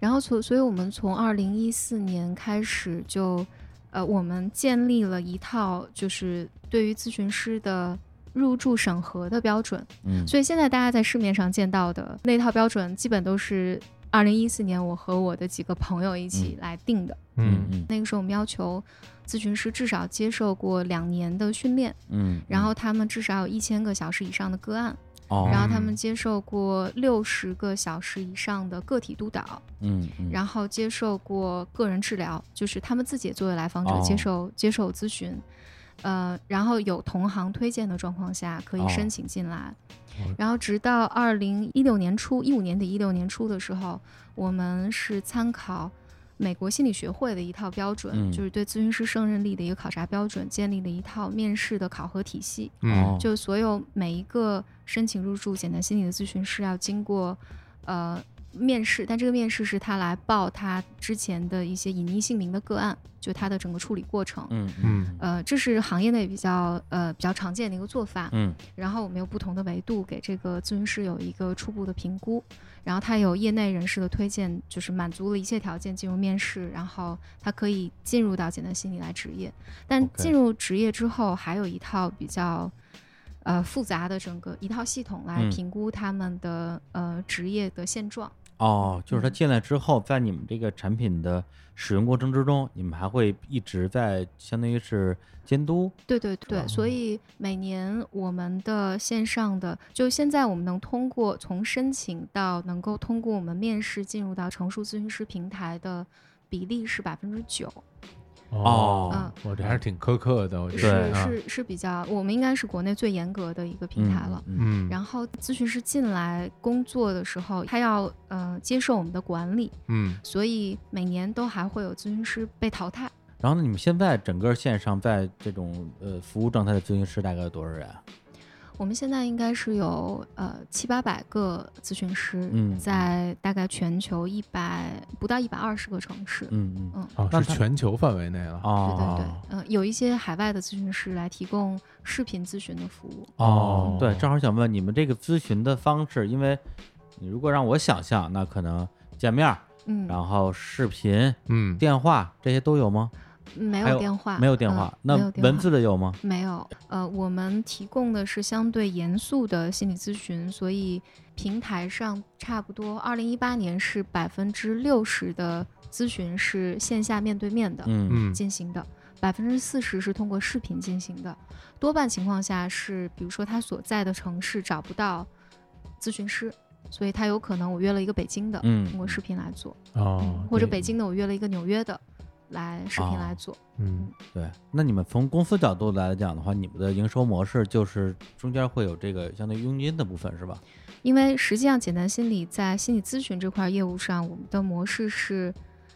S5: 然后从，所以我们从二零一四年开始就，呃，我们建立了一套就是对于咨询师的入驻审核的标准。
S2: 嗯，
S5: 所以现在大家在市面上见到的那套标准，基本都是二零一四年我和我的几个朋友一起来定的。
S2: 嗯嗯
S5: 那个时候我们要求咨询师至少接受过两年的训练，
S2: 嗯，
S5: 然后他们至少有一千个小时以上的个案，
S2: 哦，
S5: 然后
S3: 嗯
S5: 他们接受过六十个小时以上的个体督导，
S2: 嗯嗯，
S5: 然后接受过个人治疗，就是他们自己也作为来访者
S2: 哦
S5: 接受、接受咨询。呃，然后有同行推荐的状况下，可以
S2: 哦
S5: 申请进来。
S3: 哦
S5: 然后直到二零一六年初，一五年底一六年初的时候，我们是参考美国心理学会的一套标准，
S2: 嗯
S5: 就是对咨询师胜任力的一个考察标准，建立了一套面试的考核体系。
S3: 嗯
S2: 哦
S5: 就所有每一个申请入住简单心理的咨询师要经过呃面试，但这个面试是他来报他之前的一些隐匿姓名的个案，就他的整个处理过程。
S2: 嗯
S3: 嗯
S5: 呃，这是行业内比较呃比较常见的一个做法。
S2: 嗯
S5: 然后我们有不同的维度给这个咨询师有一个初步的评估，然后他有业内人士的推荐，就是满足了一切条件进入面试，然后他可以进入到简单心理来职业。但
S2: OK
S5: 进入职业之后，还有一套比较呃复杂的整个一套系统来
S2: 嗯
S5: 评估他们的、呃职业的现状。
S2: 哦，就是他进来之后，在你们这个产品的使用过程之中，你们还会一直在相当于是监督
S5: 对对对，所以每年我们的线上的，就现在我们能通过从申请到能够通过我们面试进入到成熟咨询师平台的比例是百分之九，嗯
S2: 哦
S3: 我这还是挺苛刻的，我觉得
S5: 是
S3: 啊
S5: 是是比较，我们应该是国内最严格的一个平台了。
S2: 嗯
S3: 嗯，
S5: 然后咨询师进来工作的时候，他要呃接受我们的管理，
S3: 嗯
S5: 所以每年都还会有咨询师被淘汰。
S2: 然后呢，你们现在整个线上在这种呃服务状态的咨询师大概有多少人啊？
S5: 我们现在应该是有呃七八百个咨询师，
S2: 嗯
S5: 在大概全球一百不到一百二十个城市。
S2: 嗯嗯
S5: 嗯
S3: 哦
S2: 那
S3: 是
S2: 他
S3: 全球范围内了，
S5: 对对对
S2: 哦，
S5: 嗯、有一些海外的咨询师来提供视频咨询的服务。
S2: 哦
S3: 哦，
S2: 对，正好想问你们这个咨询的方式，因为你如果让我想象，那可能见面儿，
S5: 嗯，
S2: 然后视频、
S3: 嗯
S2: 电话这些都有吗？
S5: 没
S2: 还有
S5: 有电话，
S2: 没有电
S5: 嗯
S2: 话，
S5: 没
S2: 那
S5: 有电
S2: 文
S5: 话
S2: 字的有吗？
S5: 没有，呃，我们提供的是相对严肃的心理咨询，所以平台上差不多，二零一八年是百分之六十的咨询是线下面对面的
S2: 嗯
S3: 嗯
S5: 进行的，百分之四十是通过视频进行的，多半情况下是，比如说他所在的城市找不到咨询师，所以他有可能我约了一个北京的，
S2: 嗯
S5: 通过视频来做，
S3: 哦，
S5: 嗯或者
S3: 对
S5: 北京的我约了一个纽约的，来视频
S2: 哦
S5: 来做。
S3: 嗯
S2: 对，那你们从公司角度来讲的话，你们的营收模式就是中间会有这个相当于佣金的部分是吧？
S4: 嗯
S5: 因为实际上，简单心理在心理咨询这块业务上，我们的模式是，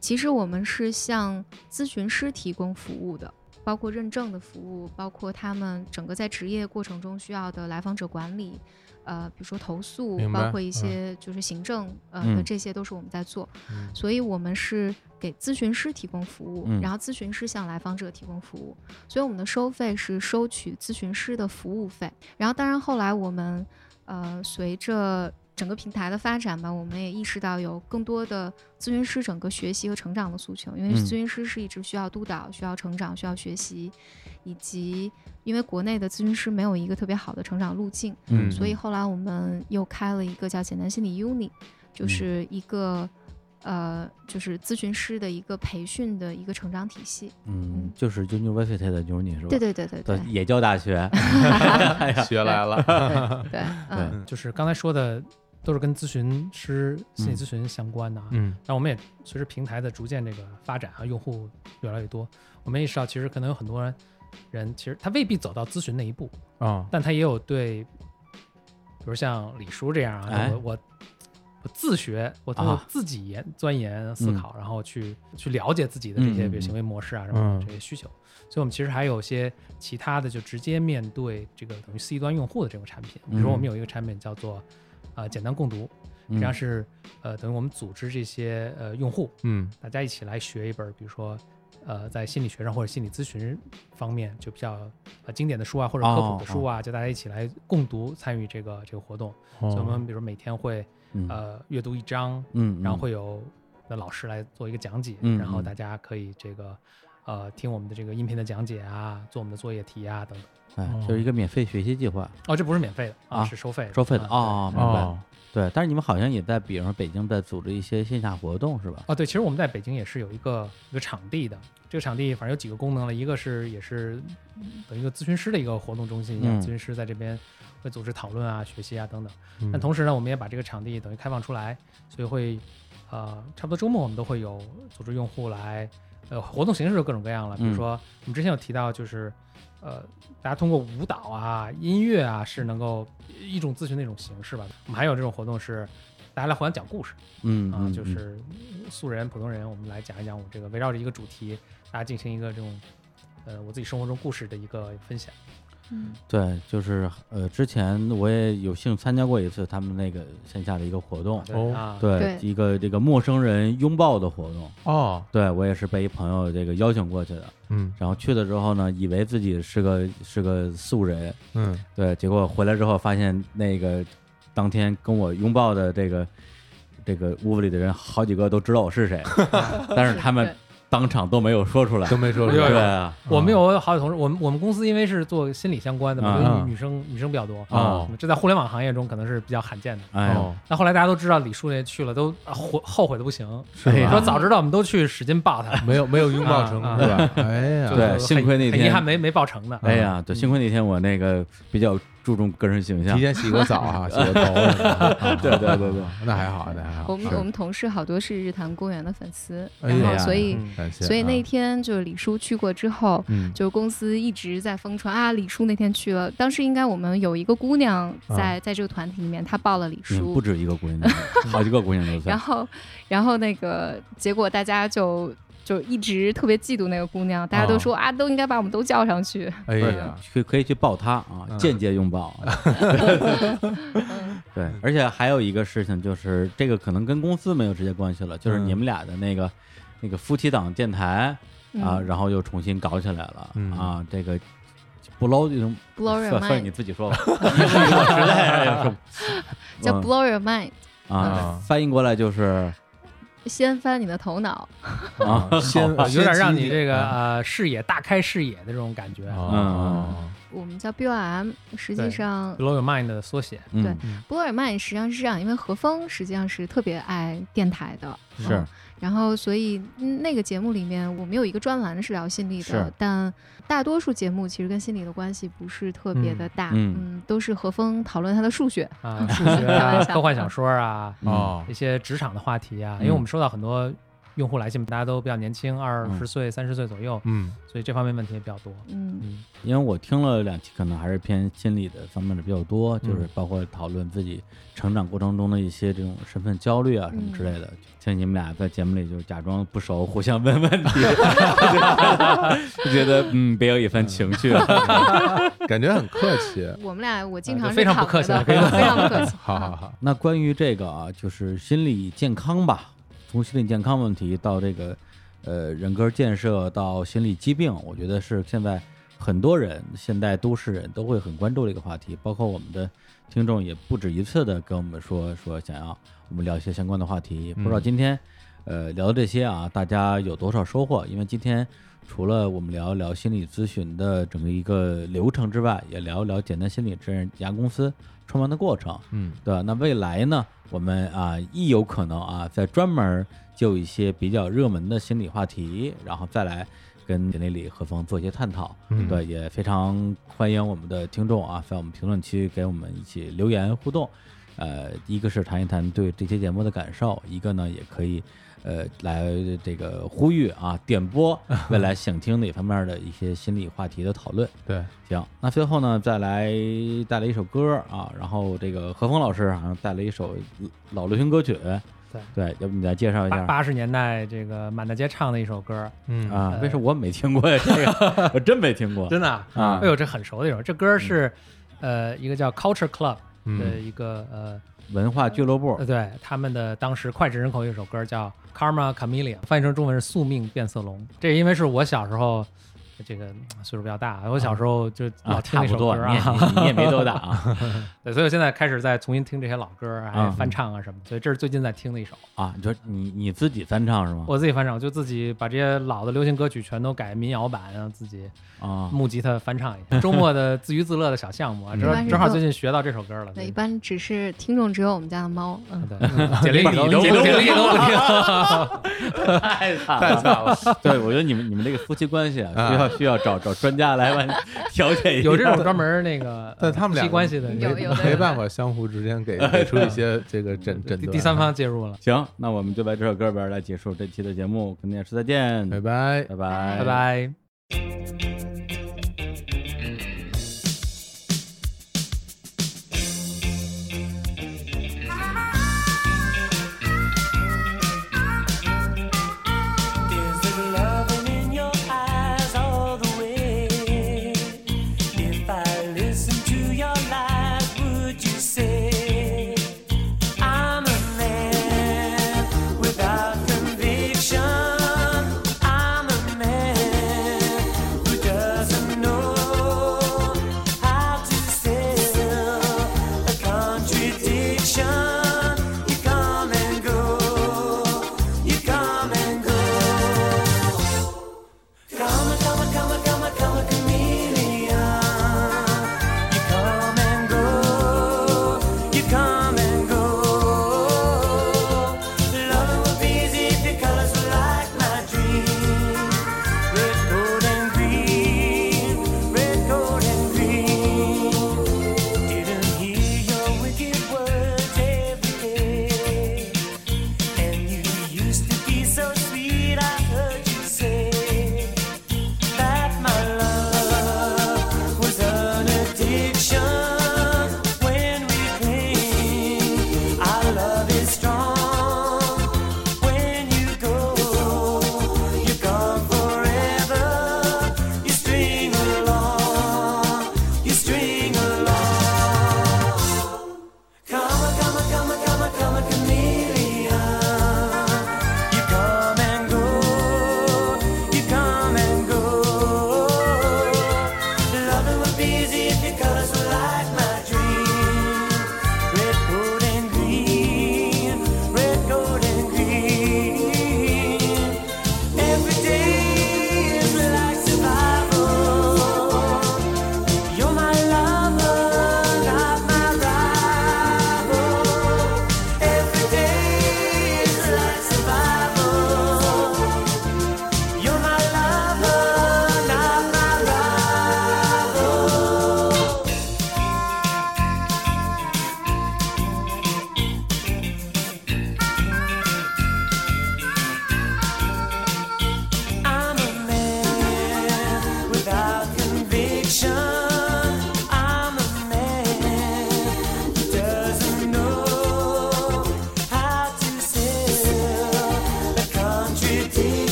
S5: 其实我们是向咨询师提供服务的，包括认证的服务，包括他们整个在职业过程中需要的来访者管理，呃，比如说投诉
S3: 明，白
S5: 包括一些就是行政，呃
S2: 嗯
S5: 的这些都是我们在做，
S3: 嗯
S5: 所以我们是给咨询师提供服务，
S2: 嗯
S5: 然后咨询师向来访者提供服务，所以我们的收费是收取咨询师的服务费。然后，当然后来我们呃随着整个平台的发展吧，我们也意识到有更多的咨询师整个学习和成长的诉求，因为
S2: 嗯
S5: 咨询师是一直需要督导、需要成长、需要学习，以及因为国内的咨询师没有一个特别好的成长路径，
S3: 嗯
S5: 所以后来我们又开了一个叫简单心理 Uni，就是
S2: 嗯
S5: 一个、呃，就是咨询师的一个培训的一个成长体系。
S2: 嗯，就是 University 的 Uni 是吧？
S5: 对对对对对
S2: 也叫大学。
S3: 学来了，
S5: 对，嗯，
S4: 就是刚才说的都是跟咨询师、心理
S2: 嗯
S4: 咨询相关的啊。
S3: 嗯
S4: 那我们也随着平台的逐渐这个发展啊，用户越来越多，我们意识到其实可能有很多人，其实他未必走到咨询那一步，
S3: 啊
S4: 但他也有对，比如像李叔这样啊，
S2: 哎
S4: 我我我自学，我通过
S2: 啊嗯
S4: 自己研、钻研思考，然后去去了解自己的这些，
S2: 嗯嗯
S4: 比如行为模式啊什
S3: 嗯
S4: 么的这些需求。所以我们其实还有一些其他的，就直接面对这个等于 C 端用户的这种产品，比如
S2: 嗯
S4: 说我们有一个产品叫做呃简单共读，实际上
S2: 嗯
S4: 是呃等于我们组织这些呃用户，
S3: 嗯
S4: 大家一起来学一本，比如说，呃，在心理学上或者心理咨询方面就比较呃经典的书啊，或者科
S2: 哦
S4: 普的书啊，就大家一起来共读参与这个这个活动。
S3: 哦
S4: 所以我们比如每天会
S2: 嗯
S4: 呃阅读一章，
S2: 嗯，
S4: 然后会有那老师来做一个讲解，
S2: 嗯
S4: 然后
S2: 嗯
S4: 大家可以这个呃听我们的这个音频的讲解啊，做我们的作业题啊等等。
S2: 哎，就是一个免费学习计划，
S4: 哦，这不是免费的
S2: 啊
S4: 是收费的，
S2: 收费的
S4: 啊
S2: 哦，明白。
S3: 哦
S2: 对，但是你们好像也在，比如说北京在组织一些线下活动是吧？
S4: 哦，对，其实我们在北京也是有一个一个场地的，这个场地反正有几个功能了，一个是也是等于一个咨询师的一个活动中心一样，
S2: 嗯
S4: 咨询师在这边会组织讨论啊、学习啊等等。
S2: 嗯
S4: 但同时呢，我们也把这个场地等于开放出来，所以会呃，差不多周末我们都会有组织用户来，呃，活动形式就各种各样了，比
S2: 嗯
S4: 如说我们之前有提到就是。呃，大家通过舞蹈啊、音乐啊，是能够一种咨询的一种形式吧。我们还有这种活动是，大家来互相讲故事，
S2: 嗯
S4: 啊，
S2: 嗯
S4: 就
S2: 嗯
S4: 是素人、普通人，我们来讲一讲我这个围绕着一个主题，大家进行一个这种呃我自己生活中故事的一个分享。
S5: 嗯
S2: 对，就是呃，之前我也有幸参加过一次他们那个线下的一个活动，
S3: 哦
S4: 啊，
S2: 对，
S5: 对
S2: 一个这个陌生人拥抱的活动，
S3: 哦，
S2: 对我也是被一朋友这个邀请过去的，
S3: 嗯
S2: 然后去了之后呢，以为自己是个是个素人，
S3: 嗯，
S2: 对，结果回来之后发现那个当天跟我拥抱的这个这个屋子里的人好几个都知道我 是谁，但 是他们当场都没有说出来
S3: 都，没说出
S4: 对
S2: 对
S3: 来
S2: 啊，
S4: 我们有好几同事，我们我们公司因为是做心理相关的嘛，
S2: 啊
S4: 所以女女生女生比较多啊
S3: 哦
S4: 这在互联网行业中可能是比较罕见的。
S2: 哎呦，
S3: 哦
S4: 那后来大家都知道李叔那去了，都啊后后悔的 不行，
S3: 是吧
S4: 说早知道我们都去使劲抱他，
S3: 没有没有拥抱成
S4: 啊
S3: 是吧？哎呀，
S4: 就
S2: 对
S4: 很
S2: 幸亏那
S4: 很遗
S2: 天
S4: 憾没没抱成的。
S2: 哎呀，对，幸亏那天我那个比较注重个人形象
S3: 嗯提，前洗个澡 啊，洗个头什么的，啊
S2: 对对对对，
S3: 那还好，那还好。
S5: 我们
S3: 是
S5: 我们同事好多是日坛公园的粉丝，
S3: 哎
S5: 然
S2: 呀
S5: 后所以
S4: 嗯
S3: 感谢啊，
S5: 所以那天就是李叔去过之后，
S3: 嗯
S5: 就公司一直在疯传啊，李叔那天去了。当时应该我们有一个姑娘在、在这个团体里面，她报了李
S2: 啊嗯，不
S5: 叔，
S2: 止一个姑 娘，好几个姑娘都在
S5: 然。后然后那个结果大家就。就一直特别嫉妒那个姑娘，大家都说、啊，都应该把我们都叫上去。
S3: 哎呀，
S2: 去可以去抱他啊，
S3: 嗯
S2: 间接拥抱。
S5: 嗯
S2: 对，而且还有一个事情就是，这个可能跟公司没有直接关系了，就是
S3: 嗯
S2: 你们俩的那个那个夫妻档电台啊，
S5: 嗯
S2: 然后又重新搞起来了
S3: 嗯
S2: 啊，这个。不捞这种，
S5: ，blow your
S2: 算算你
S5: mind，
S2: 自己说吧，因为我实在是
S5: 叫
S2: 嗯
S5: blow your mind，
S2: 啊
S3: 嗯，
S2: 翻译过来就是
S5: 掀翻你的头脑。
S2: 啊
S3: 啊，先
S4: 啊有点让
S3: 先
S4: 你
S3: 激
S4: 这个啊
S3: 啊
S4: 呃视野大开视野的这种感觉。
S2: 啊
S4: 嗯
S3: 哦
S5: 我们叫 BOM，实际
S4: 对
S5: 上
S4: Blow Your Mind 的缩写，
S2: 嗯
S5: 对波尔曼实际上是这样，因为何峰实际上是特别爱电台的，
S2: 是
S5: 嗯然后所以嗯那个节目里面我们有一个专栏是聊心理的
S2: 是，
S5: 但大多数节目其实跟心理的关系不是特别的大，
S2: 嗯
S5: 嗯都是何峰讨论他的数学，
S4: 啊，数学啊、科幻小说啊，
S3: 哦
S4: 一些职场的话题啊，
S2: 嗯
S4: 因为我们收到很多用户来信，大家都比较年轻，二十岁、三十岁左右，
S3: 嗯
S4: 所以这方面问题也比较多。
S5: 嗯
S4: 嗯，
S2: 因为我听了两期，可能还是偏心理的方面的比较多，就是
S3: 嗯
S2: 包括讨论自己成长过程中的一些这种身份焦虑啊什么之类的。像你们俩在节目里就假装不熟，互相问问 题， 就觉得嗯别有一番情趣。
S3: 感觉很客气，，
S5: 我们俩我经
S4: 啊
S5: 常
S4: 就是非常不
S5: 躺
S4: 客
S5: 着
S4: 气
S5: 的
S4: 了可以
S5: 非常 不客气
S3: 好好好，
S2: 那关于这个啊，就是心理健康吧，从心理健康问题到这个呃人格建设到心理疾病，我觉得是现在很多人现代都市人都会很关注的一个话题，包括我们的听众也不止一次的跟我们说说想要我们聊一些相关的话题，不知道
S3: 嗯
S2: 今天呃聊的这些啊，大家有多少收获？因为今天。除了我们聊一聊心理咨询的整个一个流程之外，也聊一聊简单心理这家公司创办的过程。
S3: 嗯
S2: 对吧？那未来呢，我们啊亦有可能啊，再专门就一些比较热门的心理话题，然后再来跟简历里何峰做一些探讨。
S3: 嗯
S2: 对，也非常欢迎我们的听众啊，在我们评论区给我们一起留言互动。呃，一个是谈一谈对这期节目的感受，一个呢也可以呃来这个呼吁啊点播未来想听哪方面的一些心理话题的讨论。
S3: 对，
S2: 行，那最后呢，再来带来一首歌啊，然后这个何峰老师好像带了一首老流行歌曲，
S4: 对
S2: 对，啊要不你来介绍一
S4: 八
S2: 下
S4: 八十年代这个满大街唱的一首歌，
S3: 嗯
S2: 啊？
S4: 呃
S2: 为什么我没听过呀？这个我真没听过
S4: 真的啊，
S2: 啊
S4: 哎呦，这很熟的一首，这歌
S2: 嗯
S4: 是呃一个叫 Culture Club 的
S3: 嗯
S4: 一个呃
S2: 文化俱乐部
S4: 呃，对他们的当时脍炙人口有一首歌叫《Karma Chameleon》，翻译成中文是《宿命变色龙》。这因为是我小时候这个岁数比较大，我小时候就老
S2: 啊，差
S4: 听那
S2: 不
S4: 首歌
S2: 多，你也你你也没 多大啊
S4: 对，所以我现在开始在重新听这些老歌儿，还
S2: 嗯
S4: 翻唱啊什么，所以这是最近在听的一首，
S2: 啊！你说你你自己翻唱是吗？
S4: 我自己翻唱，就自己把这些老的流行歌曲全都改民谣版，然后自己
S3: 嗯
S2: 啊，
S4: 木吉他翻唱一下，周末的自娱自乐的小项目啊，
S2: 嗯
S4: 正好
S5: 一般是
S4: 正好
S5: 更
S4: 最近学到这首歌了，
S5: 对，
S4: 对
S5: 一般只是听众只有我们家的猫，嗯，
S4: 对，简历
S3: 你都不
S4: 简历都不听，
S2: 太惨了，对，我觉得你们你们这个夫妻关系啊，需要需要找找专家来帮你调解一下。
S4: 有这种专门那个， 呃
S3: 但他们俩
S4: 夫妻关系的
S5: 有
S4: 这
S5: 有的
S3: 没办法相互之间给给出一些这个 诊诊
S4: 第
S3: 断。啊
S4: 第三，方介入了，
S2: 行，那我们就在这首
S3: 哎
S2: 歌里边来结束这期的节目，跟大家说再见，
S3: 拜拜。
S2: 拜拜
S4: 拜拜。